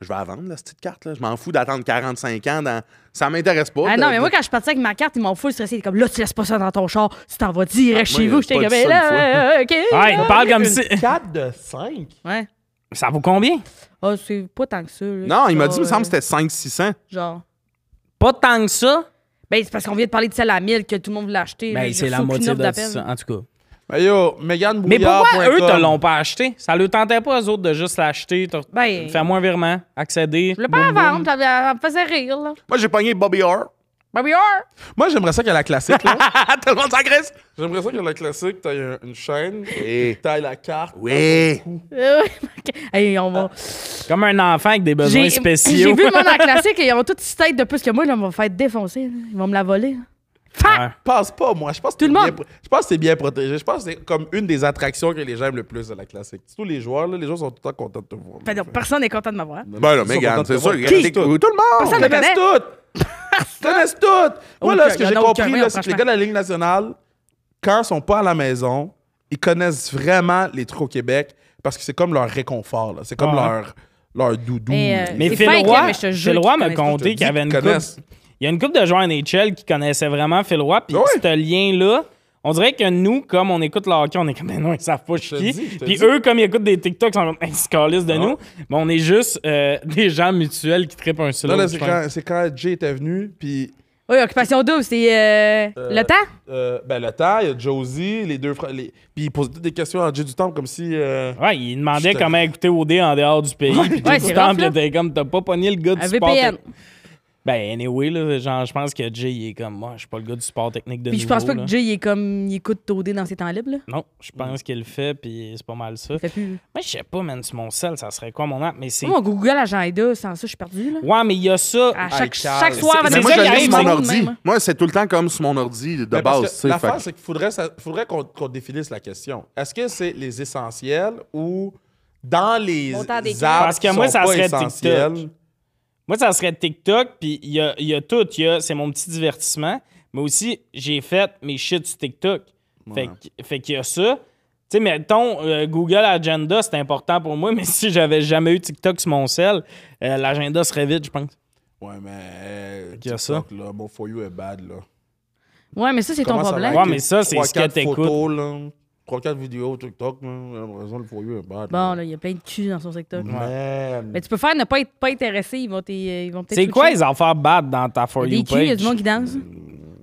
je vais la vendre, là, cette petite carte. Là. Je m'en fous d'attendre 45 ans. Dans... Ça m'intéresse pas. Ah de- non, mais de- moi, quand je partais avec ma carte, ils m'ont full stressé. Ils étaient comme là, tu laisses pas ça dans ton char, tu t'en vas direct Ah, moi, chez il a vous. J'étais pas comme dit ça une là, euh, ok. Ouais, là. parle comme si. [laughs] Carte de 5? Ouais. Ça vaut combien? Ah, c'est pas tant que ça. là. Non, il m'a dit, il me Ah, semble que euh, c'était 5-600. Genre. Pas tant que ça. Ben, c'est parce qu'on vient de parler de celle à 1000 que tout le monde voulait acheter. là. Ben, J'ai c'est la reçu aucune moitié offre de d'appel. ça, en tout cas. Ben yo, Megan Mais Brouillard pourquoi point eux com. te l'ont pas acheté? Ça le tentait pas, eux autres, de juste l'acheter. t'as- Ben- Fais-moi un virement, accéder. Je voulais pas la vendre, ça me- ça me faisait rire, là. Bah, Moi, j'ai pogné Bobby Orr. [laughs] Bobby Orr! Moi, j'aimerais ça qu'à la classique, là. Ah, tout le monde s'agresse. [laughs] j'aimerais ça qu'à la classique, t'ailles un- une chaîne, Et- t'ailles la carte. Oui. Euh, [laughs] ok. hey, on va. Comme un enfant avec des besoins J'ai j'ai Ah, spéciaux. vu le monde en classique et ils ont toutes cette tête de plus que moi, là, ils vont me faire défoncer. là. Ils vont me la voler. là. Fa! Ouais. Pense pas, moi. Je pense que Tout le t'es monde. bien- je pense que c'est bien protégé. Je pense que c'est comme une des attractions que les gens aiment le plus de la classique. Tous les joueurs, là, les gens sont tout le temps contents de te voir. Fait donc, personne n'est content de m'avoir. Ben là, Ils sont contents Megan, de c'est te sûr. voir. regardez- Qui? Tout le monde. Personne Ils ne connaissent connaît. toutes! Ils connaissent toutes! Moi, là, Aucun, ce que y en j'ai a aucun, compris, oui, là, c'est que les franchement. gars de la Ligue nationale, quand ils sont pas à la maison, ils connaissent vraiment les trucs au Québec parce que c'est comme leur réconfort. là. C'est comme Ouais. leur, leur Ah doudou. Mais, euh, [laughs] Mais C'est Phil fin, Kim, Roy, mais je te jure Phil Roy qu'ils m'a connaissent pas, je te conté dis qu'il y avait une qu'ils coupe. connaissent. Il y a une couple de joueurs NHL qui connaissaient vraiment Phil Roy, puis Ah ouais? ce lien-là. On dirait que nous, comme on écoute le hockey, on est comme, ben non, ils savent pas je suis te qui. dis, je te Puis dis. Ah. eux, comme ils écoutent des TikToks, ils sont comme, Hey, ils se calissent de nous. Mais on est juste euh, [laughs] des gens mutuels qui trippent un sur Là, là, l'autre. c'est je pense. quand, c'est quand Jay était venu, puis Oui, Occupation Double, c'est euh, le temps? Euh, ben, le temps, il y a Josie, les deux frères. les- Puis il posait toutes des questions à Jay du Temple comme si. euh, Ouais, il demandait Putain. comment écouter OD en dehors du pays. Puis Ouais, tout c'est le temps, rough, pis là. t'es comme, t'as pas pogné le gars du Un sport. VPN. tec- Ben, anyway, là, genre, je pense que Jay, il est comme, moi, je suis pas le gars du sport technique de Puis je pense nouveau, pas que là. Jay, il est comme, il écoute Todé dans ses temps libres, là. Non, je pense qu'il le fait, puis c'est pas mal ça. Fait plus. Moi, je sais pas, man, sur mon sel, ça serait quoi mon app, mais c'est. Moi, Ah, mon Google Agenda, sans ça, je suis perdu, là. Ouais, mais il y a ça. À Hey, chaque, Charles. chaque soir, Mais Mais avant c'est de moi, ça je qui l'ai arrive, sur mon c'est- ordi. Moi, c'est tout le temps comme sur mon ordi de Ben, parce base. que tu sais, fait L'affaire, que- c'est qu'il faudrait, ça- faudrait qu'on qu'on définisse la question. Est-ce que c'est les essentiels ou dans les Montant des clics. apps Parce que qui moi, sont ça pas serait essentiels? TikTok. Moi, ça serait TikTok, puis il y a, il y a tout. il y a- C'est mon petit divertissement. Mais aussi, j'ai fait mes shit sur TikTok. Fait que- Fait qu'il y a ça. Tu sais, mettons, euh, Google Agenda, c'est important pour moi, [laughs] mais si j'avais jamais eu TikTok sur mon sel, euh, l'agenda serait vide, je pense. Ouais, mais euh, y a TikTok, ça. là, mon for you est bad, là. Ouais, mais ça, c'est ton Comment ça problème. va Ouais, être mais ça, c'est trois, ce que quatre t'écoutes. photos, là, Trois, quatre vidéos TikTok, là, j'ai l'impression que le for you est bad. Bon, là, il y a plein de cul dans son secteur. Man. Mais tu peux faire ne pas être pas intéressé, ils vont, t'es- ils vont peut-être. C'est quoi switcher. les affaires bad dans ta For Des You culs, il y a du page? monde qui danse.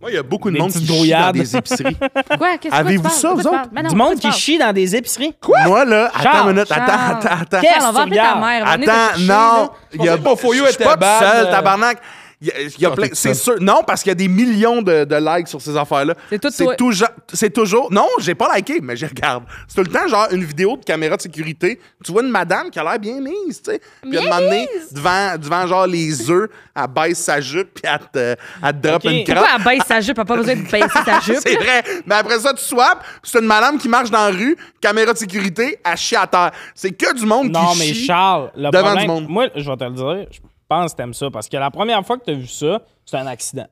Moi, il y a beaucoup de Des monde qui petites chie dans brouillades. des épiceries. Quoi? Qu'est-ce que Avez-vous tu parles? ça, De quoi vous tu autres? parles? Mais Ah non, Du de quoi monde tu qui parles? chie dans des épiceries? [laughs] Moi, là, attends Charles, une minute, attends, Charles. attends, attends. Qu'est-ce Charles, on va appeler ta regardes? mère. on est Attends, fait chier, non. là. Il y a Je pensais pas, faut you je suis était pas bad, tout seul, euh. tabarnak. Il y a- il y a plein- c'est sûr. Non, parce qu'il y a des millions de, de likes sur ces affaires-là. C'est tout toi. toujours. C'est toujours. Non, j'ai pas liké, mais je regarde. C'est tout le temps, genre, une vidéo de caméra de sécurité. Tu vois une madame qui a l'air bien mise, tu sais. Puis à un moment donné, devant, devant genre les œufs, elle baisse sa jupe, puis elle te, elle te drop Ok. une Pourquoi crotte. elle baisse sa jupe? Elle n'a pas besoin de baisser sa [laughs] jupe. C'est vrai. Mais après ça, tu swaps. C'est une madame qui marche dans la rue, caméra de sécurité, elle chie à terre. C'est que du monde Non, qui mais chie. Charles, le devant problème, du monde. moi, je vais te le dire, je pense que t'aimes ça parce que la première fois que t'as vu ça, c'est un accident.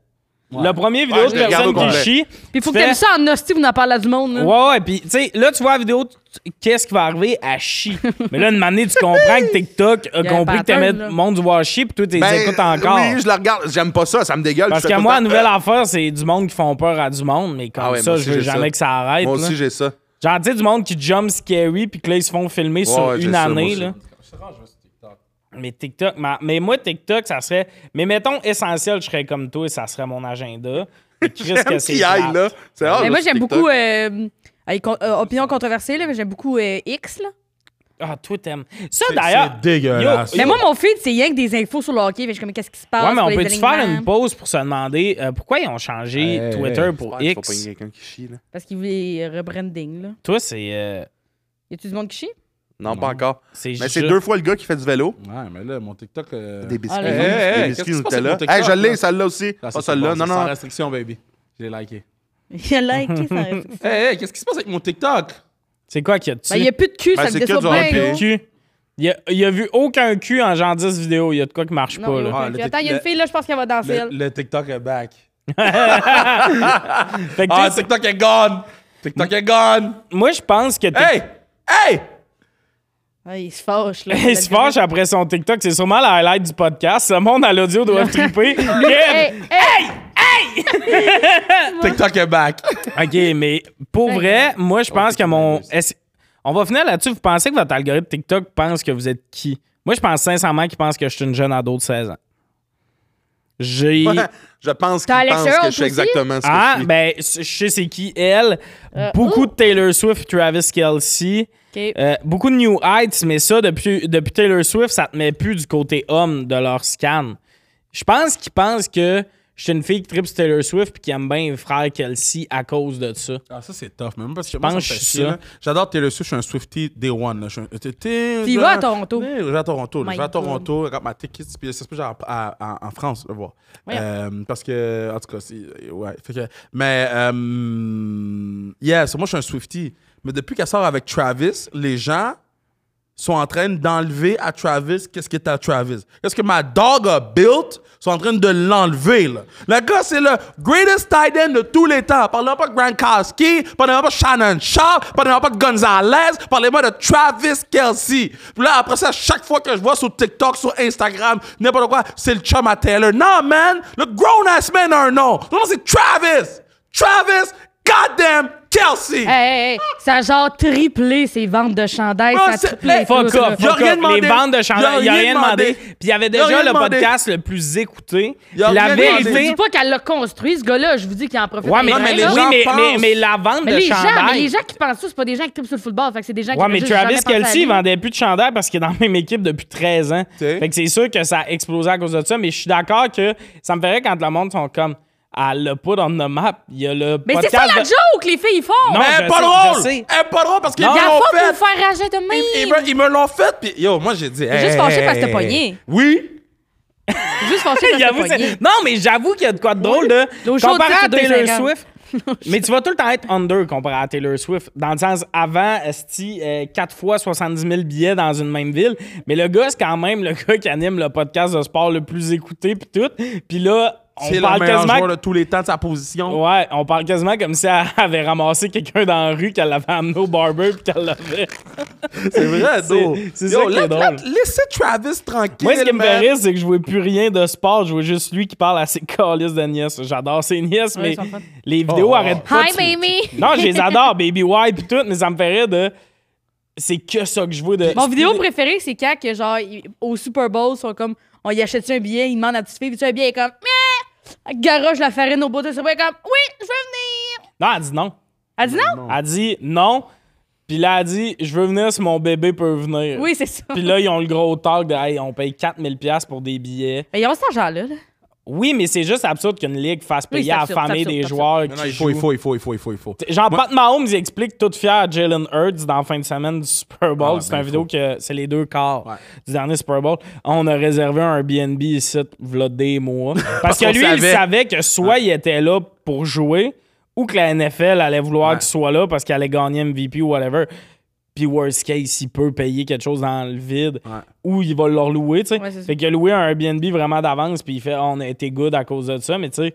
Le premier vidéo Ouais, je de le regarde personne au qui complet. chie. Puis il faut tu que t'aimes fais- ça en hostie, vous n'en parlez à du monde. là. Ouais, ouais, puis tu sais, là, tu vois la vidéo, tu- qu'est-ce qui va arriver à [laughs] chier. Mais là, une manée, tu comprends que TikTok a y a un compris que pattern, t'aimais là. le monde du voir chier, puis toi, tu les Ben, écoutes encore. Oui, je la regarde. J'aime pas ça, ça me dégueule. Parce puis je que fais moi, la tout le nouvelle temps, affaire, c'est du monde qui font peur à du monde, mais comme Ah ouais, ça, moi aussi, je veux j'ai jamais ça. que ça arrête. euh, Moi là. aussi, j'ai ça. Genre, tu sais, du monde qui jump scary puis que là, ils se font filmer sur ouais, j'ai une ça, moi année. aussi. là. Mais TikTok, ma- mais moi, TikTok, ça serait. Mais mettons, essentiel, je serais comme toi et ça serait mon agenda. Mais Chris, que [laughs] J'aime c'est qu'il plate. aille, là. C'est rare, Mais là, moi, sur j'aime TikTok. beaucoup. euh, euh, con- euh, opinion controversée, là, mais j'aime beaucoup euh, X. Là. Ah, toi, t'aimes. Ça, d'ailleurs. c'est dégueulasse. Yo, Mais yo- moi, mon feed, c'est rien que des infos sur le hockey. Fait que Je suis comme, qu'est-ce qui se passe? Ouais, mais on Ah, pour les peut-tu faire alignements? une pause pour se demander euh, pourquoi ils ont changé Hey, Twitter hey. pour Ouais, tu vas pogner X? quelqu'un qui chie, là. Parce qu'il voulait rebranding. Là. Toi, c'est. euh, Y a-tu du monde qui chie? [laughs] Non, pas encore. c'est Mais juste- c'est deux fois le gars qui fait du vélo. Ouais, mais là, mon TikTok. euh, Des biscuits. Ah, là, là. Hey, hey, Des qu'est-ce qui biscuits se passe avec Nutella. mon TikTok, Hey, je l'ai, là? celle-là aussi. Ah, Pas c'est celle-là. bon, Non, c'est Sans non. restriction, baby. J'ai liké. Il a liké ça. Hey, hey, qu'est-ce qui se passe avec mon TikTok? C'est quoi qu'il y a dessus? Ben, y a plus de cul, Ben, ça me c'est que déçoit du bien. hockey. gros. de cul. Il a, il a vu aucun cul en genre 10 vidéos. Il y a de quoi qui marche Non, pas, y a là. aucun Ah, cul. le Attends, il y a une le- fille là, je pense qu'elle va danser. Le, elle. le TikTok est back. Fait que, Ah, tu sais, TikTok est gone! TikTok est gone! moi, je pense que. t'es- Hey! Hey! Ah, il se fâche. Là, [laughs] [laughs] Il se fâche après son TikTok. C'est sûrement la highlight du podcast. Le monde à l'audio doit [laughs] triper. Yeah. Hey, hey! TikTok est back. OK, mais pour vrai, moi, je pense que mon... est-ce- On va finir là-dessus. Vous pensez que votre algorithme TikTok pense que vous êtes qui? Moi, je pense sincèrement qu'il pense que je suis une jeune ado de 16 ans. J'ai... [laughs] Je pense qu'il T'as pense Alexia que je Holt suis exactement ce que Ah, je suis. ben, je sais c'est qui, elle. beaucoup de Taylor Swift, Travis Kelsey. OK. Euh, beaucoup de New Heights, mais ça, depuis, depuis Taylor Swift, ça te met plus du côté homme de leur scan. Je pense qu'ils pensent que je suis une fille qui tripe sur Taylor Swift puis qui aime bien frère Kelsey à cause de ça. Ah, ça, c'est tough, même parce que pense moi, que ça me je fait suis chier, ça. là. J'adore Taylor Swift, je suis un Swiftie day one. là. Je suis un- t'es- t'es- T'y là, vas à Toronto? oui, Je vais à Toronto. là. My Je vais à God. Toronto, regarde ma ticket, puis ça se peut que j'aille à- à- à- en France le voir. Voyons. Euh, parce que, en tout cas, c'est- ouais. Fait que- mais, euh, yeah, so moi, je suis un Swiftie. Mais depuis qu'elle sort avec Travis, les gens sont en train d'enlever à Travis qu'est-ce qui est à Travis. Qu'est-ce que ma dog a built sont en train de l'enlever, là. Le gars, c'est le greatest tight end de tous les temps. Parlez-moi pas de Gronkowski, parlez-moi pas de Shannon Sharp, parlez-moi pas de Gonzalez, parlez-moi de Travis Kelsey. Puis là, après ça, chaque fois que je vois sur TikTok, sur Instagram, n'importe quoi, c'est le chum à Taylor. Non, man, le grown-ass man a un nom. Son nom, c'est Travis. Travis, goddamn Kelsey! Eh, Hey, hey, hey, ça a genre triplé ses ventes de chandail. Bro, ça a c'est- triplé. hey, Ah, Fuck tout, là. off, Il a fuck rien off. demandé. Les ventes de chandail, il a rien demandé. Puis il y avait Il a déjà rien le demandé. podcast le plus écouté. Il a Puis la rien Hey, demandé. Je vous dis vérité. pas qu'elle l'a construit, ce gars-là. Je vous dis qu'il en profite. Ouais, mais, rien, mais les là. oui, gens mais, pensent. mais- mais la vente Mais de les gens, chandail. mais les gens qui pensent ça, c'est pas des gens qui tripent sur le football. Fait que c'est des gens qui Ouais, ont mais juste Travis jamais pensé à Kelsey il lui. vendait plus de chandail parce qu'il est dans la même équipe depuis 13 ans. sais. Fait que c'est sûr que ça a explosé à cause de ça, mais je suis d'accord que ça me ferait quand le monde sont comme Ah, le put on the map, il y a le Mais c'est podcast. ça la de- joke, les filles, ils font. Ben, Non, Mais elle je est Eh, pas sais, je drôle! sais. Elle est pas drôle parce qu'ils Non. ils en l'ont font fait! pour vous faire rager de même. Ils, ils me- ils me l'ont fait, puis yo, moi j'ai dit. juste hey, fâché parce que t'as hey, pogné. Oui! Juste [laughs] fâché parce J'avoue, que t'as pogné. c'est- Non, mais j'avoue qu'il y a de quoi de drôle de. L'eau chaude, Comparé c'est à deux Taylor cinquante. [laughs] Swift. mais tu vas tout le temps être under comparé à Taylor Swift. Dans le sens, avant, Esti, 4 fois 70 000 billets dans une même ville. Mais le gars, c'est quand même le [laughs] gars qui anime le podcast de sport le plus écouté, puis tout. Puis là, C'est on le parle meilleur quasiment. joueur de tous les temps de sa position. Ouais, on parle quasiment comme si elle avait ramassé quelqu'un dans la rue, qu'elle l'avait amené au barber, puis qu'elle l'avait. C'est [laughs] vrai, C'est- c'est ça qui est drôle. Laissez Travis tranquille. Moi, ce qui me man. fait rire, c'est que je vois plus rien de sport. Je vois juste lui qui parle à ses [laughs] calices de nièces. J'adore ses nièces, Ouais, mais ils sont fun. les vidéos Oh. arrêtent pas. Hi, de- baby. Non, je les adore, Baby White pis tout, mais ça me fait rire de... C'est que ça que je vois de... Mon vidéo préférée, c'est quand, que, genre, ils- au Super Bowl, ils sont comme, on y achète-tu un billet, ils demandent à la petite fille, veux-tu un billet, Elle est comme, mais, elle garoche la farine au bout de son bras, elle est comme, oui, je veux venir. Non, elle dit non. Elle dit non? Elle dit non, puis là, elle dit « Je veux venir si mon bébé peut venir. Oui, c'est ça. Puis là, ils ont le gros talk de hey, « On paye 4000 pièces pour des billets. Mais ils ont cet argent-là. là. » Oui, mais c'est juste absurde qu'une ligue fasse Oui, payer c'est à la absurde, famille c'est des absurde, joueurs Non, qui non, il jouent. faut, il faut, il faut, il faut, il faut, il faut. Genre, Pat Mahomes, il explique tout fier à Jalen Hurts dans la fin de semaine du Super Bowl. Ah, c'est ben, un faut. vidéo que c'est les deux quarts du dernier Super Bowl. On a réservé un Airbnb ici, v'là des [laughs] mois. Parce que qu'on lui, il savait. savait que soit il était là pour jouer ou que la NFL allait vouloir qu'il soit là parce qu'elle allait gagner MVP ou whatever. Puis worst case, il peut payer quelque chose dans le vide ou il va leur louer, tu sais. Ouais, c'est ça. fait qu'il a loué un Airbnb vraiment d'avance puis il fait Ah, on a été good à cause de ça, mais tu sais,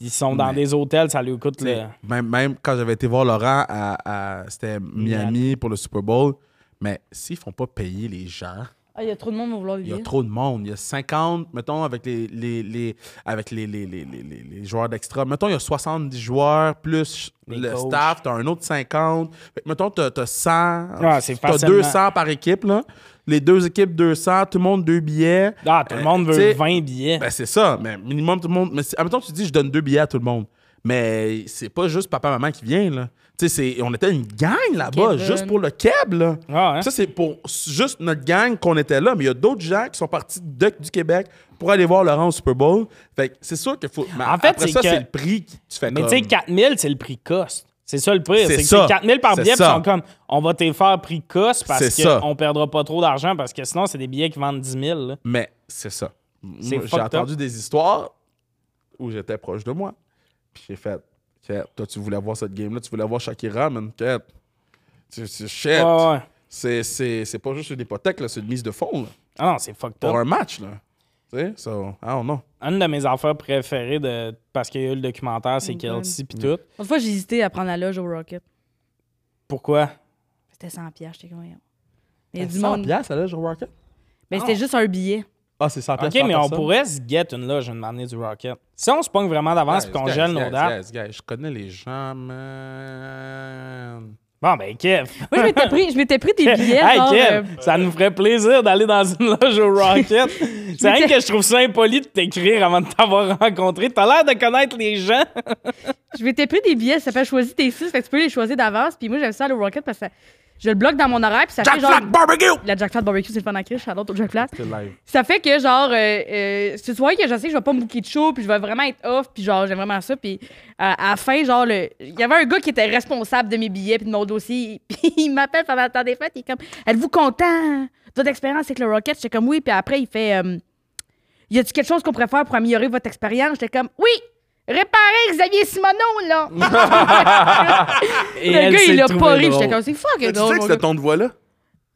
ils sont dans des hôtels, ça lui coûte le... Même, même quand j'avais été voir Laurent à, à- c'était Miami pour le Super Bowl, mais s'ils font pas payer les gens, Ah, il y a trop de monde qui va vouloir le il y a billet. trop de monde. Il y a 50, mettons, avec les, les, les- avec les, les, les, les- les- les joueurs d'extra. Mettons, il y a 70 joueurs plus Les le coachs. staff, t'as un autre 50. Fait que mettons, t'as as 100. Ouais, Ah, c'est t'as facilement. 200 par équipe, là. Les deux équipes, 200, tout le monde deux billets. Ah, tout le Euh, monde tu sais, veut 20 billets. Ben, c'est ça, mais minimum tout le monde. Mais si- admettons, tu dis, je donne deux billets à tout le monde. Mais c'est pas juste papa-maman qui vient, là. Tu sais, c'est- on était une gang là-bas, Kevin. juste pour le Keb, là. Ah, hein? Ça, c'est pour s- juste notre gang qu'on était là. Mais il y a d'autres gens qui sont partis de- du Québec pour aller voir Laurent au Super Bowl. Fait que c'est sûr qu'il faut. mais En fait, après c'est ça, que- c'est le prix que tu fais mais tu comme- sais, 4000, c'est le prix cost. C'est ça le prix. C'est C'est que ça. c'est 4000 par C'est billet, puis ils ça. sont comme, on va te faire prix cost parce C'est ça. qu'on perdra pas trop d'argent, parce que sinon, c'est des billets qui vendent 10 000. là. Mais c'est ça. Moi, fucked J'ai up. entendu des histoires où j'étais proche de moi. Puis j'ai fait, Shit, toi, tu voulais voir cette game-là, tu voulais voir Shakira, man. Shit. C'est- C'est shit. Ouais, ouais. C'est- C'est c'est pas juste une hypothèque, là, c'est une mise de fond là, Ah non, c'est fucked pour up. un match. Là. Tu sais, so, I don't know. Une de mes affaires préférées, de... parce qu'il y a eu le documentaire, c'est Kelsey, puis tout. Une fois, j'ai hésité à prendre la loge au Rocket. Pourquoi? C'était 100 piastres, j'étais comme, voyons. Mais il y a du 100 monde. Ben, piastres, là, je Rocket? Mais c'était juste un billet. Ah, c'est 100 Ok, piastres par mais on personne. pourrait se get une loge une année du Rocket. Si on se pogne vraiment d'avance Guys, puis qu'on guys, gèle nos guys, dates, guys, guys, je connais les gens, man. bon, ben, Kev. Moi, je m'étais pris, je m'étais pris des billets. [laughs] Hey genre, Kev, euh, ça nous ferait plaisir d'aller dans une loge au [laughs] Rocket. C'est rien que je trouve ça impoli de t'écrire avant de t'avoir rencontré. T'as l'air de connaître les [laughs] gens. Je m'étais pris des billets, ça s'appelle Choisis tes six, fait que tu peux les choisir d'avance. Puis moi, j'aime ça aller au Rocket parce que ça- je le bloque dans mon horaire. Puis ça Jack fait genre. Flack Barbecue! La Jack Flat Barbecue, c'est le fun à Chris, l'autre au Jack Flat. C'est live. Ça fait que, genre, euh, euh, c'est une soirée que je sais que je vais pas me bouquer de show, puis je vais vraiment être off, puis genre, j'aime vraiment ça. Puis euh, à, à la fin, genre, le- il y avait un gars qui était responsable de mes billets, puis de mon dossier, [laughs] puis il m'appelle pendant le temps des fêtes, il est comme Êtes-vous content de votre expérience avec le Rocket J'étais comme Oui, puis après, il fait euh, Y a-tu quelque chose qu'on pourrait faire pour améliorer votre expérience J'étais comme Oui Réparer Xavier Simoneau, là! Et le gars, il a pas ri, puis j'étais comme C'est fuck, Tu drôle, sais que mon ce gars. ton de voix-là?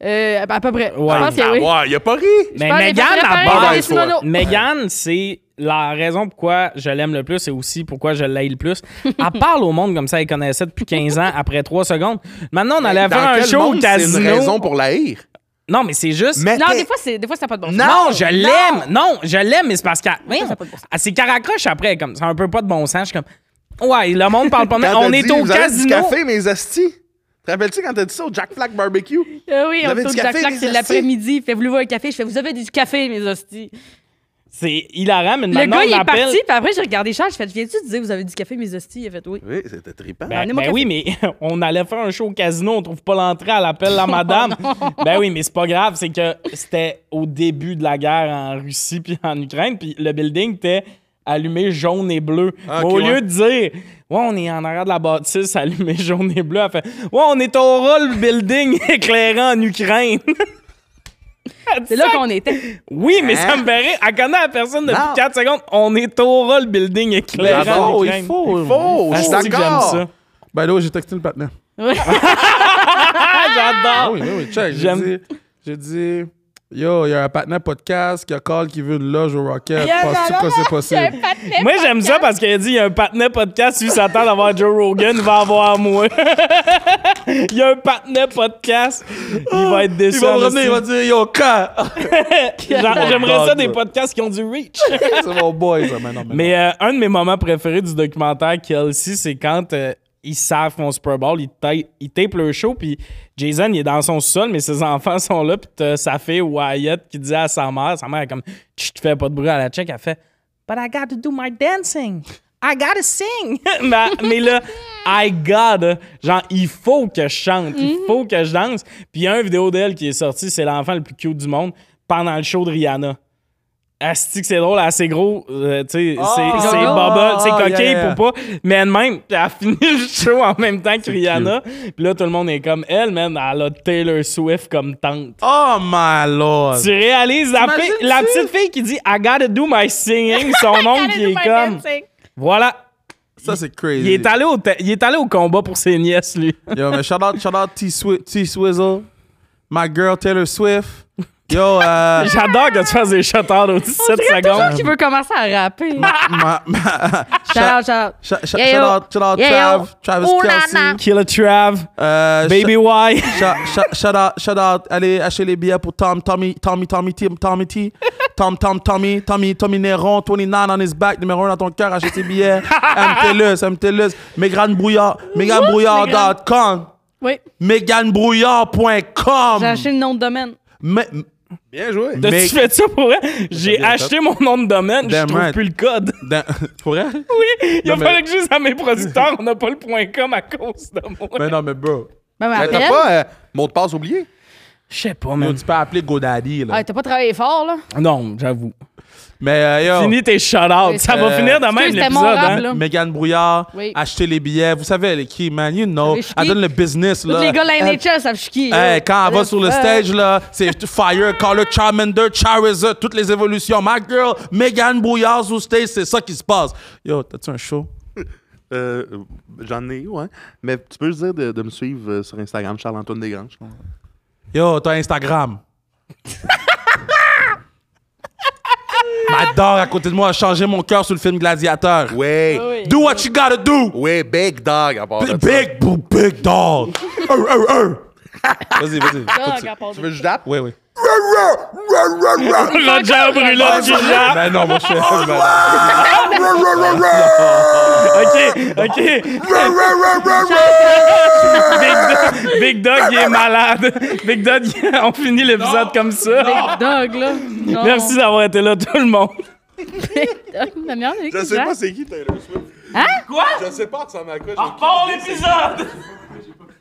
Euh, à peu près. Ouais. je pense que oui. Ah, Ouais, il a pas ri! Mais Je pense qu'il Megan, fait la réparer base. Xavier fois. Simoneau. Megan, c'est la raison pourquoi je l'aime le plus et aussi pourquoi je l'ai le plus. Elle parle au monde comme ça, elle connaissait depuis 15 ans après 3 secondes. Maintenant, on allait Dans faire un quel show au monde c'est une casino. raison pour la haïr? Non, mais c'est juste. Mais Non, t'es- des fois, c'est- des fois, ça n'a pas de bon sens. Non, je l'aime. Non, je l'aime, mais c'est parce qu'elle. ça Voyons, n'a pas de bon sens. elle s'est caracroche après. Comme, ça n'a un peu pas de bon sens. Je suis comme. Ouais, le monde parle pas mal. Quand On t'as est dit, au vous avez du casino. café, mes astis. Te rappelles-tu quand t'as dit ça au Jack Flack Barbecue? Ah oui, Vous on avez tourne du Jack café, Black, les c'est hosties? l'après-midi. Fait, voulez-vous un café? Je fais, vous avez du café, mes hosties. C'est hilarant, mais Le maintenant, gars, il on est l'appelle- parti, puis après, j'ai regardé Charles, je fais, viens-tu te dire, vous avez du café, mes hosties? Il a fait, oui. Oui, c'était trippant. Ben, Amenez-moi ben oui, mais [laughs] on allait faire un show au casino, on trouve pas l'entrée, elle appelle la madame. [laughs] ben oui, mais c'est pas grave, c'est que c'était au début de la guerre en Russie puis en Ukraine, puis le building était allumé jaune et bleu. Ah, Mais ok, au ouais. lieu de dire Ouais, on est en arrière de la bâtisse [laughs] allumé jaune et bleu, elle fait Ouais, on est au roll building [laughs] éclairant en Ukraine. [laughs] C'est là qu'on était. Oui, mais Hein? ça me paraît, elle connaît la personne depuis Non. 4 secondes. On est au roll building éclairant en Bravo, Ukraine. Il faut, je Ah, suis c'est-tu que j'aime d'accord. ça. Ben là, j'ai texté le partenaire. Ah, Ah j'adore. oui, oui, oui, check. J'ai J'aime. dit, j'ai dit, yo, il y a un partenaire podcast qui a call qui veut une loge au Rocket. Il y a Penses-tu un que c'est possible? Moi, j'aime ça parce qu'il a dit il y a un partenaire podcast. Lui s'attend d'avoir Joe Rogan, il va avoir moi. [laughs] il y a un partenaire podcast. Il va être déçu. Il va en me revenir, il va esti. dire, yo, quand? Genre, J'aimerais ça God, des là. podcasts qui ont du reach. [laughs] c'est mon boy, ça, maintenant. Mais euh, un de mes moments préférés du documentaire Kelsey, c'est quand euh, ils savent qu'on Super Bowl, ils, ta- ils tapent le show, puis Jason, il est dans son sol, mais ses [laughs] enfants sont là, puis t'as sa fille Wyatt qui dit à sa mère, sa mère est comme « Tu te fais pas de bruit à la check », elle fait « But I gotta do my dancing, I gotta sing ». [laughs] mais, mais là, I gotta, genre, il faut que je chante, il faut que je danse. Puis il y a une vidéo d'elle qui est sortie, c'est l'enfant le plus cute du monde, pendant le show de Rihanna. Asti que c'est drôle, assez gros, euh, tu sais, c'est, c'est oh, bubble, oh, c'est oh, coquille yeah, yeah. pour pas. Mais elle-même, elle a fini le show en même temps que Rihanna. Puis là, tout le monde est comme elle, man, elle a Taylor Swift comme tante. Oh my lord! Tu réalises la, fi- la petite fille qui dit I gotta do my singing, son oncle qui est comme voilà. Ça, c'est crazy. Il est, allé au te- il est allé au combat pour ses nièces, lui. Yo, mais shout out, shout out T-Swi- T-Swizzle, my girl Taylor Swift. [laughs] Yo, euh, J'adore que tu fasses des shutouts aux 17 C'est toujours secondes. qu'il veut commencer à rapper. ma- ma- [laughs] Shout out, shout out. shout shout- Yeah, shout yo. out, shout out Yeah, yo. Trav, Travis Ooh, na, Kelsey. na. Killer Trav, Euh, Baby [laughs] Y. shout- shout- Shout out, shout out, allez acheter les billets pour Tom, Tommy, Tommy, Tommy, Tim, Tommy T. Tom, Tom, Tommy, Tommy, Tommy Néron, 29 on his back, numéro 1 dans ton cœur, achète [laughs] tes billets. MTLUS, MTLUS, Mégane Brouillard, méganebrouillard.com, Oui, j'ai méganebrouillard.com. acheté le nom de domaine. Mais- Bien joué. T'as-tu Mais- fait ça pour vrai? J'ai acheté mon nom de domaine, je Damn trouve right. plus le code. Dans- [laughs] Pour vrai? Oui, il a Non, mais- fallu que je dise à mes producteurs, on n'a pas le point .com à cause de moi. Mais non, mais bro. Ben, ben, Mais appelle. T'as pas euh, mot de passe oublié? Je sais pas, Yo, man. tu peux appeler Godaddy, là. Ah, t'as pas travaillé fort, là. Non, j'avoue. Mais euh, yo, Fini tes shout-outs. Ça va Euh, finir de même c'était l'épisode, mon rap, hein? là. Mégane Brouillard, Oui. achetez les billets. Vous savez, elle est qui, man? You know. savez, je suis Elle qui? donne le business, Tous là. les gars de la Elle- NHL savent je suis qui. Hey, là. quand elle va Là, sur le euh, stage, là, c'est Fire, Caller, Charmander, Charizard, toutes les évolutions. My girl, Mégane Brouillard sur stage, c'est ça qui se passe. Yo, t'as-tu un show? Euh, J'en ai, ouais. Mais tu peux juste dire de, de me suivre euh, sur Instagram, Charles-Antoine Desgranges. Yo, [laughs] t'as Instagram. Ma dog à côté de moi a changé mon cœur sur le film Gladiateur. Ouais. Ah Oui. Do what you gotta do. Ouais, big dog à part de Big, ça. big, boo- [laughs] big dog. Arr, arr, arr. Vas-y, vas-y. Ah, qu'à part de- Tu veux que je tape? Oui, oui. Roger Brulotte qui jappe. Ben non, moi, je suis... ben, OK, OK. Big Dog, Big Dog, il est malade. Big Dog, il- on finit l'épisode comme ça. Doug, là. Non. Merci d'avoir été là, tout le monde. Doug, Ah, ma mère, elle est Je qui, sais Jacques? pas c'est qui Taylor Swift. Hein? Je sais pas, ça m'a quoi. Bon l'épisode!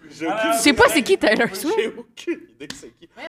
Je sais pas c'est qui Taylor Swift. J'ai aucune idée que c'est qui.